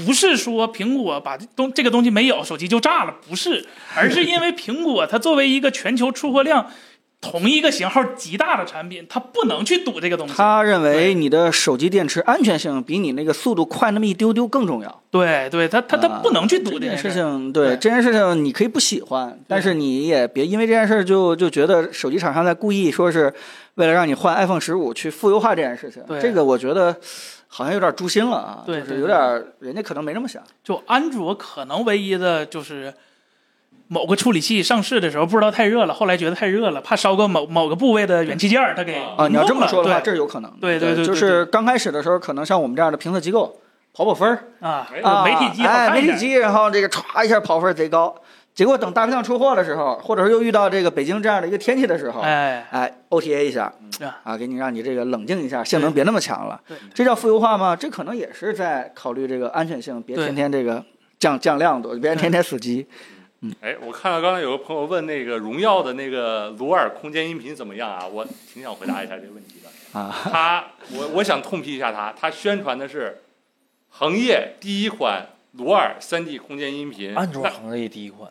不是说苹果把这东这个东西没有，手机就炸了，不是，而是因为苹果它作为一个全球出货量 [LAUGHS] 同一个型号极大的产品，它不能去赌这个东西。他认为你的手机电池安全性比你那个速度快那么一丢丢更重要。对对，它它它啊不能去赌这件件事情。情，对这件事情，你可以不喜欢，但是你也别因为这件事就就觉得手机厂商在故意说是为了让你换 iPhone 十五去负优化这件事情。对这个我觉得好像有点诛心了啊，对就是对有点人家可能没这么想。就安卓可能唯一的就是某个处理器上市的时候不知道太热了，后来觉得太热了，怕烧个某某个部位的元器件儿，它给啊，你要这么说的话，弄了这是有可能的。对对对对对就是刚开始的时候，可能像我们这样的评测机构跑跑分儿对啊，哎啊，媒体机好哎，看媒一体点机，然后这个歘一下跑分儿贼高。结果等大批量出货的时候，或者说又遇到这个北京这样的一个天气的时候，哎，哎，OTA 一下嗯，啊，给你让你这个冷静一下，性能别那么强了对。这叫负优化吗？这可能也是在考虑这个安全性，别对天天这个降降亮度，别天天死机。哎，我看到刚才有个朋友问那个荣耀的那个罗尔空间音频怎么样啊？我挺想回答一下这个问题的啊。他，我我想痛批一下他，他宣传的是行业第一款罗尔 3D 空间音频，安卓那行业第一款，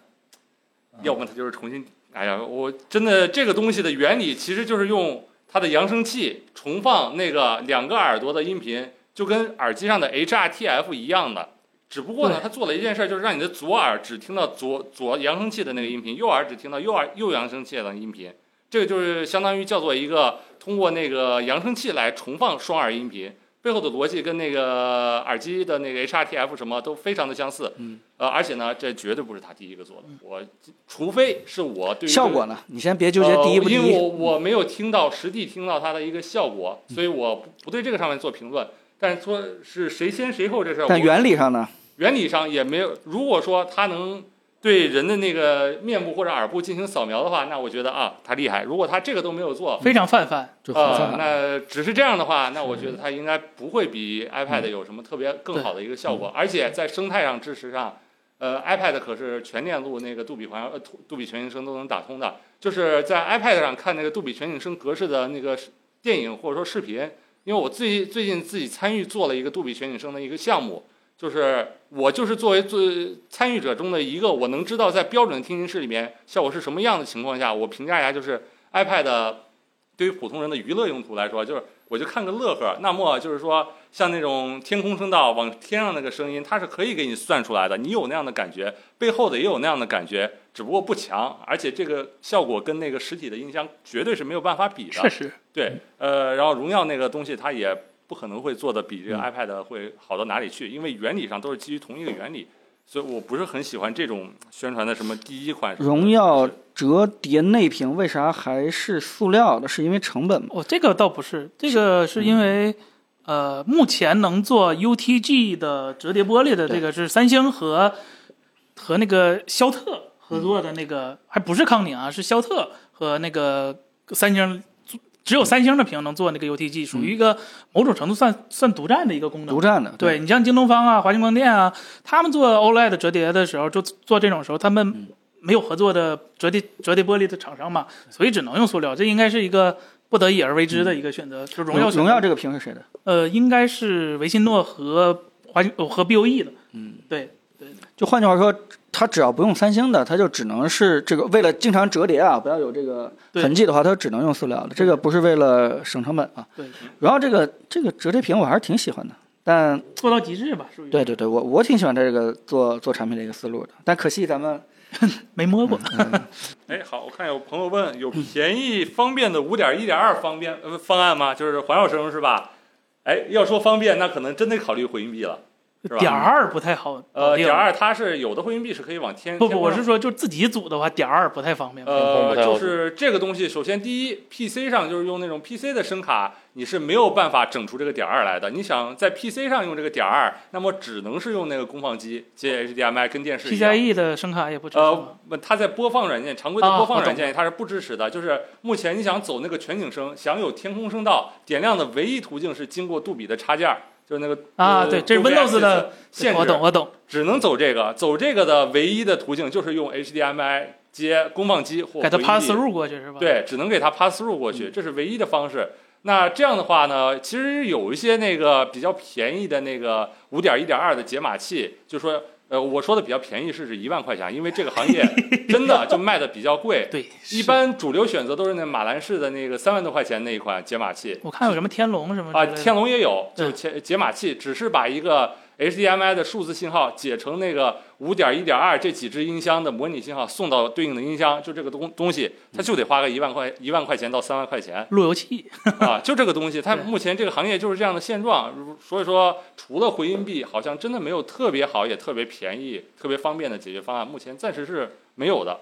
要么它就是重新，哎呀，我真的这个东西的原理其实就是用它的扬声器重放那个两个耳朵的音频，就跟耳机上的 HRTF 一样的。只不过呢，对它做了一件事，就是让你的左耳只听到左左扬声器的那个音频，右耳只听到右耳右扬声器的音频。这个就是相当于叫做一个通过那个扬声器来重放双耳音频，背后的逻辑跟那个耳机的那个 HRTF 什么都非常的相似。嗯，呃，而且呢，这绝对不是他第一个做的。我除非是我对于效这个果呢？你先别纠结第一不第呃、因为一。我我没有听到实地听到它的一个效果，所以我不不对这个上面做评论。但是说是谁先谁后这事儿，但我原理上呢？原理上也没有。如果说它能对人的那个面部或者耳部进行扫描的话，那我觉得啊，它厉害。如果它这个都没有做，非常泛泛。就很呃惨，那只是这样的话，那我觉得它应该不会比 iPad 嗯有什么特别更好的一个效果，而且在生态上支持上，呃，iPad 可是全链路那个杜比环呃杜杜比全景声都能打通的，就是在 iPad 上看那个杜比全景声格式的那个视电影或者说视频，因为我最最近自己参与做了一个杜比全景声的一个项目，就是我就是作为最参与者中的一个，我能知道在标准听音室里面效果是什么样的情况下，我评价一下就是 iPad 对于普通人的娱乐用途来说，就是我就看个乐呵。那么就是说，像那种天空声道往天上那个声音，它是可以给你算出来的，你有那样的感觉，背后的也有那样的感觉，只不过不强，而且这个效果跟那个实体的音箱绝对是没有办法比嗯的。确实，对，呃，然后荣耀那个东西它也不可能会做的比这个 iPad 会好到哪里去，因为原理上都是基于同一个原理，所以我不是很喜欢这种宣传的什么第一款什么的荣耀折叠内屏为啥还是塑料的？是因为成本吗？哦，这个倒不是，这个是因为呃，目前能做 UTG 的折叠玻璃的这个是三星和和那个肖特合作的那个，嗯还不是康宁啊，是肖特和那个三星。只有三星的屏能做那个 UTG，属嗯于一个某种程度算算独占的一个功能独。占的。对你像京东方啊、华星光电啊，他们做 OLED 折叠的时候，就做这种时候，他嗯们没有合作的折叠折叠玻璃的厂商嘛，所以只能用塑料。这应该是一个不得已而为嗯之的一个选择。就荣荣耀选择荣耀这个屏是谁的？呃，应该是维信诺和华星呃和 BOE 的。嗯，对，就换句话说，它只要不用三星的，它就只能是这个为了经常折叠啊，不要有这个对痕迹的话，它只能用塑料的。这个不是为了省成本啊。对。然后这个这个折叠屏我还是挺喜欢的，但做到极致吧，属于对对对，我我挺喜欢这个做做产品的一个思路的，但可惜咱们，没摸过。哎，好，我看有朋友问，有便宜方便的五点一点二方便呃方案吗？就是环绕声是吧？哎，要说方便，那可能真得考虑回音壁了，是吧？点二不太好。呃，定点二它是有的回音壁是可以往天不天不，空我上是说，就自己组的话，点二不太方便。呃，天空不太好就是这个东西，首先第一，PC 上就是用那种 PC 的声卡，你是没有办法整出这个点二来的。你想在 PC 上用这个点二，那么只能是用那个功放机接 HDMI 跟电视一样。 PCIe E 的声卡也不支持吗。呃，不它在播放软件常规的啊播放我懂软件它是不支持的。就是目前你想走那个全景声，想有天空声道点亮的唯一途径是经过杜比的插件儿，就是那个啊呃对这是 Dolby Windows 的 Access 限制。我懂，我懂。只能走这个，走这个的唯一的途径就是用 HDMI 接功放机或给它回音 pass 壁 through 过去是吧？嗯对，只能给它 pass through 过去，这是唯一的方式。那这样的话呢，其实有一些那个比较便宜的那个五点一点二的解码器，就说呃，我说的比较便宜是指一万块钱，因为这个行 [LAUGHS] 业真的就卖的比较贵。对，一般主流选择都是那马兰士的那个三万多块钱那一款解码器我看有什么天龙什么啊，之类的天龙也有，就是对解解码器，只是把一个 HDMI 的数字信号解成那个五点一点二这几只音箱的模拟信号送到对应的音箱，就这个东东西，它就得花个一万块一万块钱到三万块钱。路由器，啊，就这个东西，它对目前这个行业就是这样的现状。如所以说，除了回音壁，好像真的没有特别好、也特别便宜、特别方便的解决方案，目前暂时是没有的。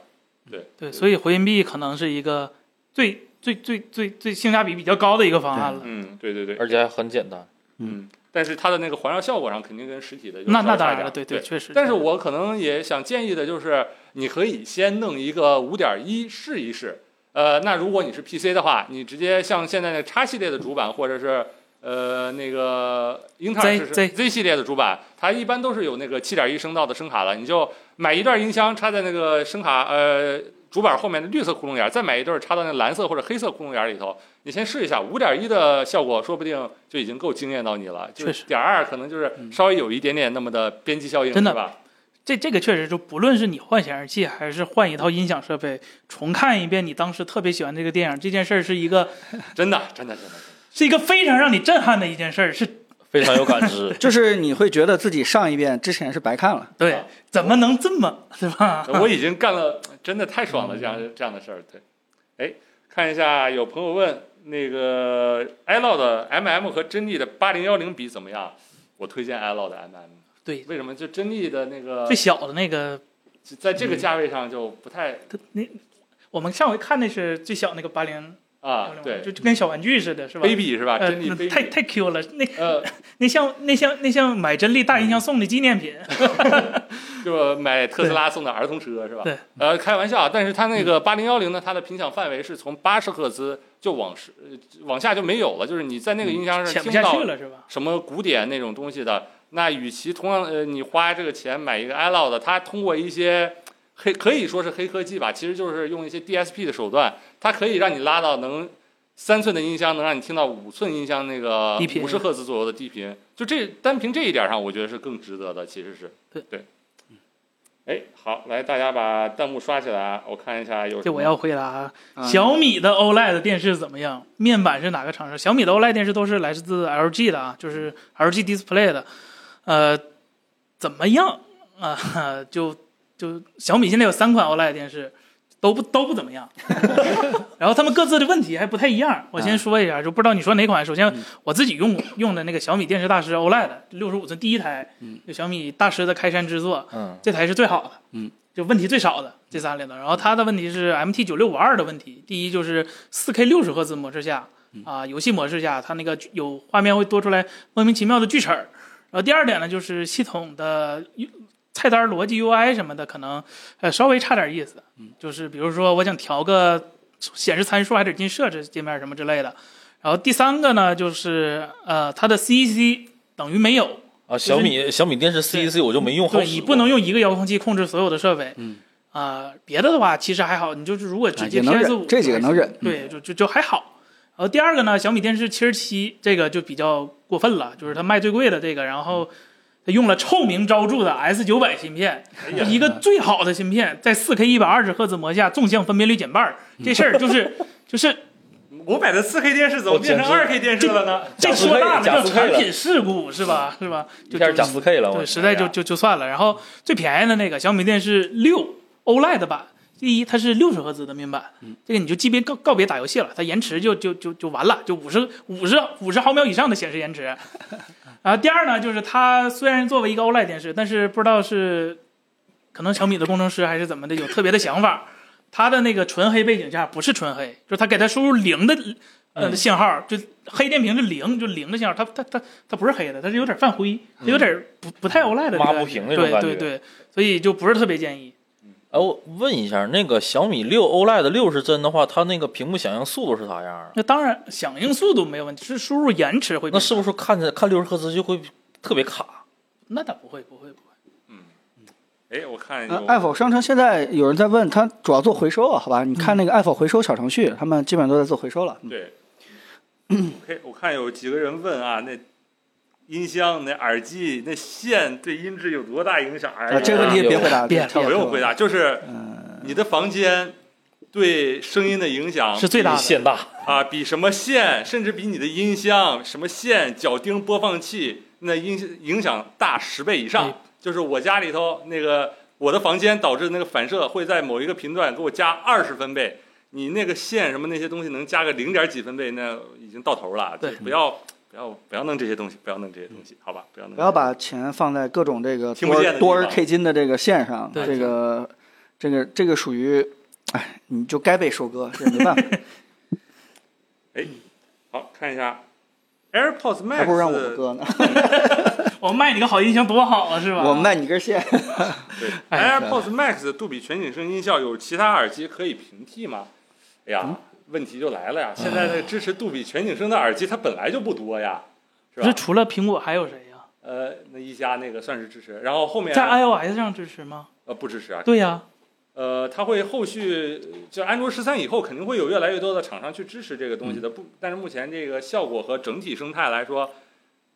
对对，所以回音壁可能是一个最最最最最性价比比较高的一个方案了。嗯，对对对，而且还很简单。嗯，但是它的那个环绕效果上肯定跟实体的就稍那微那差当一然点了，对对。确实。但是我可能也想建议的就是，你可以先弄一个五点一试一试。呃，那如果你是 PC 的话，你直接像现在那 X 系列的主板，或者是呃那个英特尔 Z- 是 Z Z 系列的主板，它一般都是有那个七点一声道的声卡了。你就买一段音箱插在那个声卡呃主板后面的绿色窟窿眼儿，再买一对儿插到那蓝色或者黑色窟窿眼儿里头，你先试一下，五点一的效果说不定就已经够惊艳到你了。就确实点二可能就是稍微有一点点那么的边际效应，嗯真的是吧？这这个确实，就不论是你换显示器，还是换一套音响设备，重看一遍你当时特别喜欢这个电影，这件事儿是一个真的，真的，真的。是一个非常让你震撼的一件事儿，是非常有感知 [LAUGHS] 就是你会觉得自己上一遍之前是白看了，对，啊怎么能这么对吧？真的呃我已经干了，真的太爽了，这样这样的事儿。对，哎，看一下有朋友问那个 i l o 的 MM 和真力的八零幺零比怎么样？我推荐 i l o 的 MM。对，为什么？就真力的那个 [LAUGHS] 最，嗯小的那个，在这个价位上就不太我们上回看那是最小那个八零啊，对就就跟小玩具似的，是吧？ ，baby 是吧？呃真力，太 baby，太 Q 了，那呃，那像那像那像买真力大音箱送的纪念品，就买特斯拉送的儿童车是吧？对，呃，开玩笑啊，但是它那个八零幺零呢，它的频响范围是从八十赫兹就往十呃往下就没有了，就是你在那个音箱嗯潜上不听下到去了是吧？什么古典那种东西的，那与其同样呃你花这个钱买一个 i l o 的，它通过一些黑可以说是黑科技吧，其实就是用一些 DSP 的手段，它可以让你拉到能三寸的音箱能让你听到五寸音箱那个低频五十赫兹左右的低频，就这单凭这一点上，我觉得是更值得的，其实是对对。哎，好，来大家把弹幕刷起来啊，我看一下有什这我么要回答啊。啊小米的 OLED 电视怎么样？面板是哪个厂商？小米的 OLED 电视都是来自 LG 的啊，就是 LG Display 的。呃，怎么样啊、就就小米现在有三款 OLED 电视，都不都不怎 [LAUGHS] 么样。然后他们各自的问题还不太一样。我先说一下，就不知道你说哪款。首先啊嗯，我自己用用的那个小米电视大师 OLED 六十五寸第一台嗯，就小米大师的开山之作，嗯，这台是最好的，嗯，就问题最少的这三里头。然后它的问题是 MT 九六五二的问题，第一就是四 K 六十赫兹模式下嗯啊、游戏模式下它那个剧有画面会多出来莫名其妙的锯齿儿。然后第二点呢，就是系统的 U- 菜单逻辑 UI 什么的，可能呃稍微差点意思，嗯就是比如说我想调个显示参数，还得进设置界面什么之类的。然后第三个呢，就是呃它的 CEC 等于没有，啊，小米小米电视 CEC 我就没用好对使过，你不能用一个遥控器控制所有的设备。嗯啊、别的的话其实还好，你就是如果直啊接也能 PS 五、忍，这几个能忍，嗯对，就就就还好。然后第二个呢，小米电视七十七这个就比较过分了，就是它卖最贵的这个，然后它用了臭名昭著的 S 九百芯片，哎一嗯个最好的芯片，在四 K 一百二十赫兹模下，纵向分辨率减半 [LAUGHS] 儿，这事儿就是就是我买的四 K 电视怎么变成我二简 4K 电视了呢？这假四说 K 大了假叫四 K 产了品事故是吧？是吧？一就下就加四 K 了，我对，实在就就就算了。然后最便宜的那个小米电视六 OLED 版，第一它是六十赫兹的面板，嗯这个你就即便告告别打游戏了，它延迟就就就就完了，就五十五十五十毫秒以上的显示延 [LAUGHS] 迟。然后第二呢，就是它虽然作为一个 OLED 电视，但是不知道是可能小米的工程师还是怎么的有特别的想 [LAUGHS] 法，它的那个纯黑背景下不是纯黑，就是它给它输入零的呃嗯信号，就黑电瓶是零，就零的信号，它它它它不是黑的，它是有点泛灰，它有点不不太 OLED 的嗯抹感觉不平那种感觉对对对，所以就不是特别建议。哎，我问一下，那个小米六 OLED 六十帧的话，它那个屏幕响应速度是啥样啊？那当然响应速度没有问题，是输入延迟会变那慢。是不是看着看六十赫兹就会特别卡？那倒不会不会不会。哎，我看呃有 a p p 商城现在有人在问，它主要做回收啊，好吧？你看那个 a p p 回收小程序，他们基本上都在做回收了。嗯对， OK，我看有几个人问啊，那音箱、那耳机、那线对音质有多大影响？哎啊，呀这个问题别回答，别跳不过用回。答，就是嗯，你的房间对声音的影响是最大的。线大，啊，比什么线，甚至比你的音箱、什么线、脚钉、播放器，那影影响大十倍以上嗯。就是我家里头那个我的房间导致那个反射会在某一个频段给我加二十分贝，你那个线什么那些东西能加个零点几分贝，那已经到头了。对就不要不要不要弄这些东西，不要弄这些东西，好吧？不要弄这些东西。不要把钱放在各种这个听多不见的多地尔方 K 金的这个线上，对这个这个这个属于，哎，你就该被收割，这 [LAUGHS] 没办法，好看一下 AirPods Max，还不如让我割呢。我卖你个好音箱多好啊，是吧？我卖你根线， [LAUGHS] 对哎，AirPods Max 杜比全景声音效有其他耳机可以平替吗？哎嗯呀，问题就来了呀！现在这支持杜比全景声的耳机它本来就不多呀，是不是吧？除了苹果还有谁呀、呃，那一加那个算是支持，然后后啊面在 iOS 上支持吗？呃不支持啊。对呀、呃，它会后续就安卓十三以后肯定会有越来越多的厂商去支持这个嗯东西的，不，但是目前这个效果和整体生态来说，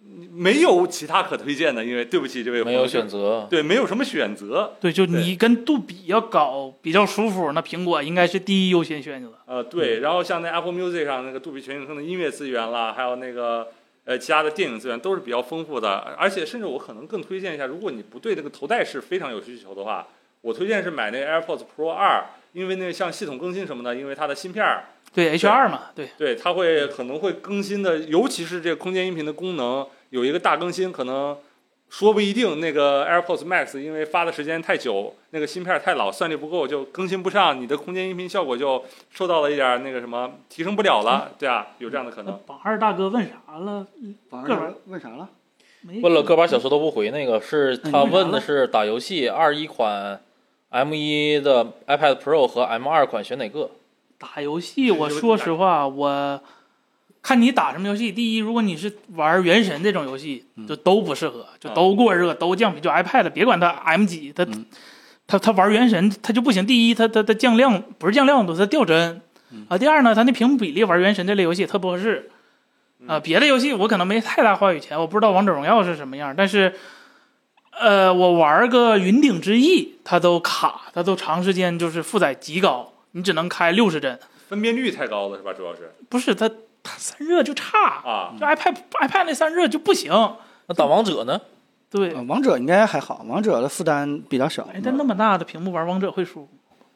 嗯没有其他可推荐的，因为对不起这位朋没友有嗯选，择。对，没有什么选择。对，就你跟杜比要搞比较舒服，那苹果应该是第一优先选择。呃，对，然后像那 Apple Music 上那个杜比全景声的音乐资源啦，还有那个呃其他的电影资源都是比较丰富的，而且甚至我可能更推荐一下，如果你不对这个头戴式非常有需求的话，我推荐是买那个 AirPods Pro 二，因为那个像系统更新什么的，因为它的芯片儿对 H 二嘛，对，对，它会可能会更新的，尤其是这个空间音频的功能有一个大更新，可能说不一定那个 AirPods Max 因为发的时间太久，那个芯片太老，算力不够，就更新不上，你的空间音频效果就受到了一点儿那个什么提升不了了，对啊，有这样的可那能。榜二大哥问啥了？网个人上问啥了？没问了个把小时都不回，那个是他嗯问你问啥的了是打游戏二一款 M 一的 iPad Pro 和 M 二款选哪个？打游戏，我说实话，我看你打什么游戏。第一，如果你是玩《原神》这种游戏，就都不适合，就都过热，都降频。就 iPad，别管它 M 几，它嗯它它玩《原神》它就不行。第一，它它它降亮不是降亮度，它掉帧啊。第二呢，它那屏幕比例玩《原神》这类游戏特不合适啊。别的游戏我可能没太大话语权，我不知道《王者荣耀》是什么样，但是。呃，我玩个《云顶之弈》，它都卡，它都长时间就是负载极高，你只能开六十帧，分辨率太高了是吧？主要是不是它它散热就差，啊，就 iPad iPad 那散热就不行。那打王者呢？对，呃王者应该还好，王者的负担比较小。哎，但那么大的屏幕玩王者会输，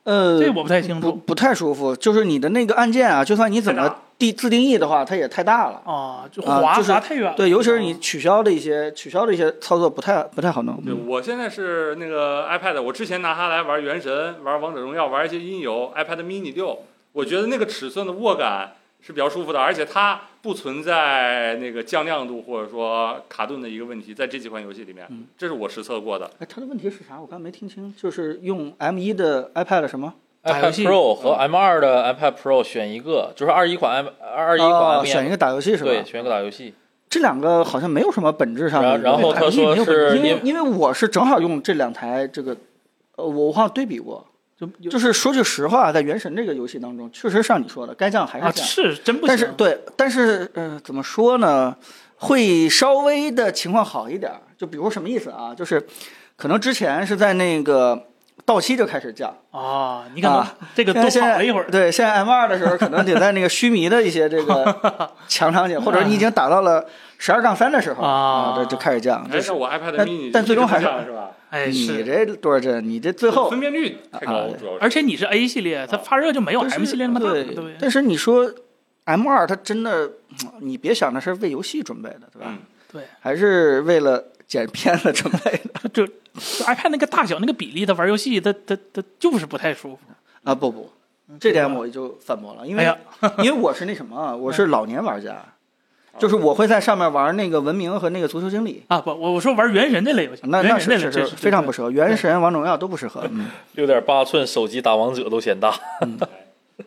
呃，这我不太清不楚不太舒服，就是你的那个按键啊，就算你怎太么大定自定义的话，它也太大了。啊，就啊滑就是滑太远哦了。对，尤其是你取消的一些取消的一些操作不太不太好弄。对嗯我现在是那个 iPad，我之前拿它来玩《原神》、玩《王者荣耀》、玩一些音游，iPad mini 六，我觉得那个尺寸的握感是比较舒服的，而且它不存在那个降亮度或者说卡顿的一个问题，在这几款游戏里面，嗯这是我实测过的。哎，他的问题是啥？我刚才没听清，就是用 M 1的 iPad 什么？打游 iPad 戏 Pro 和 M 二的 iPad Pro 选一个，就是二一款 M 二一款哦 M 选一一，个打游戏是吧？对，选一个打游戏。这两个好像没有什么本质上的然一个然后他说是因为因因为我是正好用这两台这个，呃，我好像对比过，就嗯就就是说句实话，在《原神》这个游戏当中，确实像你说的，该降还啊，是降，是真不但是行。对，但是呃，怎么说呢？会稍微的情况好一点儿。就比如什么意思啊？就是可能之前是在那个到期就开始降，啊，你可能啊这个现在多现跑在了一会儿。对，现在 M 2的时候，可能得在那个须弥的一些这 [LAUGHS] 个强场景，或者你已经打到了十二杠三的时候啊啊，这就开始降。哎这，是那我 iPad 但 mini 但最终还是是是吧？哎，你是，这多少帧？你这最后分辨率太高，啊主要是而且你是 A 系列，它发热就没有 M 系列那么大，对对不对？ [LAUGHS] 但是你说 M 2它真的，嗯你别想着是为游戏准备的，对吧嗯？对，还是为了剪片子准备的 [LAUGHS] 就就 iPad 那个大小那个比例，它玩游戏它它它就是不太舒服。啊？不不，这点我就反驳了，因嗯哎为呀嗯因为我是那什么啊，我是老年玩家，就是我会在上面玩那个文明和那个足球经理。啊，不，我我说玩原神这类游戏，那那原神是这类是游戏是非常不适适合，原神、王者荣耀都不适合。嗯，六点八寸手机打王者都嫌大，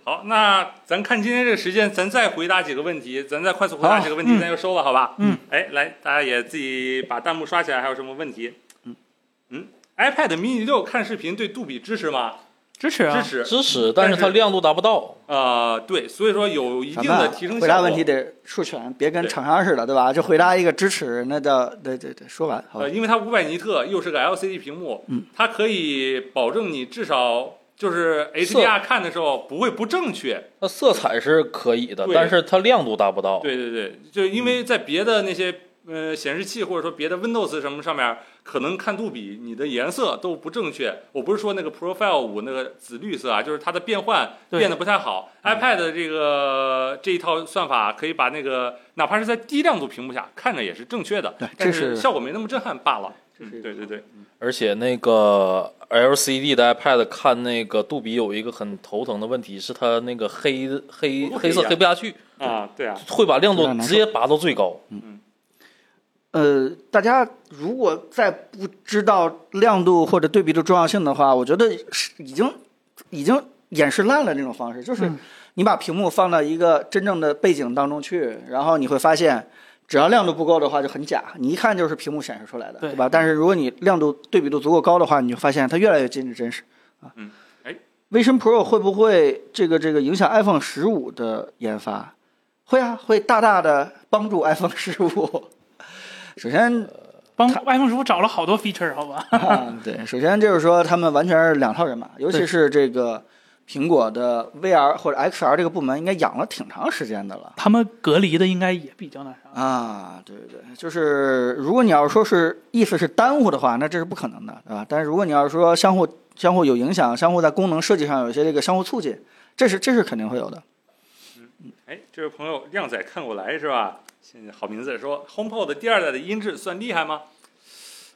好，那咱看今天这个时间，咱再回答几个问题，咱再快速回答几个问题，好嗯咱就收了，好吧？嗯，哎，来，大家也自己把弹幕刷起来，还有什么问题？嗯嗯，iPad mini 六看视频对杜比支持吗？支持啊支，持支持，但是它亮度达不到。啊、呃对，所以说有一咱定们的啊提升效果。回答问题得授权，别跟对厂商似的，对吧？就回答一个支持，那叫对对对，说完好吧呃，。因为它五百尼特又是个 LCD 屏幕，嗯它可以保证你至少就是 HDR 看的时候不会不正确。它色彩是可以的，对但是它亮度达不到。对对对，就因为在别的那些呃显示器或者说别的 Windows 什么上面，可能看度比你的颜色都不正确。我不是说那个 Profile 五那个紫绿色啊，就是它的变换对变得不太好。iPad 嗯的这个这一套算法可以把那个哪怕是在低亮度屏幕下看着也是正确的，对，这但是效果没那么震撼罢了。这是一嗯个对对对。而且那个 LCD 的 iPad 看那个杜比有一个很头疼的问题，是它那个黑黑不会黑色呀黑不下去，啊，对啊，会把亮度质量难直接拔到最高。呃，大家如果再不知道亮度或者对比的重要性的话，我觉得是已经已经演示烂了这种方式，就是你把屏幕放到一个真正的背景当中去，然后你会发现，只要亮度不够的话就很假，你一看就是屏幕显示出来的，对对吧？但是如果你亮度对比度足够高的话，你就发现它越来越接近真实啊。嗯，哎，Vision Pro 会不会这个这个影响 iPhone 十五的研发？会啊，会大大的帮助 iPhone 十五。首先，帮 iPhone 十五找了好多 feature，好吧？啊，对，首先就是说他们完全是两套人马，尤其对是这个苹果的 VR 或者 XR 这个部门，应该养了挺长时间的了。他们隔离的应该也比较那啥。啊，对对对，就是如果你要说是意思是耽误的话，那这是不可能的，对吧？但是如果你要是说相互相互有影响，相互在功能设计上有一些这个相互促进，这是这是肯定会有的。哎，这位朋友靓仔看过来是吧？现在好名字说 HomePod 第二代的音质算厉害吗？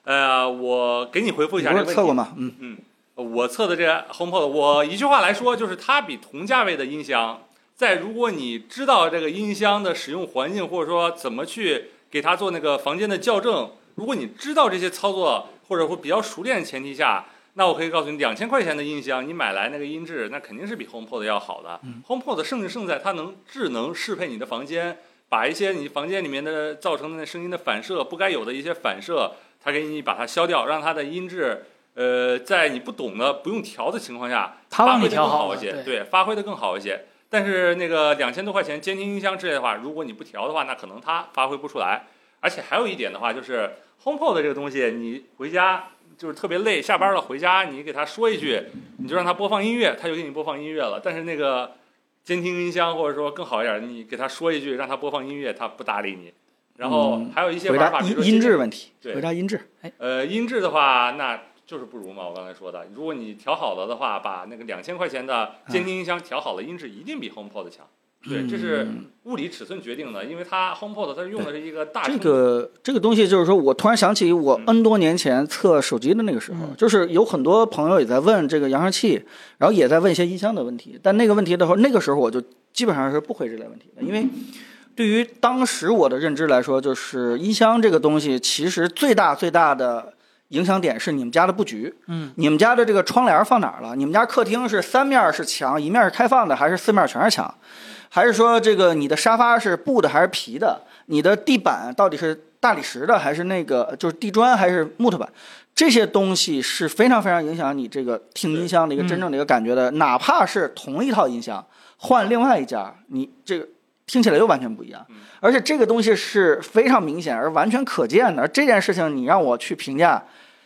呃，我给你回复一你下不这是个问测过题。吗？嗯，嗯，我测的这 HomePod，我一句话来说，就是它比同价位的音箱，在如果你知道这个音箱的使用环境，或者说怎么去给它做那个房间的校正，如果你知道这些操作，或者说比较熟练的前提下，那我可以告诉你，两千块钱的音箱，你买来那个音质，那肯定是比 HomePod 要好的。HomePod 嗯胜就胜在它能智能适配你的房间，把一些你房间里面的造成的声音的反射，不该有的一些反射，它给你把它消掉，让它的音质，呃，在你不懂的、不用调的情况下，他发帮挥你的调更好好一了，些，对，对，发挥的更好一些。但是那个两千多块钱监听音箱之类的话，如果你不调的话，那可能它发挥不出来。而且还有一点的话，就是 HomePod 这个东西，你回家就是特别累，下班了回家，你给他说一句，你就让他播放音乐，他就给你播放音乐了。但是那个监听音箱或者说更好一点，你给他说一句，让他播放音乐，他不搭理你。然后还有一些嗯回玩法，答比如音说音质问题，对回答音质。呃，音质的话，那就是不如嘛，我刚才说的。如果你调好了的话，把那个两千块钱的嗯监听音箱调好了，音质一定比 HomePod 强。对，这是嗯物理尺寸决定的，因为它 HomePod 它用的是一个大这声个这个东西就是说，我突然想起我嗯 N 多年前测手机的那个时候，就是有很多朋友也在问这个扬声器，然后也在问一些音箱的问题。但那个问题的话，那个时候我就基本上是不回这类问题的，因为对于当时我的认知来说，就是音箱这个东西其实最大最大的影响点是你们家的布局，嗯，你们家的这个窗帘放哪儿了？你们家客厅是三面儿是墙，一面儿是开放的，还是四面儿全是墙？还是说这个你的沙发是布的还是皮的？你的地板到底是大理石的还是那个就是地砖还是木头板？这些东西是非常非常影响你这个听音箱的一个对真正的一个感觉的。哪怕是同一套音箱，换另外一家，你这个听起来又完全不一样。而且这个东西是非常明显而完全可见的。而这件事情你让我去评价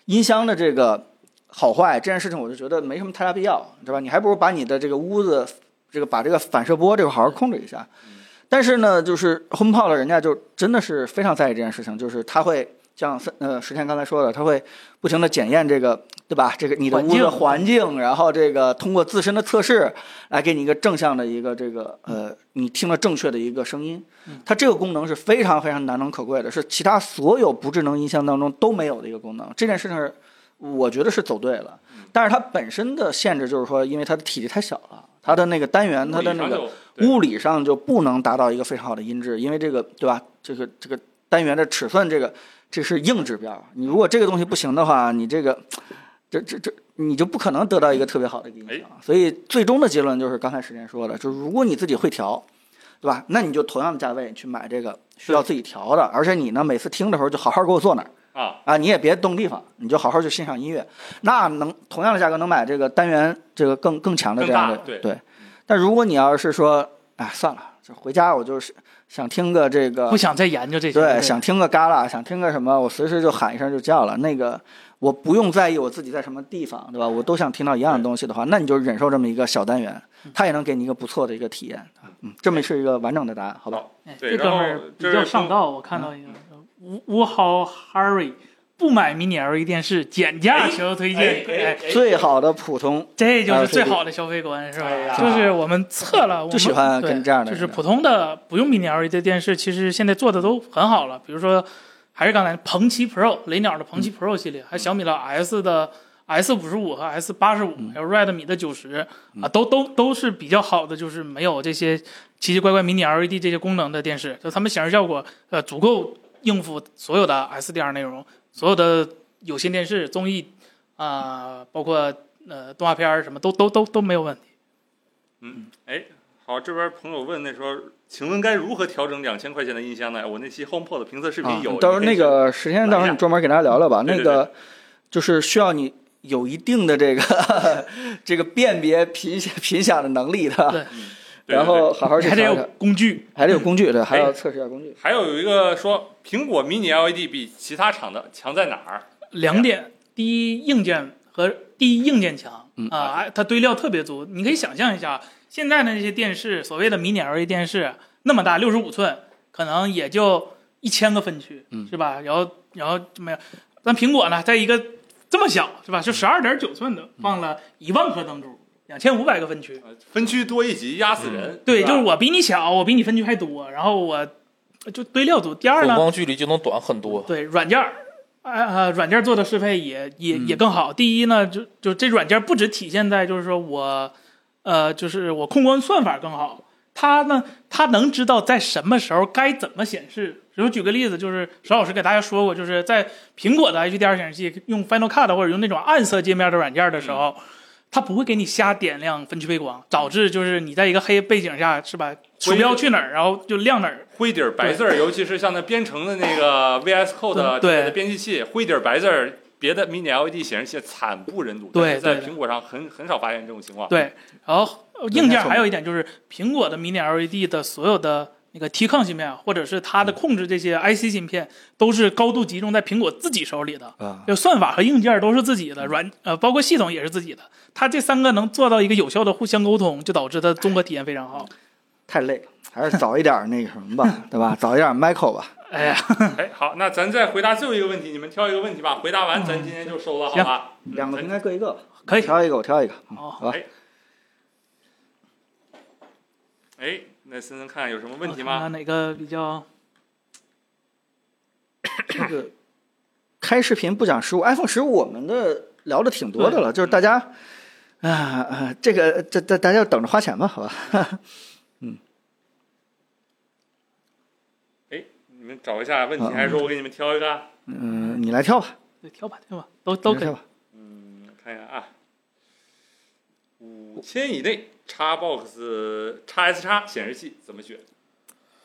音箱的这个好坏，这件事情我就觉得没什么太大必要，对吧？你还不如把你的这个屋子这个把这个反射波这个好好控制一下。嗯嗯但是呢，就是 HomePod 人家就真的是非常在意这件事情，就是他会像森呃石天刚才说的，他会不停的检验这个对吧？这个你的环屋子境环境，然后这个通过自身的测试来给你一个正向的一个这个呃你听了正确的一个声音。它这个功能是非常非常难能可贵的，是其他所有不智能音箱当中都没有的一个功能。这件事情是我觉得是走对了，但是它本身的限制就是说，因为它的体积太小了，它的那个单元，它的那个物理上就不能达到一个非常好的音质，因为这个对吧？这个这个单元的尺寸，这个这是硬指标。你如果这个东西不行的话，你这个这这这你就不可能得到一个特别好的一个音响。所以最终的结论就是刚才时间说的，就是如果你自己会调，对吧？那你就同样的价位去买这个需要自己调的，而且你呢每次听的时候就好好给我坐那儿。啊啊，你也别动地方，你就好好去欣赏音乐。那能同样的价格能买这个单元这个更更强的这样的更大对但如果你要是说，哎，算了，就回家我就是想听个这个不，想再研究这些。呃对，想听个嘎啦，想听个什么，我随时就喊一声就叫了。那个我不用在意我自己在什么地方，对吧？我都想听到一样的东西的话，那你就忍受这么一个小单元，它也能给你一个不错的一个体验。嗯，这么是一个完整的答案，好吧？哎对这哥然们后儿比这较是嗯上说道，我看到一个吴吴豪 Harry 不买迷你 LED 电视，减价时候推荐，哎，最好的普通这就哎是最是的好的消费观，是吧哎呀？就是我们测了，我们就喜欢跟对这样的人就是普通的不用迷你 LED 电视，其实现在做的都很好了，比如说还是刚才鹏七 Pro 雷鸟的嗯鹏七 Pro 系列，还有小米的 S 的 S 五十五和 S 八十五，嗯还有 Redmi 的九十啊，都都都是比较好的，就是没有这些奇奇怪怪迷你 LED 这些功能的电视，就他们显示效果呃足够应付所有的 SDR 内容，所有的有线电视、综艺啊、包括呃动画片儿什么都都都都没有问题。好，这边朋友问那说，请问该如何调整两千块钱的音箱呢？我那期 HomePod 评测视啊频有，，到时候那个时间，到时候你专门给大家聊聊吧。对那对个就是需要你有一定的 [LAUGHS] 这个这个辨别频频响的能力的，对你可以去，对对然对哎后好好去还得调有整，工具，还得有工具，对，还要测试一下工具。还有一个说，苹果 Mini LED E 比其他厂的强在哪儿？两点：第一，硬件和第一硬件强嗯啊、哎它堆料特别足。你可以想象一下，现在的那些电视，所谓的迷你 LED 电视那么大，六十五寸，可能也就一千个分区，嗯是吧？然后然后怎么样？但苹果呢，在一个这么小，是吧？就十二点九寸的，放了一万颗灯珠，两千五百个分区。呃分区多一级压死人，嗯对，吧就是我比你小，我比你分区还多，然后我就堆料足。第二混呢，光距离就能短很多。对软件儿，呃呃，软件儿做的适配也也也更好。第一呢，就就这软件儿不只体现在就是说我，呃，就是我控光算法更好，它呢，它能知道在什么时候该怎么显示。比如举个例子，就是石老师给大家说过，就是在苹果的 HDR 显示器用 Final Cut 或者用那种暗色界面的软件儿的时候，它不会给你瞎点亮分区背光，导致就是你在一个黑背景下是吧？鼠标去哪儿，然后就亮哪儿。灰底儿白字儿，尤其是像那编程的那个 VS Code 嗯对的编辑器，灰底儿白字儿，别的 Mini LED E 显示器惨不忍睹。对但是在对苹果上很很少发现这种情况。对，然后呃硬件还有一点就是，苹果的迷你 LED 的所有的那个 T 抗芯片，啊或者是它嗯的控制这些 IC 芯片，都是高度集中在苹果自己手里的。哎啊，就算法和硬件都是自己的，软呃包括系统也是自己的。它这三个能做到一个有效的互相沟通，就导致它综合体验非常好。太累了，还是早一点那个什么吧，对吧？早一点 Michael 吧。哎呀，哎，好，那咱再回答最后一个问题，你们挑一个问题吧。回答完，咱今天就收了，好嗯行吧？两个平台各一个吧，可以挑一个，我挑 [LAUGHS] 一个，嗯哦好吧哎？哎，那森森看看有什么问题我看吗？看哪个比较？这个开视频不讲实物，iPhone 十五我们的聊的挺多的了，就是大家啊啊，这个这大大家等着花钱吧，好吧？哎，你们找一下问题，啊还是说我给你们挑一个啊？嗯，你来挑吧，对，挑吧挑吧，都都你来可以挑。吧。嗯，看一下啊，五千以内 x box x S x 显示器怎么选？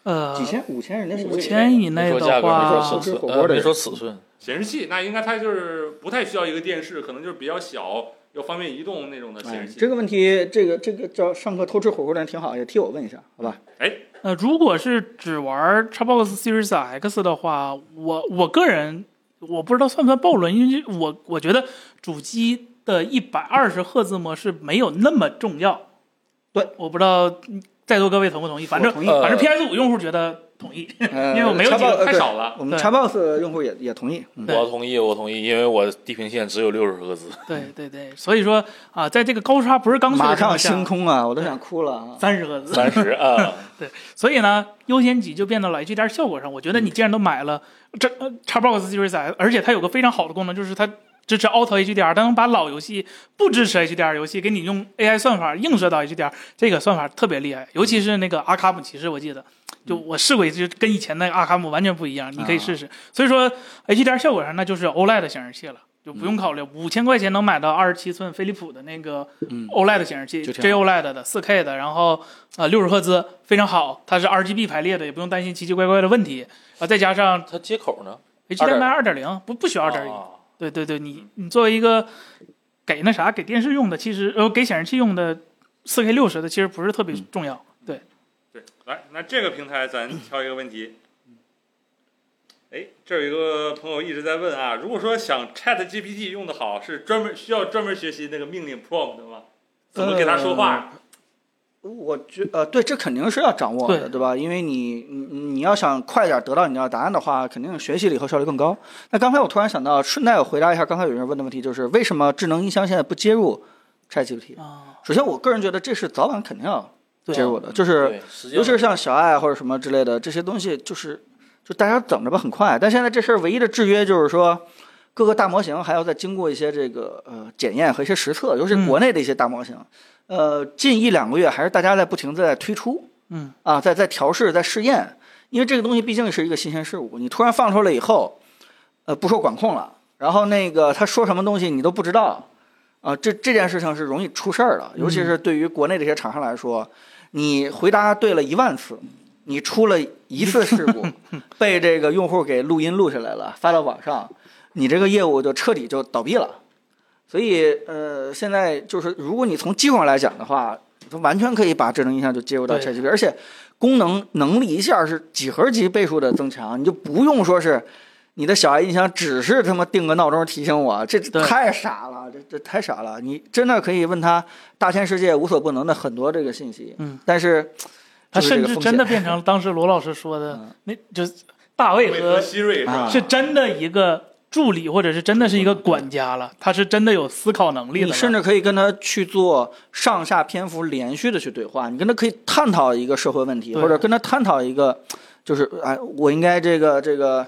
呃，几千、五千，人家是五千以没内说价的格，没说话，尺吃火寸，锅的呃，人没说尺寸，显示器那应该它就是不太需要一个电视，可能就是比较小又方便移动那种的显哎示，器。这个问题，这个这个叫上课偷吃火锅的人挺好，也替我问一下，好吧？呃，如果是只玩 Xbox Series X 的话，我我个人我不知道算不算暴论，因为我我觉得主机的一百二十赫兹模式没有那么重要。对，我不知道嗯在座各位同不同意，反正我同意反正呃 PS 五用户觉得同意。 [LAUGHS] 呃嗯因为我没有插几个报呃太对少了。我们对 Xbox 用户也也同意，嗯我要同意，我同意，因为我地平线只有六十赫兹。对对对，所以说啊、在这个高刷不是刚需马的情上况下星，空啊，我都想哭了啊！三十赫兹。三十啊，所以呢，优先级就变到了 HDR 效果上。我觉得你既然都买了这呃 Xbox Series X，而且它有个非常好的功能，就是它支持 Auto HDR，它能把老游戏不支持 HDR 游戏给你用 AI 算法映射到 HDR，这个算法特别厉害。尤其是那个阿卡姆骑士，我记得就我试过一次，就跟以前那个阿卡姆完全不一样，你可以试试。所以说 HDR 效果上那就是 OLED 显示器了。就不用考虑，五千块钱能买到二十七寸飞利浦的那个嗯 OLED 显示器就挺，JOLED E 的，四 K 的，然后啊，六十赫兹非常好，它是 RGB 排列的，也不用担心奇奇怪怪的问题啊。再加上它接口呢？ HDMI 二点零，不不需要二点哦一。啊对对对，你你作为一个给那啥给电视用的，其实呃给显示器用的四 K 六十的，其实不是特嗯别重要。对，来，那这个平台咱挑一个问题。哎，这儿有一个朋友一直在问啊，如果说想 Chat GPT 用的好，是专门需要专门学习那个命令 prompt 的吗？怎么给他说话？我觉呃，对，这肯定是要掌握的，对对吧？因为你你你要想快点得到你要的答案的话，肯定学习了以后效率更高。那刚才我突然想到，顺带我回答一下刚才有人问的问题，就是为什么智能音箱现在不接入 ChatGPT？啊，首先，我个人觉得这是早晚肯定要对接入的，就是对，时间尤其是像小爱或者什么之类的这些东西，就是就大家等着吧，很快。但现在这事儿唯一的制约就是说。各个大模型还要再经过一些这个呃检验和一些实测，尤其是嗯国内的一些大模型，呃，近一两个月还是大家在不停地在推出，嗯，啊，在在调试、在试验，因为这个东西毕竟是一个新鲜事物，你突然放出来以后，呃，不受管控了，然后那个他说什么东西你都不知道，啊，这这件事情是容易出事儿的，尤其是对于国内这些厂商来说，你回答对了一万次，你出了一次事故，被这个用户给录音录下来了，发到网上，你这个业务就彻底就倒闭了。所以，呃，现在就是，如果你从技术上来讲的话，它完全可以把智能音箱就接入到对 ChatGPT，而且功能能力一下是几何级倍数的增强，你就不用说是呃你的小爱音箱只是他妈定个闹钟提醒我，这这对太傻了，这这太傻了。你真的可以问他大千世界无所不能的很多这个信息，嗯，但是他就是这甚个至风真的险变成了当时罗老师说的嗯，那就是大卫为何和希瑞是吧？啊呃是真的一个助理，或者是真的是一个管家了，他是真的有思考能力的你了，甚至可以跟他去做上下篇幅连续的去对话，你跟他可以探讨一个社会问题，对或者跟他探讨一个，就是哎，我应该这个这个，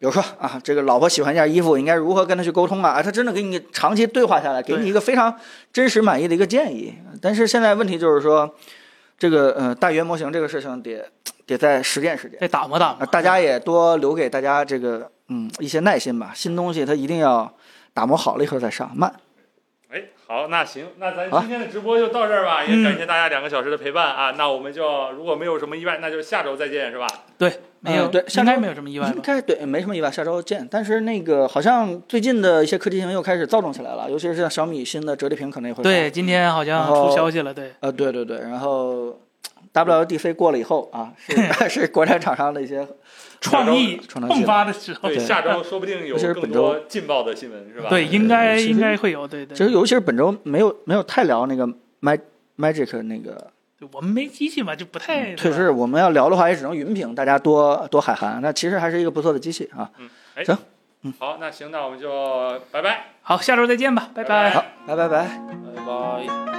比如说啊，这个老婆喜欢一件衣服，我应该如何跟他去沟通啊？啊，他真的给你长期对话下来，给对你一个非常真实满意的一个建议。但是现在问题就是说，这个呃大语言模型这个事情得得再实践实践。得打磨打磨啊，。大家也多留给大家这个嗯一些耐心吧，新东西它一定要打磨好了以后再上，慢。哎，好，那行，那咱好今天的直播就到这儿吧，也嗯感谢大家两个小时的陪伴啊。那我们就如果没有什么意外，那就下周再见，是吧？没有，嗯对应下该周没有什么意外应吧？该对，没什么意外，下周见。但是那个好像最近的一些科技新闻又开始躁动起来了，尤其是像小米新的折叠屏可能也会发对，，今天好像然后出消息了，对，呃，对对对，然后 WDC 过了以后啊， [LAUGHS] 是是国产厂商的一些创意创造迸性发的时候对，，对下周说不定有尤其是更本多劲爆的新闻，是吧？对，应呃该其实应该会有，对对。其实尤其是本周没有没有太聊那个 Mag Magic 那个，对我们没机器嘛，就不太嗯确实我们要聊的话也只能云屏，大家多多海涵。那其实还是一个不错的机器啊。哎行，好，那行，那我们就拜拜。好，下周再见吧，拜拜拜好，拜拜拜。拜拜。